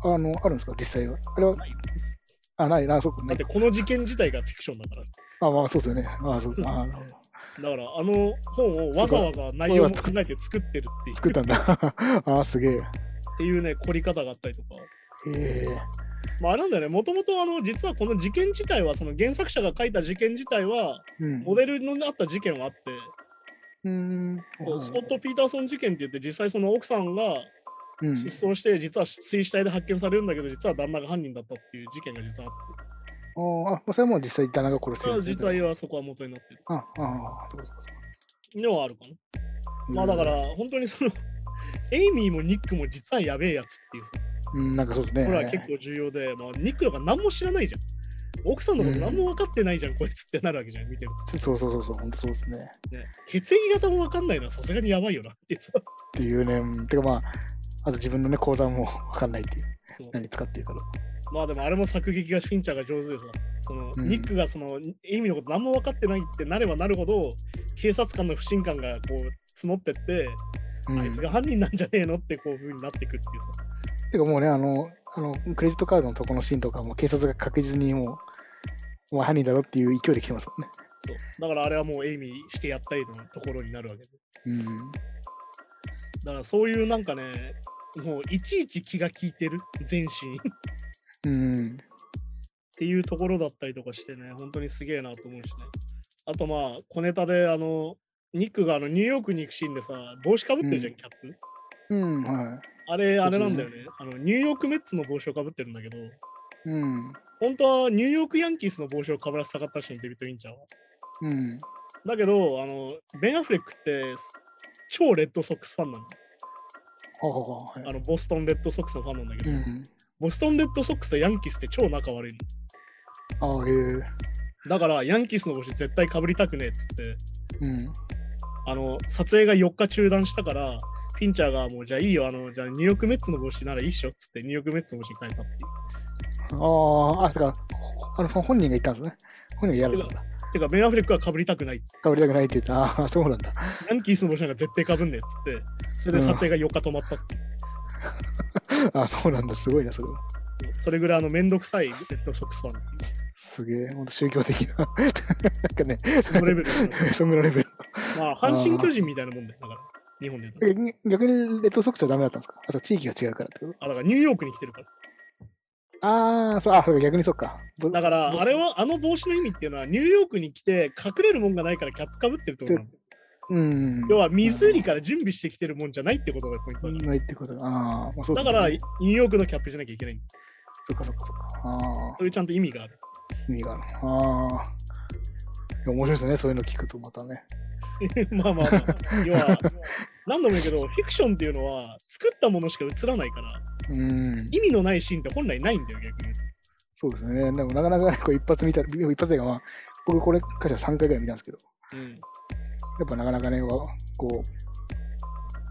C: あの、あるんですか、実際は。あれは、
B: ない
C: あ、ないな、そうか、
B: だ
C: な
B: っ
C: い
B: て。この事件自体がフィクションだから。
C: あ、まあ、そうですよね。あ、そうです。あ、なるほど
B: だからあの本をわざわざ内容も考えて作ってるっていう
C: 作ったんだ。 あ、すげえ。
B: っていうね凝り方があったりとか、
C: ええ
B: まあ、あれなんだよねもともとあの実はこの事件自体はその原作者が書いた事件自体は
C: うん。
B: モデルのあった事件はあって、
C: うーん。
B: こうスコット・ピーターソン事件って言って実際その奥さんが
C: うん。
B: 失踪して実は水死体で発見されるんだけど実は旦那が犯人だったっていう事件が実はあって
C: ああ、それはもう実際、旦那が殺して
B: た
C: る
B: だ
C: んですね
B: 実ははそこは元になってる
C: あ、ああ、そうかそうかそうか。
B: のはあるかな、まあだから本当にその エイミーもニックも実はやべえやつっていうさ
C: うん、なんかそうですね。
B: これは結構重要で、まあ、ニックとか何も知らないじゃん。奥さんのこと何も分かってないじゃん、こいつってなるわけじゃん、見てる
C: そうそうそうそう、本当そうですね。
B: と、ね。血液型も分かんないのはさすがにやばいよなってさ。
C: っていうね、うんてかまあ、あと自分のね、口座も わかんないっていう、
B: そう
C: 何使ってるから。
B: まあでもあれも作劇がフィンチャーが上手でさ、その
C: うん
B: ニックがそのエイミーのこと何も分かってないってなればなるほど、警察官の不信感がこう募ってって、
C: うん
B: あいつが犯人なんじゃねえのってこういう風になってくっていうさ。
C: てかもうね、あの、あのクレジットカードのとこのシーンとかも警察が確実にもう、お前犯人だろっていう勢いで来てますもんね。
B: そうだからあれはもうエイミーしてやったりのところになるわけで。
C: うん。
B: だからそういうなんかね、もういちいち気が利いてる、全身。
C: う
B: っ
C: ん。
B: ていうところだったりとかしてね、本当にすげえなと思うしね。あとまあ、小ネタで、あの、ニックがあのニューヨークに行くシーンでさ、帽子かぶってるじゃん、
C: う
B: キャップ。
C: うん、はい。
B: あれ、あれなんだよね。あの、ニューヨークメッツの帽子をかぶってるんだけど、
C: うん。
B: 本当はニューヨークヤンキースの帽子をかぶらせたかったらしいのデビッド・ウィンチャーは。
C: うん。
B: だけど、あの、ベン・アフレックって、超レッドソックスファンなの。
C: はははは。
B: あの、ボストン・レッドソックスのファンなんだけ
C: う
B: ど、
C: ん。
B: ボストン・レッドソックスとヤンキースって超仲悪いの。
C: ああ、へえ。
B: だから、ヤンキースの帽子絶対かぶりたくねえっつって、
C: うん。
B: あの、撮影が4日中断したから、フィンチャーがもう、じゃあいいよ、あの、じゃあニューヨークメッツの帽子ならいいっしょっつって、ニューヨークメッツの帽子に変えたっていう。
C: ああ、あ、だから、あの、その本人が言ったんですね。本人がやるんだ。
B: てか、ベン・アフレックはかぶりたくないっつって
C: かぶりたくないって言った。ああ、そうなんだ。
B: ヤンキースの帽子なんか絶対かぶんねえっつって、それで撮影が4日止まったっていう、
C: ああ、そうなんだ。すごいな、それは。
B: それぐらいあのめんどくさいレッドソックスファンっていう
C: すげえ、ほんと宗教的な。なんかね、
B: そのレベルの。
C: そんぐらいのレベル。
B: まあ、阪神巨人みたいなもんだよ、だから、日本で言うと。
C: 逆に、逆にレッドソックスはダメだったんですかあと地域が違うからってこ
B: あ、だからニューヨークに来てるから。
C: とああ、そう、あ、そうか逆にそっか。ぼ
B: だから、
C: ぼ
B: あれは、あの帽子の意味っていうのは、ニューヨークに来て隠れるもんがないからキャップかぶってるってことなの。
C: うん。
B: 要は、ミズーリから準備してきてるもんじゃないってことがポイントだか
C: ないってことだ。ああ、まあ、そう
B: ら。だから、
C: そ
B: ニューヨークのキャップじゃなきゃいけないんだ。
C: っかそっかそっか。ああ
B: そういうちゃんと意味がある。
C: ー、意味がある。ああ。いや面白いですね、そういうの聞くとまたね。
B: まあまあまあ、要 は、何度も言うけど、フィクションっていうのは、作ったものしか映らないから、
C: うん。
B: 意味のないシーンって本来ないんだよ、逆に。そう
C: そうですね。でもなかなか、ね、こう一発見た、一発映画は、僕これかしら3回ぐらい見たんですけど、
B: うん、
C: やっぱなかなかね、わこ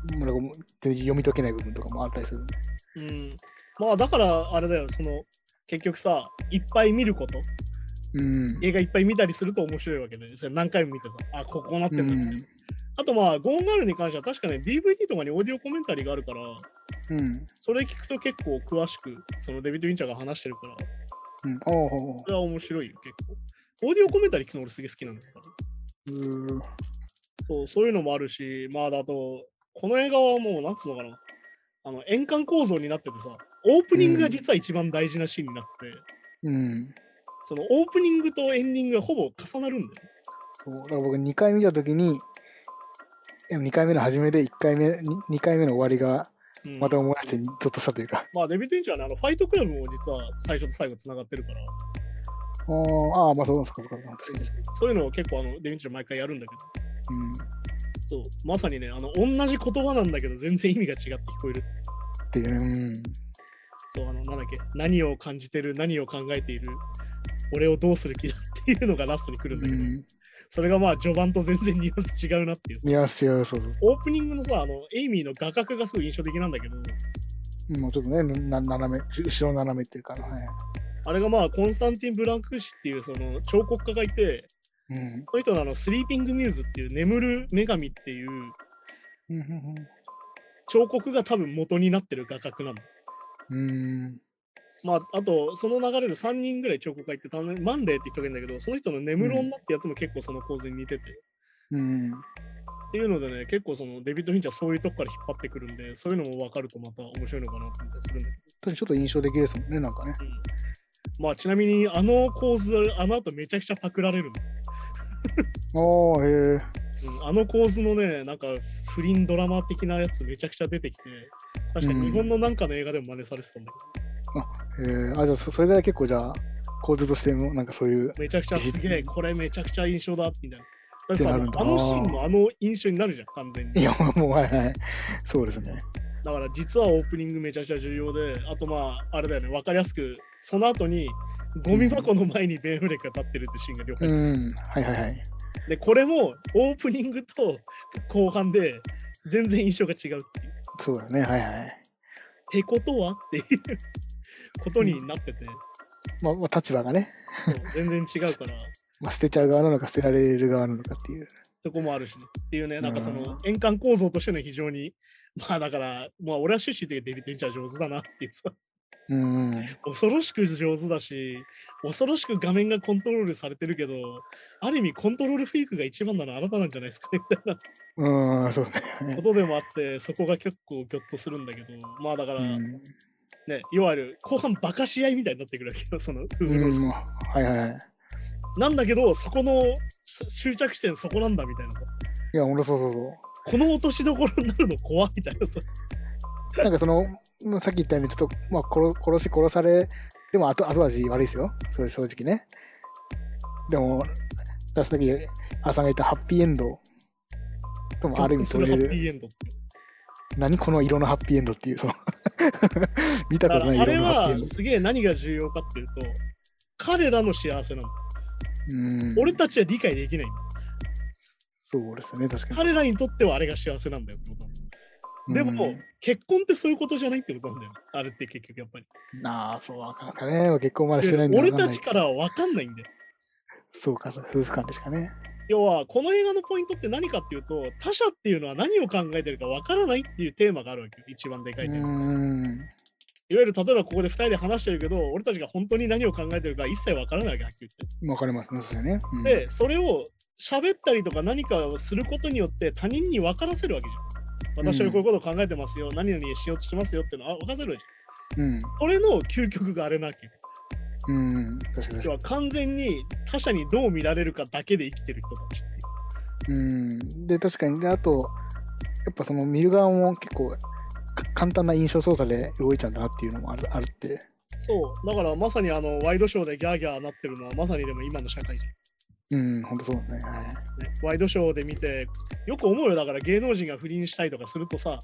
C: う、なんかもう全然読み解けない部分とかもあったりするんで。
B: うん。まあだからあれだよ、その結局さ、いっぱい見ること、
C: うん。
B: 映画いっぱい見たりすると面白いわけで、それ何回も見てさ、あ、ここうなって
C: うん
B: だみたい
C: ん
B: な。。あとまあ、ゴーンガールに関しては確かね、DVD とかにオーディオコメンタリーがあるから、
C: うん。
B: それ聞くと結構詳しく、そのデビッド・ウィンチャーが話してるから、
C: うん。おうほうほう
B: それは面白いよ、結構。オーディオコメンタリー聞くの俺すげえ好きなんだから。
C: うーん
B: そう、そういうのもあるし、まあだと、この映画はもう、なんつうのかな、あの、円環構造になっててさ、オープニングが実は一番大事なシーンになってて、
C: うん。
B: そのオープニングとエンディングがほぼ重なるんだよ。
C: そう。だから僕2回見たときに、2回目の初めで1回目、2回目の終わりが
B: うん
C: また思い出してゾッとしたというか、
B: まあ、デビッド・インチはね、あのファイトクラブも実は最初と最後つながってるから、
C: おーああ、まあそうなんですか、そうなんですか、確かに確か
B: そういうのを結構あのデビッド・インチは毎回やるんだけ
C: に。うん。
B: ど、そうまさにね、あの同じ言葉なんだけど、全然意味が違って聞こえる。
C: っていうね、
B: そう、あの、なんだっけ、何を感じてる、何を考えている、俺をどうする気だっていうのがラストに来
C: う
B: るん
C: ん。
B: だけど、
C: うん。
B: それがまあ、序盤と全然ニュアンス違うなっていう。
C: いや、そうそうそう。
B: オープニングのさ、あの、エイミーの画角がすごい印象的なんだけど、
C: もうちょっとね、な斜め、後ろ斜めっていうか、はい。
B: あれがまあ、コンスタンティン・ブランク氏っていうその彫刻家がいて、
C: うん。
B: この人のあのスリーピングミューズっていう眠る女神っていう
C: うんうん
B: 彫刻が多分元になってる画角なの。
C: うん。うん。
B: まあ、あと、その流れで3人ぐらい彫刻家いて、たまにマンレーって人がいるんだけど、その人の眠る女ってやつも結構その構図に似てて、
C: うん。
B: っていうのでね、結構そのデビッド・フィンチはそういうとこから引っ張ってくるんで、そういうのも分かるとまた面白いのかなって思ったりするんだ
C: 確かにちょっと印象的ですもんね、なんかね。
B: けど、うん、まあ、ちなみにあの構図、あの後めちゃくちゃパクられる
C: ああ、へえ。
B: の、うんあの構図のね、なんか不倫ドラマ的なやつめちゃくちゃ出てきて、確かに日本のなんかの映画でも真似されてたんだけど。
C: えー、あ、じゃあ、そそれぐらい結構、じゃあ、構図としても、なんかそういう、
B: めちゃくちゃすげえ、これめちゃくちゃ印象だ、みたいな。だって
C: ってな
B: さ
C: るんだ
B: あのシーンもあの印象になるじゃん、完全
C: い
B: に。
C: や、もう、はいはい。そうですね。
B: だから実はオープニングめちゃくちゃ重要で、あとまあ、あれだよね、わかりやすく、その後に、ゴミ箱の前にベンフレックが立ってるってシーンが了解、
C: うん。はいはいはい。
B: で、これもオープニングと後半で全然印象が違うっていう。
C: そうだね、はいはい。
B: てことはっていうことになってて、
C: まあ、まあ、立場がね、
B: そう全然違うから、
C: まあ、捨てちゃう側なのか、捨てられる側なのかっていう。
B: とこもあるしね。っていうね、なんかそ
C: うん
B: の、円環構造としての非常に、まあだから、まあ俺は趣旨的デビッド・インチャー上手だなっていうさ、
C: うん。
B: 恐ろしく上手だし、恐ろしく画面がコントロールされてるけど、ある意味コントロールフィークが一番なのあなたなんじゃないですかねみたい
C: うん、そうね。
B: なことでもあって、そこが結構ギョッとするんだけど、まあだか
C: う
B: らね、
C: ん。
B: いわゆる後半バカし合いみたいになってくるわけよ、その夫婦同士
C: うん、はいはいはい。
B: なんだけど、そこのし終着地点そこなんだみたいなさ、
C: いや、おもろそうそうそう。
B: この落としどころになるの怖いみたいなさ。
C: なんかその、まあさっき言ったように、ちょっと、まあ殺、殺し殺され、でも後後味悪いですよ、それ正直ね。でも、出すとき、朝が言ったハッピーエンドともある意味
B: そ
C: 取
B: れハ
C: れ
B: ッピ
C: る、
B: ーエンドっていう
C: 何この色のハッピーエンドっていう、その 見た
B: だか
C: ことない
B: らあ
C: 色
B: れ
C: のハッピーエ
B: は
C: ンド。
B: すげえ何が重要かっていうと、彼らの幸せなの。
C: うん、
B: 俺たちは理解できない。
C: そうですね、確か
B: 彼らにとってはあれが幸せなんだよってことなの
C: に。
B: で
C: う
B: も
C: ん、
B: 結婚ってそういうことじゃないってことなんだよ。あれって結局やっぱり。
C: なあ、そう、なかなかね、結婚までしてないんだ
B: 俺たちからは分かんないんだよ。
C: そうか、そう夫婦間ですかね。
B: 要は、この映画のポイントって何かっていうと、他者っていうのは何を考えてるか分からないっていうテーマがあるわけよ。一番で
C: う
B: かいテーマ。
C: ん。
B: いわゆる例えばここで2人で話してるけど、俺たちが本当に何を考えてるか一切わからないわけ、はっきり
C: わかりますね、それね。うん
B: 言って。で、それを喋ったりとか何かをすることによって他人に分からせるわけじゃん。私はこういうことを考えてますよ、何々しようとしてますよっていうのは分かせるわけじ
C: うん。
B: ゃん。それの究極があれなわけよ。
C: うん。確かに確
B: 要
C: か
B: は完全に他者にどう見られるかだけで生きてる人たちっていう。
C: に。うん。で、確かに。で、あと、やっぱその見る側も結構、か簡単な印象操作で動いちゃうんだなっていうのもあるあるって。
B: そう、だからまさにあのワイドショーでギャーギャーなってるのはまさにでも今の社会じゃん。
C: うん、本当そうだね。はい
B: ね、ワイドショーで見て、よく思うよ、だから芸能人が不倫したりとかするとさ、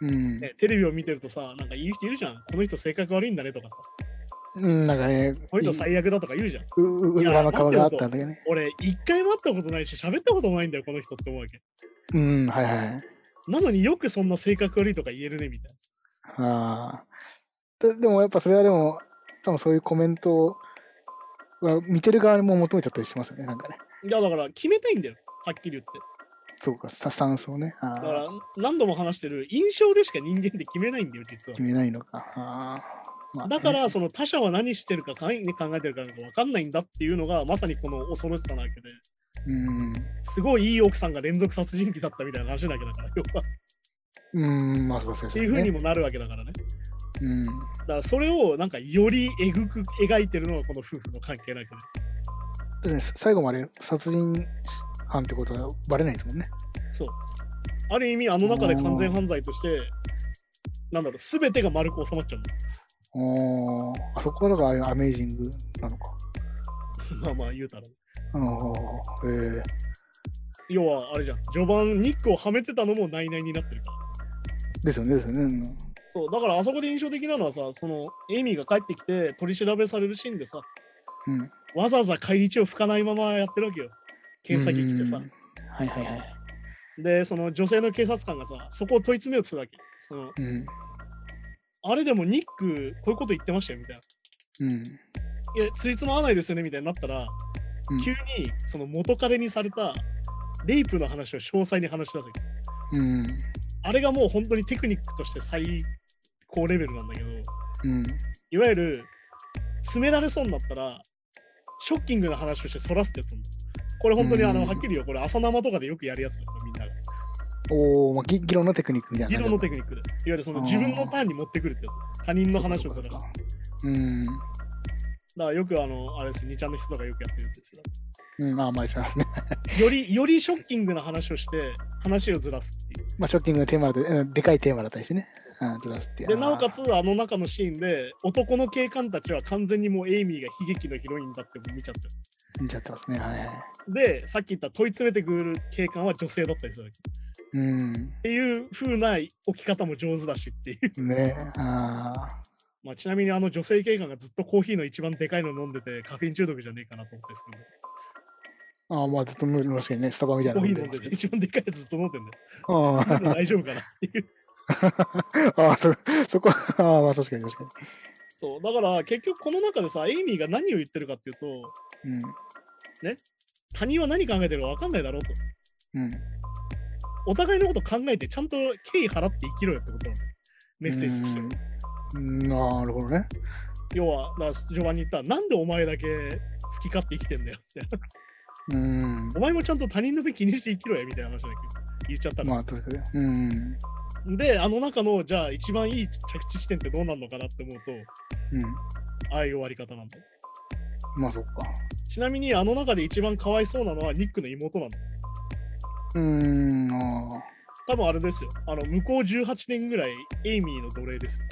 C: うん。
B: ね、テレビを見てるとさ、なんか言う人いるじゃん。この人性格悪いんだねとかさ、
C: うん、なんかね、
B: この人
C: い
B: 最悪だとか言うじゃん。
C: うう裏の顔があったんだけどね。
B: 俺、一回も会ったことないし、喋ったこともないんだよ、この人って思うわけ。
C: うん、はいはい。
B: なのによくそんな性格悪いとか言えるね、みたい
C: ああ。ででもやっぱそれはでも、多分そういうコメントは見てる側にも求めちゃったりしますよね、なんかね。
B: な。いや、だから決めたいんだよ、はっきり言って。
C: そうか、さスタンスをね。あ
B: だか
C: あ
B: ら、何度も話してる、印象でしか人間って決めないんだよ、実
C: 決
B: は。
C: めないのか。ああまあね
B: だから、その他者は何してるか、考え考えてるかなんか分かんないんだっていうのが、まさにこの恐ろしさなわけで、
C: うん、
B: すごいいい奥さんが連続殺人鬼だったみたいな話なわけだから、要は。
C: うん、まあそうそう
B: って
C: そう、ね。
B: いうふうにもなるわけだからね。
C: うん、
B: だからそれをなんかよりえぐく描いてるのがこの夫婦の関係なく
C: だって最後まで殺人犯ってことはバレないですもんね。
B: そうある意味あの中で完全犯罪としてなんだろう全てが丸く収まっちゃう
C: おーあそこはだからアメージングなのか。
B: のまあまあ言うたら
C: あーへえ
B: 要はあれじゃん序盤ニックをはめてたのも内々になってるから
C: ですよね、ですよね。うん
B: そうだからあそこで印象的なのはさそのエイミーが帰ってきて取り調べされるシーンでさ
C: うん。
B: わざわざ返り血を拭かないままやってるわけよ警察に来て
C: う
B: さ
C: んはいはいはい。
B: でその女性の警察官がさそこを問い詰めようとするわけその
C: うん。
B: あれでもニックこういうこと言ってましたよみたいな
C: うん。
B: いや、ついつま合わないですよねみたいになったら、
C: うん
B: 急にその元彼にされたレイプの話を詳細に話し出す。
C: うん。
B: あれがもう本当にテクニックとして最高レベルなんだけど、
C: うん。
B: いわゆる、詰められそうになったら、ショッキングな話をしてそらすってやつなんだこれ本当にあの、
C: うん
B: はっきりよ、これ朝生とかでよくやるやつだからみんなが。
C: おお、まあ、ぎ議論のテクニックみたいな
B: 議
C: 感じ
B: 論
C: だ
B: のテ
C: った。
B: クニックで。いわゆるその自分のターンに持ってくるってやつ。他人の話を
C: そ
B: す
C: う
B: る
C: か
B: だ
C: そ
B: か
C: うかうん。
B: らよくあの、あれですよ、2ちゃんの人とかよくやってるやつですよ。
C: うん、まあ、まあ、一緒なんですね。
B: より、よりショッキングな話をして、話をずらすっていう。
C: まあ、ショッキングなテーマで、うんでかいテーマだったりしてね。うん、ずらすっていう
B: で
C: あー
B: なおかつあの中のシーンで男の警官たちは完全にもうエイミーが悲劇のヒロインだって見ちゃってる
C: 見ちゃってますね。はいはい。
B: でさっき言った問い詰めてくる警官は女性だったりするわけっ
C: うん。
B: ていう風な置き方も上手だしっていう
C: ね。ああ。
B: まあちなみにあの女性警官がずっとコーヒーの一番でかいの飲んでてカフェイン中毒じゃねえかなと思ってですけ
C: ああ、まあ、ずっと無理しね、スタバみたい
B: ど
C: な
B: コ
C: の
B: ーヒ
C: 飲ん
B: ー
C: で
B: 飲ん
C: ま
B: ですて
C: けど。
B: 一番でかいやつずっと飲んでんだよ
C: あ
B: でも大丈夫かなっていう
C: あ、ああ、そ、そこ、ああ、まあ、確かに確か
B: そうだから結局この中でさエイミーが何を言ってるかっていうと
C: に。
B: 他人は何考えてるか分かんないだろうと
C: うん。うん。
B: お互いのこと考えてちゃんと敬意払って生きろよってことなんだよメッセージとしては
C: うん。なるほどね。
B: 要はだから序盤に言ったなんでお前だけ好き勝手生きてんだよみたいな
C: うん。
B: お前もちゃんと他人の目気にして生きろやみたいな話だけど言っちゃったの、
C: まあ、確かに。うん。
B: であの中のじゃあ一番いい着地地点ってどうなるのかなって思うと
C: うん。
B: ああいう終わり方なんだよ
C: まあ、そっか。
B: ちなみにあの中で一番かわいそうなのはニックの妹なんだよ
C: うん。ああ。
B: 多分あれですよ。あの、向こう18年ぐらい、エイミーの奴隷ですよ。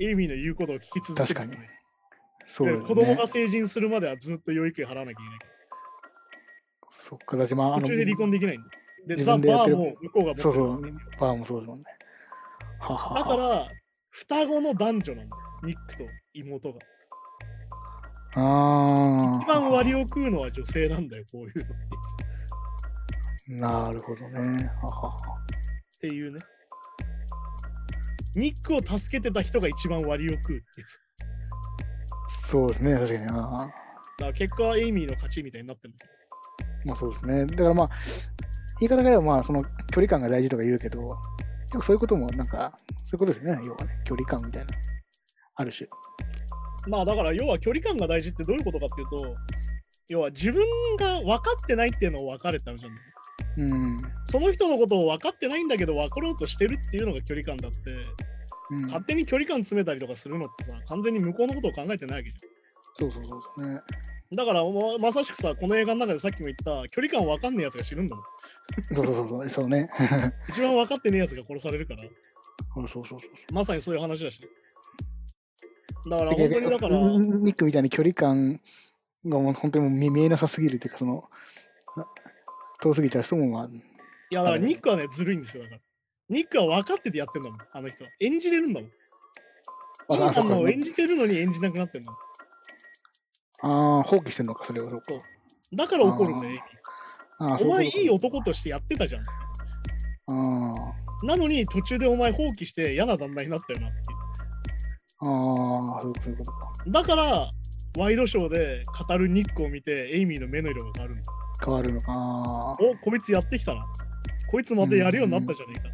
B: エイミーの言うことを聞き続ける。
C: 確かにそうだよ
B: で
C: ね。
B: 子供が成人するまではずっと養育費払わなきゃい
C: そっか、だし、まあ、
B: けな
C: あ
B: い。
C: の
B: 途中で離婚できないんで。で、
C: 自
B: ザ・
C: 分でやっ
B: バ
C: て
B: ー
C: る
B: も向こうが持ってる
C: そうそう、バーもそうですもんね。はは
B: だか
C: は
B: ら、双子の男女なんだよ。ニックと妹が。
C: あー
B: 一番割を食うのは女性なんだよ、こういうのって。っ
C: なるほどね。ははは
B: ていうね。ニックを助けてた人が一番割を食うっていう。
C: そうですね、確かに。あー
B: だから結果はエイミーの勝ちみたいになってるんだけ
C: まあそうですね。だからまあ、言い方があれば、まあ、その距離感が大事とか言うけど、よくそういうことも、なんか、そういうことですよね、要はね、距離感みたいな。ある種。
B: どまあだから要は距離感が大事ってどういうことかっていうと、要は自分が分かってないっていうのを分かれたじゃん。
C: うん。
B: その人のことを分かってないんだけど分かろうとしてるっていうのが距離感だって、
C: うん、
B: 勝手に距離感詰めたりとかするのってさ、完全に向こうのことを考えてないわけじゃん。
C: そうそうそうそうね。
B: だからままさしくさ、この映画の中でさっきも言った距離感分かんねえやつが死ぬんだもん。
C: そうそうそうそう、そうね。
B: 一番分かってねえやつが殺されるから、
C: そうそうそうそう。
B: まさにそういう話だし。だから
C: で
B: 本当にだから、
C: 逆にニックみたいに距離感がもう本当にもう見見えなさすぎるっていうか、その、な遠すぎちゃう人も、まあ、
B: いやだからニックはね、ずるいんですよ。だから。ニックは分かっててやってんだもん、あの人は。演じれるんだもん。
C: あ
B: あ
C: そ
B: あ
C: うか
B: の演じてるのに演じなくなってんだも
C: ああ、放棄してんのか、それはそうか。
B: ん。だから怒るんだよ。
C: ああ、
B: お前いい
C: よ。
B: 男としてやってたじゃん。
C: ああ
B: なのに途中でお前放棄して嫌な旦那になったよなってい
C: ああ、そういうことそういうことか。
B: う。だから、ワイドショーで語るニックを見て、エイミーの目の色が変わるんだ。
C: 変わるのか。ああ
B: おこいつやってきたな。こいつまたやるようになったじゃねえか。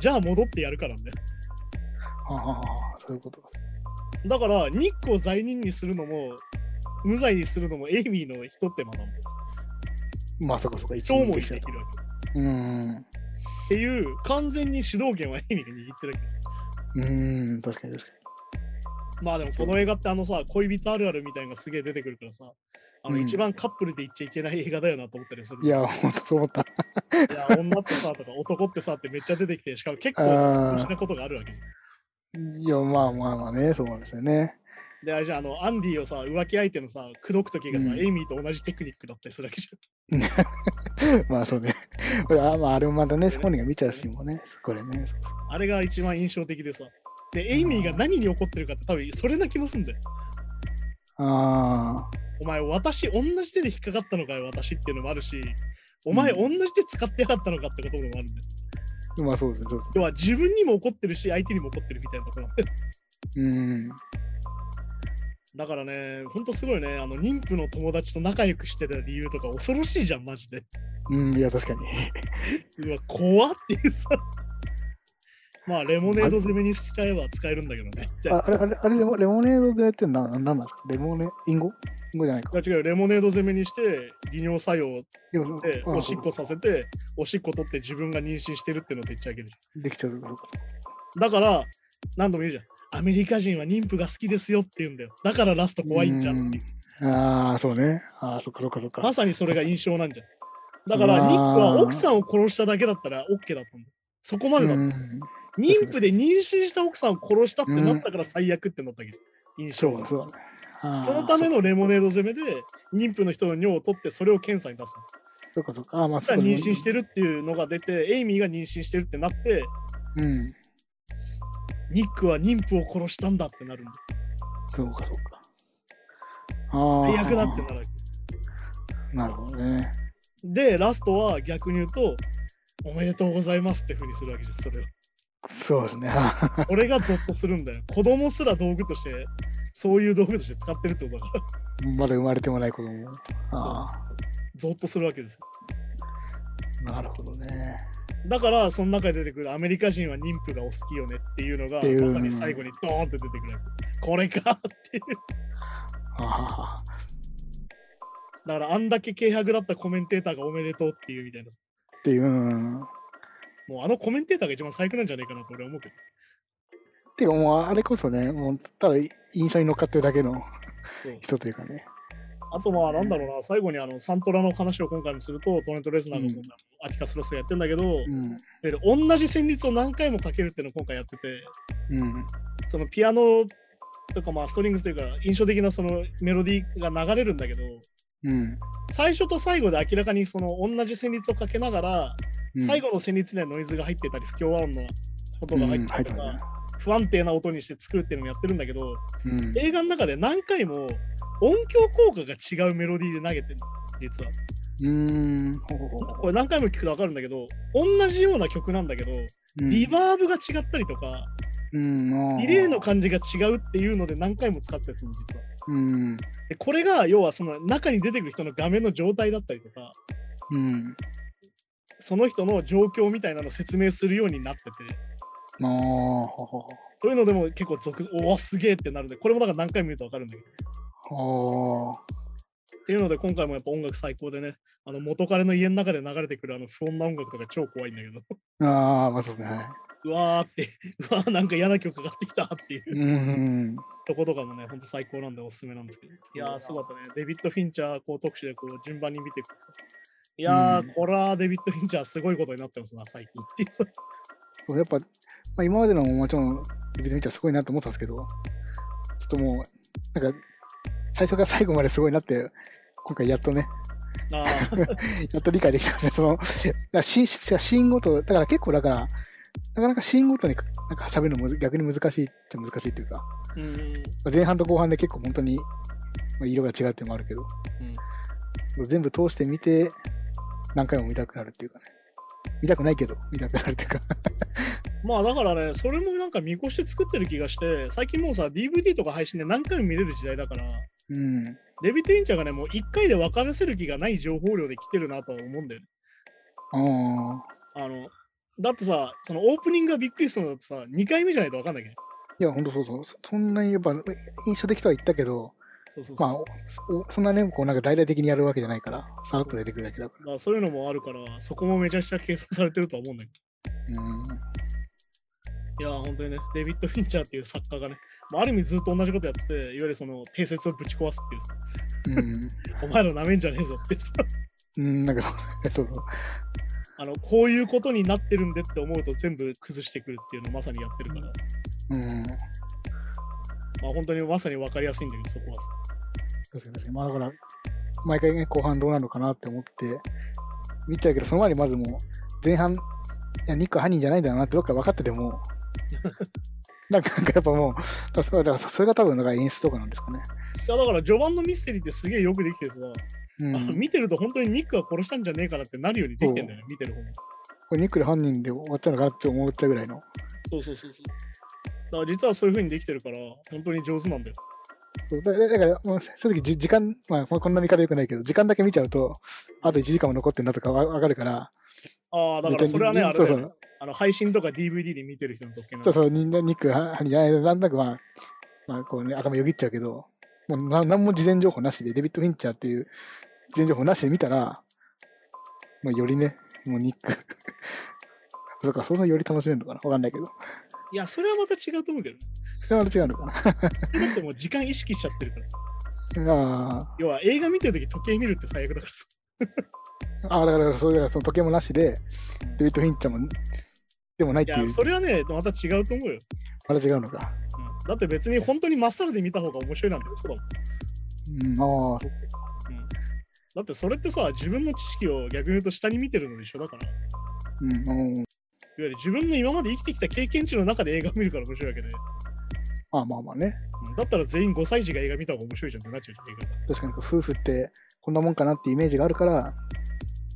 B: じゃあ戻ってやるからね。
C: ああ、そういうことか。
B: だから、ニックを罪人にするのも、無罪にするのもエイミーの一手間なんです。
C: まあ、そこそこ、一
B: 超
C: 応
B: 思いで
C: でき
B: き
C: ちゃ
B: る
C: うと。
B: わけ。
C: うん。
B: っていう、完全に主導権はエイミーが握ってるわけですよ。
C: うん、確かに確か
B: まあでもこの映画ってあのさ、恋人あるあるみたいなのがすげえ出てくるからさ、あの
C: うん
B: 一番カップルで行っちゃいけない映画だよなと思ったりする。
C: に。いや、本当そう思 った。
B: いや、女ってさとか男ってさってめっちゃ出てきて、しかも結構
C: あー
B: 大事なことがあるわけじゃん。
C: いや、まあまあまあね、そうなんですよね。
B: で、あれじゃんあの、アンディをさ、浮気相手のさ、口説くときがさ、
C: うん
B: エイミーと同じテクニックだったりするわけじ
C: まあそうね。 これあまあ、あれもまたね、本人が見ちゃうシーンもね、これね。そう
B: ゃん。あれが一番印象的でさ。で、エイミーが何に怒ってるかって多分それな気もすんだよ。
C: ああ、
B: お前、私、同じ手で引っかかったのかよ、私っていうのもあるし、お前、同じ手使ってやがったのかってこともあるんだよ。
C: まあそうですね、そうです
B: 要は自分にも怒ってるし、相手にも怒ってるみたいなところ。
C: ね。うん。
B: だからね、ほんとすごいね、あの妊婦の友達と仲良くしてた理由とか恐ろしいじゃん、マジで。
C: うん、いや、確かに。
B: うわ、怖っていうさ。まあ、レモネード攻めにしちゃえば使えるんだけどね。
C: ああれ、あれ、あれレモレモネードでやってるのな、なんなんですかレモネ、インゴインゴじゃないか。
B: いや違うよレモネード攻めにして、利尿作用
C: でもそう
B: で、
C: ああ
B: おしっこさせて、おしっこ取って自分が妊娠してるってのをでっち上げるじ
C: できちゃうそうかそうか
B: ゃん。だから、何度も言うじゃん。アメリカ人は妊婦が好きですよって言うんだよ。だからラスト怖いんじゃんっていう。
C: ああ、そうね。ああ、そっかそっかそっか
B: ま。さにそれが印象なんじゃん。だから、
C: うわー
B: ニックは奥さんを殺しただけだったら OK だったんだよ。そこまでだった。
C: うん
B: 妊婦で妊娠した奥さんを殺したってなったから最悪ってなったけど、印
C: そ
B: 象
C: うだ
B: は。
C: そうだね。あー
B: そのためのレモネード攻めで、妊婦の人の尿を取ってそれを検査に出す。
C: そうかそうか。あーまあ、
B: そした
C: そ
B: ら妊
C: こに
B: 娠してるっていうのが出て、エイミーが妊娠してるってなって、
C: うん。
B: ニックは妊婦を殺したんだってなるんだ。
C: そうかそうか。ああ。
B: 最悪だってなるわけ。
C: なるほどね。
B: で、ラストは逆に言うと、おめでとうございますってふうにするわけじゃん、それは。
C: そうですね。
B: これがゾッとするんだよ。子供すら道具として、そういう道具として使ってるってことだから。
C: まだ生まれてもない子供。ああ。
B: ゾッとするわけですよ。
C: なるほどね。
B: だから、その中で出てくるアメリカ人は妊婦がお好きよねっていうのが、
C: っていう
B: まさに最後にドーンって出てくるわけ。これかっていう。
C: ああ。
B: だから、あんだけ軽薄だったコメンテーターがおめでとうっていうみたいな。
C: っていう。うん
B: もうあのコメンテーターが一番最悪なんじゃないかなと俺は思うけど。
C: てかもうあれこそね、もうただ印象に乗っかってるだけの
B: そう
C: 人というかね。
B: あとまあなんだろうな、最後にあのサントラの話を今回もすると、トーネントレスナーの今回もアティカスロスがやってんだけど、
C: うん
B: で同じ旋律を何回もかけるっていうのを今回やってて、
C: うん
B: そのピアノとかまあストリングスというか印象的なそのメロディーが流れるんだけど、
C: うん
B: 最初と最後で明らかにその同じ旋律をかけながら、
C: うん
B: 最後の旋律にはノイズが入ってたり、不協和音の音が入ってたりとか、
C: うん入って
B: 不安定な音にして作るっていうのもやってるんだけど、
C: うん
B: 映画の中で何回も音響効果が違うメロディーで投げてる実は
C: うんほほほ
B: これ何回も聞くと分かるんだけど同じような曲なんだけど、
C: うん
B: リバーブが違ったりとか
C: うんあー
B: リレーの感じが違うっていうので何回も使ったりするの実は
C: うん
B: でこれが要はその中に出てくる人の画面の状態だったりとか
C: うん
B: その人の状況みたいなのを説明するようになってて
C: あーほほほ
B: そういうのでも結構続おわすげえってなるんでこれもだから何回も見ると分かるんだけど
C: ほー
B: っていうので今回もやっぱ音楽最高でねあの元彼の家の中で流れてくるあの不穏な音楽とか超怖いんだけど
C: あーまあそうですねはいう
B: わーって うわーなんか嫌な曲かかってきたっていう
C: うん
B: とことかもねほんと最高なんでおすすめなんですけどいやーすごかったねデビッド・フィンチャーこう特集でこう順番に見ていくんですよいやー、
C: うん
B: これはデビッド・フィンチャーすごいことになってますな最近っていう
C: そうやっぱ、まあ、今までのももちろんリビル見たらすごいなと思ってたんですけどちょっともうなんか最初から最後まですごいなって今回やっとね
B: あー
C: やっと理解できたんでそのだからシーンシーンごとだから結構だからなかなかシーンごとになんか喋るのむず逆に難しいっちゃ難しいというか
B: うん
C: 前半と後半で結構本当にまあ色が違うっていうのもあるけど、全部通して見て何回も見たくなるっていうかね見たくないけど見たくなるっていうか
B: まあだからねそれもなんか見越して作ってる気がして最近もうさ DVD とか配信で何回も見れる時代だから
C: うん
B: デビッド・フィンチャーがねもう1回で分かせる気がない情報量で来てるなとは思うんだよね
C: ああ
B: あの、だってさ、そのオープニングがびっくりするのだってさ、2回目じゃないと分かんないけど。
C: いや本当そうそうそそんなにやっぱ印象的とは言ったけど
B: そうそうそう。
C: まあおおそんなねこうなんか大々的にやるわけじゃないからさらっと出てくるだけだか
B: だからそういうのもあるから、そこもめちゃくちゃ計算されてるとは思うんだけ
C: らうん
B: ど。いやー、本当にね、デビッド・フィンチャーっていう作家がね、まあ、ある意味ずっと同じことやってて、いわゆるその定説をぶち壊すっていうさ、
C: うん
B: お前らなめんじゃねえぞってさ、
C: うんなんかそうそうそう
B: あの、こういうことになってるんでって思うと全部崩してくるっていうのをまさにやってるから、
C: うん
B: まあ本当にまさに分かりやすいんだけど、そこはさ。
C: 確かに確かにまあだから毎回ね後半どうなるのかなって思って見ちゃうけどその前にまずもう前半いやニックは犯人じゃないんだろうなってどっか分かっててもなんかなんかやっぱもうだからだからそれが多分だから演出とかなんですかね、
B: いや、だから序盤のミステリーってすげえよくできてさ、あ
C: う
B: の
C: ん、
B: 見てると本当にニックが殺したんじゃねえかなってなるようにできてんだよね、見てる方も。
C: これニックで犯人で終わっちゃうのかなって思っちゃうぐらいの
B: そうそうそうそう。だから実はそういう風にできてるから、本当に上手なんだよ。
C: そうだだからもう正直じ時間、まあ、ここんな見方よくないけど時間だけ見ちゃうとあと1時間も残ってんなとかわ分かるから
B: ああ、だからそれはね、あ
C: 絶
B: れ
C: 対
B: だ
C: そ
B: よ
C: う
B: ね、あの配信とか DVD で見てる人の特権なん
C: そうそう、みんな肉はじゃない、なんだかまあ、まあ、こうね、頭よぎっちゃうけど、もうななんも事前情報なしで、デビッド・フィンチャーっていう事前情報なしで見たら、まあ、よりね、もうニック そうか、そうそうより楽しめるのかなわかんないけど。
B: いや、それはまた違うと思うけどね。
C: それは違うのか
B: それだってもう時間意識しちゃってるからさ。
C: な あ
B: 要は映画見てるとき時計見るって最悪だから さ。
C: ーあー、だから、だからそれだからその時計もなしで、デビッド・フィンチャーも、でもないっ
B: い
C: てい
B: や、
C: う、
B: それはね、また違うと思うよ。
C: また違うのか。
B: うんだって別に本当にまっさらで見た方が面白いなんて嘘だもん。
C: うん、ああ、
B: だってそれってさ、自分の知識を逆に言うと下に見てるのと一緒だから。いわ
C: うん、うん
B: ゆる自分の今まで生きてきた経験値の中で映画を見るから面白いわけで。
C: まあまあまあね。
B: うんだったら全員5歳児が映画見た方が面白いじゃんってなっちゃうじゃん映画が。
C: 確かに夫婦ってこんなもんかなってイメージがあるから、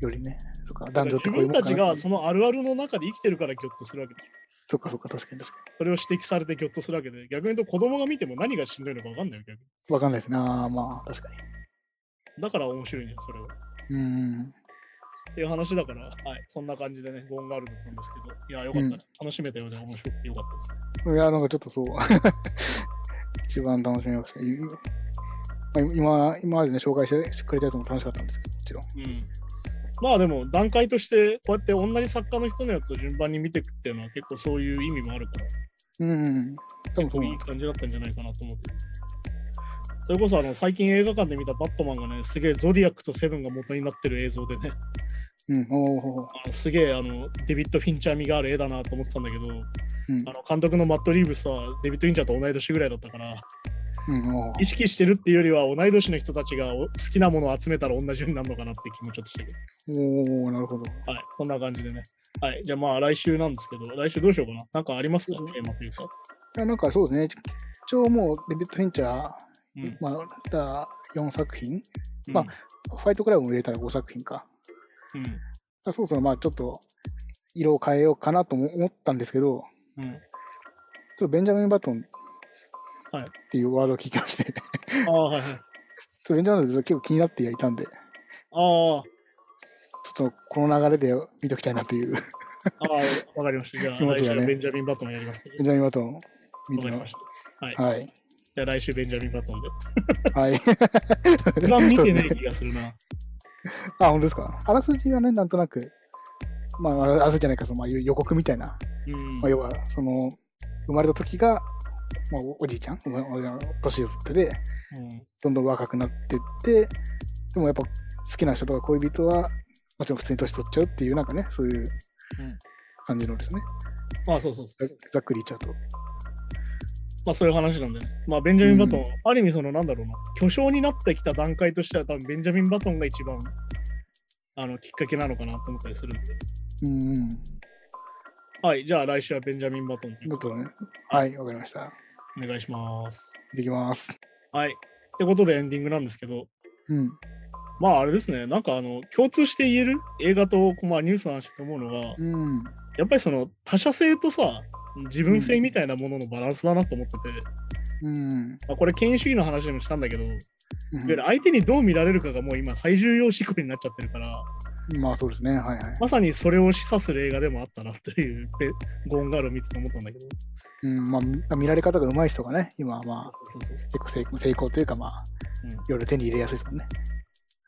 C: よりね、そっか男女っ
B: 自
C: てこういう
B: 分
C: もんか
B: た
C: な
B: ち
C: っ
B: が
C: て
B: そのあるあるの中で生きてるからギョッとするわけでしょ。
C: そっかそっか、確かに確か
B: それを指摘されてギョッとするわけで、逆に言うと子供が見ても何がしんどいのか分かんないよ、逆に。
C: に。わかんないですね。ああ、まあ、確かに。
B: だから面白いんだよ、それは。
C: うん。
B: っていう話だから、はい、そんな感じでね、ゴーンガールドなんですけど、いや、よかったね、楽しめたようで面白くてよかったです。
C: いや、なんかちょっとそう。 一番楽しみました。いまあ今、今までね、紹介してくれたやつも楽しかったんですけど、もちろん。
B: うん。まあでも、段階として、こうやって同じ作家の人のやつを順番に見ていくっていうのは結構そういう意味もあるから、
C: うん。多分
B: 結
C: そう
B: 構
C: なん
B: い
C: で
B: い
C: す
B: 感じだったんじゃないかなと思うけど。それこそあの最近映画館で見たバットマンがね、すげえゾディアックとセブンが元になってる映像でね、
C: うん、おー
B: あのすげえあのデビッド・フィンチャー味がある絵だなと思ってたんだけど、
C: うん
B: あの監督のマット・リーブスはデビッド・フィンチャーと同い年ぐらいだったから、
C: うん、おー
B: 意識してるっていうよりは同い年の人たちがお好きなものを集めたら同じようになるのかなって気もちょっとしてる。
C: おーなるほど。
B: はい、こんな感じでね。はい、じゃあまあ来週なんですけど、来週どうしようかな。なんかありますかテーマというか。
C: いやなんかそうですね、一応もうデビッド・フィンチャー、
B: うん。
C: まあ、だ4作品、まあファイトクラブも入れたら5作品か。
B: うん、
C: だそろそろまあちょっと色を変えようかなとも思ったんですけど、
B: うん。うん。
C: ちょっとベンジャミン・バトン
B: はい
C: っていうワードを聞きまして、 ちょ
B: ああ、はいはい。
C: っとベンジャミン・バトンずっと結構気になっていたんで、ちょ
B: あ
C: っとこの流れで見ときたいなという、ベ
B: あ、ああ、わかりました。じゃあ
C: 気持
B: 来
C: ち
B: 週
C: がね
B: はベンジャミン・バトンやりますけど。
C: ンジャミン・バトン見
B: わ
C: て
B: かり
C: みま
B: ま
C: し
B: した。
C: た。はい。
B: じゃあ来週ベンジャミン・バトンで。
C: はい。
B: 一番見てない
C: そうですね
B: 気がするな。
C: あ、本当ですか。あらすじはね、なんとなく、まあ、あらすじじゃないか、そのまあ、予告みたいな、
B: うん
C: まあ、。要は、その、生まれた時が、まあ、おおじいちゃん、おおお年寄ってで、
B: うん
C: どんどん若くなってって、でもやっぱ好きな人とか恋人は、もちろん普通に年取っちゃうっていう、なんかね、そういう感じのですね、
B: まあそうそうそう。
C: ざっくり言っちゃうと。
B: まあそういう話なんでね。まあベンジャミン・バトン、ある意味そのなんだろうな、巨匠になってきた段階としては多分ベンジャミン・バトンが一番あのきっかけなのかなと思ったりするんで。
C: うんうん。
B: はい、じゃあ来週はベンジャミン・バトンで
C: だとね、はい、わかりました。
B: お願いします。
C: できます。
B: はい。ってことでエンディングなんですけど、
C: うん。
B: まああれですね、なんかあの共通して言える映画とこうまあニュースの話と思うのが、
C: うん。
B: やっぱりその他者性とさ、自分性みたいなもののバランスだなと思ってて、
C: うん。
B: まあ、これ権威主義の話でもしたんだけど、いわ
C: うん
B: ゆる相手にどう見られるかがもう今最重要事項になっちゃってるから、
C: まあ、そうですね、はいはい。
B: まさにそれを示唆する映画でもあったなという ペゴーンガールを見てて思ったんだけど、
C: うん、まあみ、見られ方が上手い人がね、今はまあ、
B: そうそうそう
C: 結構成功成功というか、まあ、
B: うん
C: いろいろ手に入れやすいですもんね。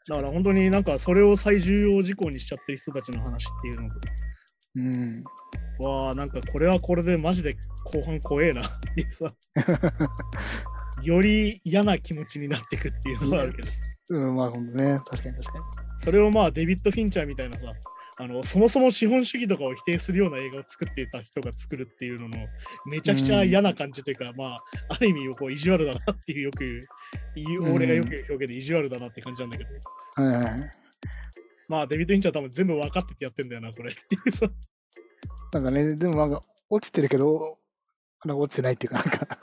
B: だから本当になんかそれを最重要事項にしちゃってる人たちの話っていうの
C: うん。
B: わあなんかこれはこれでマジで後半怖えなっていうさ より嫌な気持ちになってくっていうのがあるけど、
C: うん、まあ、ほんとね、確かに確かに。
B: それをまあデビッド・フィンチャーみたいなさあのそもそも資本主義とかを否定するような映画を作っていた人が作るっていうののめちゃくちゃ嫌な感じというか、まあある意味こう意地悪だなっていうよく言う
C: うん
B: 俺がよく言う表現で意地悪だなって感じなんだけど、
C: はいはいはい。
B: まあデビッド・フィンチャーは多分全部分かっててやってんだよなこれっていうさ
C: なんかね、でもなんか、落ちてるけど、なんか落ちてないっていうか、な んか、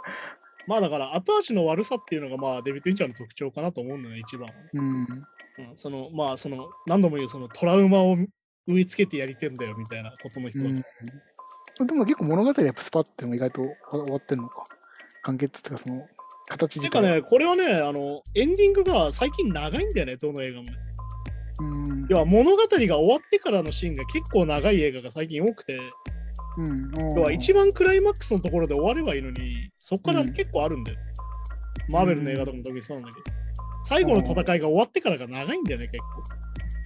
B: まあだから後味の悪さっていうのがまあデビッド・フィンチャーの特徴かなと思うんだよね一番。
C: うん。
B: うんそのまあその何度も言うそのトラウマを植え付けてやりてんだよみたいなことの人
C: う
B: だから、
C: ん、でも結構物語やっぱスパっても意外と終わってんのか。完結っていうか、その、形
B: て
C: 自
B: か
C: 体。
B: ねこれはねあのエンディングが最近長いんだよねどの映画もね
C: うん。
B: 要は物語が終わってからのシーンが結構長い映画が最近多くて
C: うん。
B: 要は一
C: 番、
B: 番クライマックスのところで終わればいいのにそこから
C: うん
B: 結構あるんだよ、マーベルの映画とかも特にそうなんだけど最後の戦いが終わってからが長いんだよね結構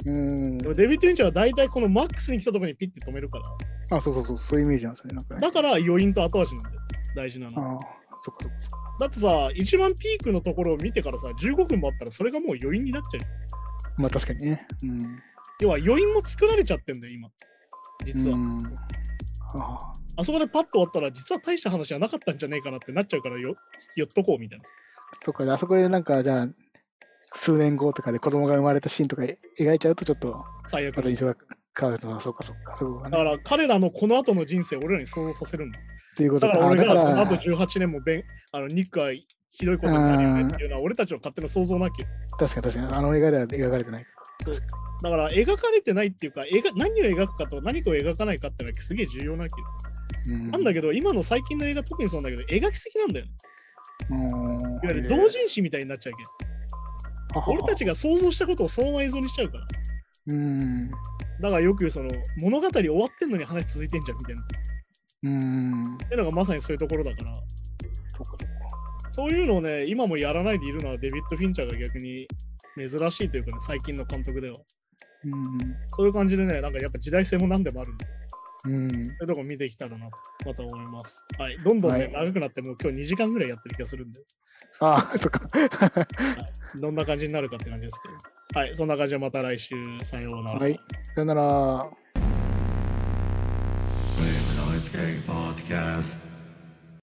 C: うん。
B: でもデビッド・フィンチャーは大体このマックスに来たところにピッて止めるから
C: あ、そうそうそう、そういうイメージなんですよね。なんかね。
B: だから余韻と後味なんだよ大事なのは
C: ああ、そっかそっかそっか。
B: だってさ、一番ピークのところを見てからさ、15分もあったらそれがもう余韻になっちゃうよ。
C: まあ確かにね。うん。
B: 要は余韻も作られちゃってんだよ、今。実は。
C: うん、ああ
B: あそこでパッと終わったら、実は大した話じゃなかったんじゃねえかなってなっちゃうからよ、寄っとこうみたいな。
C: そっか、あそこでなんか、じゃあ、数年後とかで子供が生まれたシーンとか描いちゃうと、ちょっと、
B: 最悪
C: ま
B: な
C: た印象が変わるとな、そうか、そうか、そうか、
B: だか
C: ね。
B: ら彼らのこの後の人生を俺らに想像させるんだ。
C: っていうこと
B: だから
C: あ
B: 俺がこの
C: だ
B: 後
C: から
B: 18年もベンあのニックはひどいことになるよねっていうのは俺たちの勝手な想像なきゃ。
C: 確かに確かに、あの映画では描かれてない。
B: だから描かれてないっていうか、描何を描くかと何を描かないかっていうのはすげえ重要なわけよ。
C: うん
B: なんだけど、今の最近の映画特にそうなんだけど、描きすぎなんだよね。
C: うん
B: いわゆる同人誌みたいになっちゃうけど、俺たちが想像したことをそのまま映像にしちゃうから。
C: うん。
B: だからよくその物語終わってんのに話続いてんじゃんみたいな。っ
C: うん。
B: ていうのがまさにそういうところだから、
C: そっかそっか。
B: そういうのをね、今もやらないでいるのはデビッド・フィンチャーが逆に珍しいというかね、最近の監督では。
C: うん。
B: そういう感じでね、なんかやっぱ時代性も何でもあるんで。
C: うん。
B: そういうとこ見てきたらなと、また思います。はい。どんどんね、
C: はい
B: 長くなって、もう今日2時間ぐらいやってる気がするんで、
C: ああ、そっか。
B: どんな感じになるかって感じですけど。はい。そんな感じでまた来週、さようなら。
C: はい。さよなら。
A: Flame Nights Gang Podcast.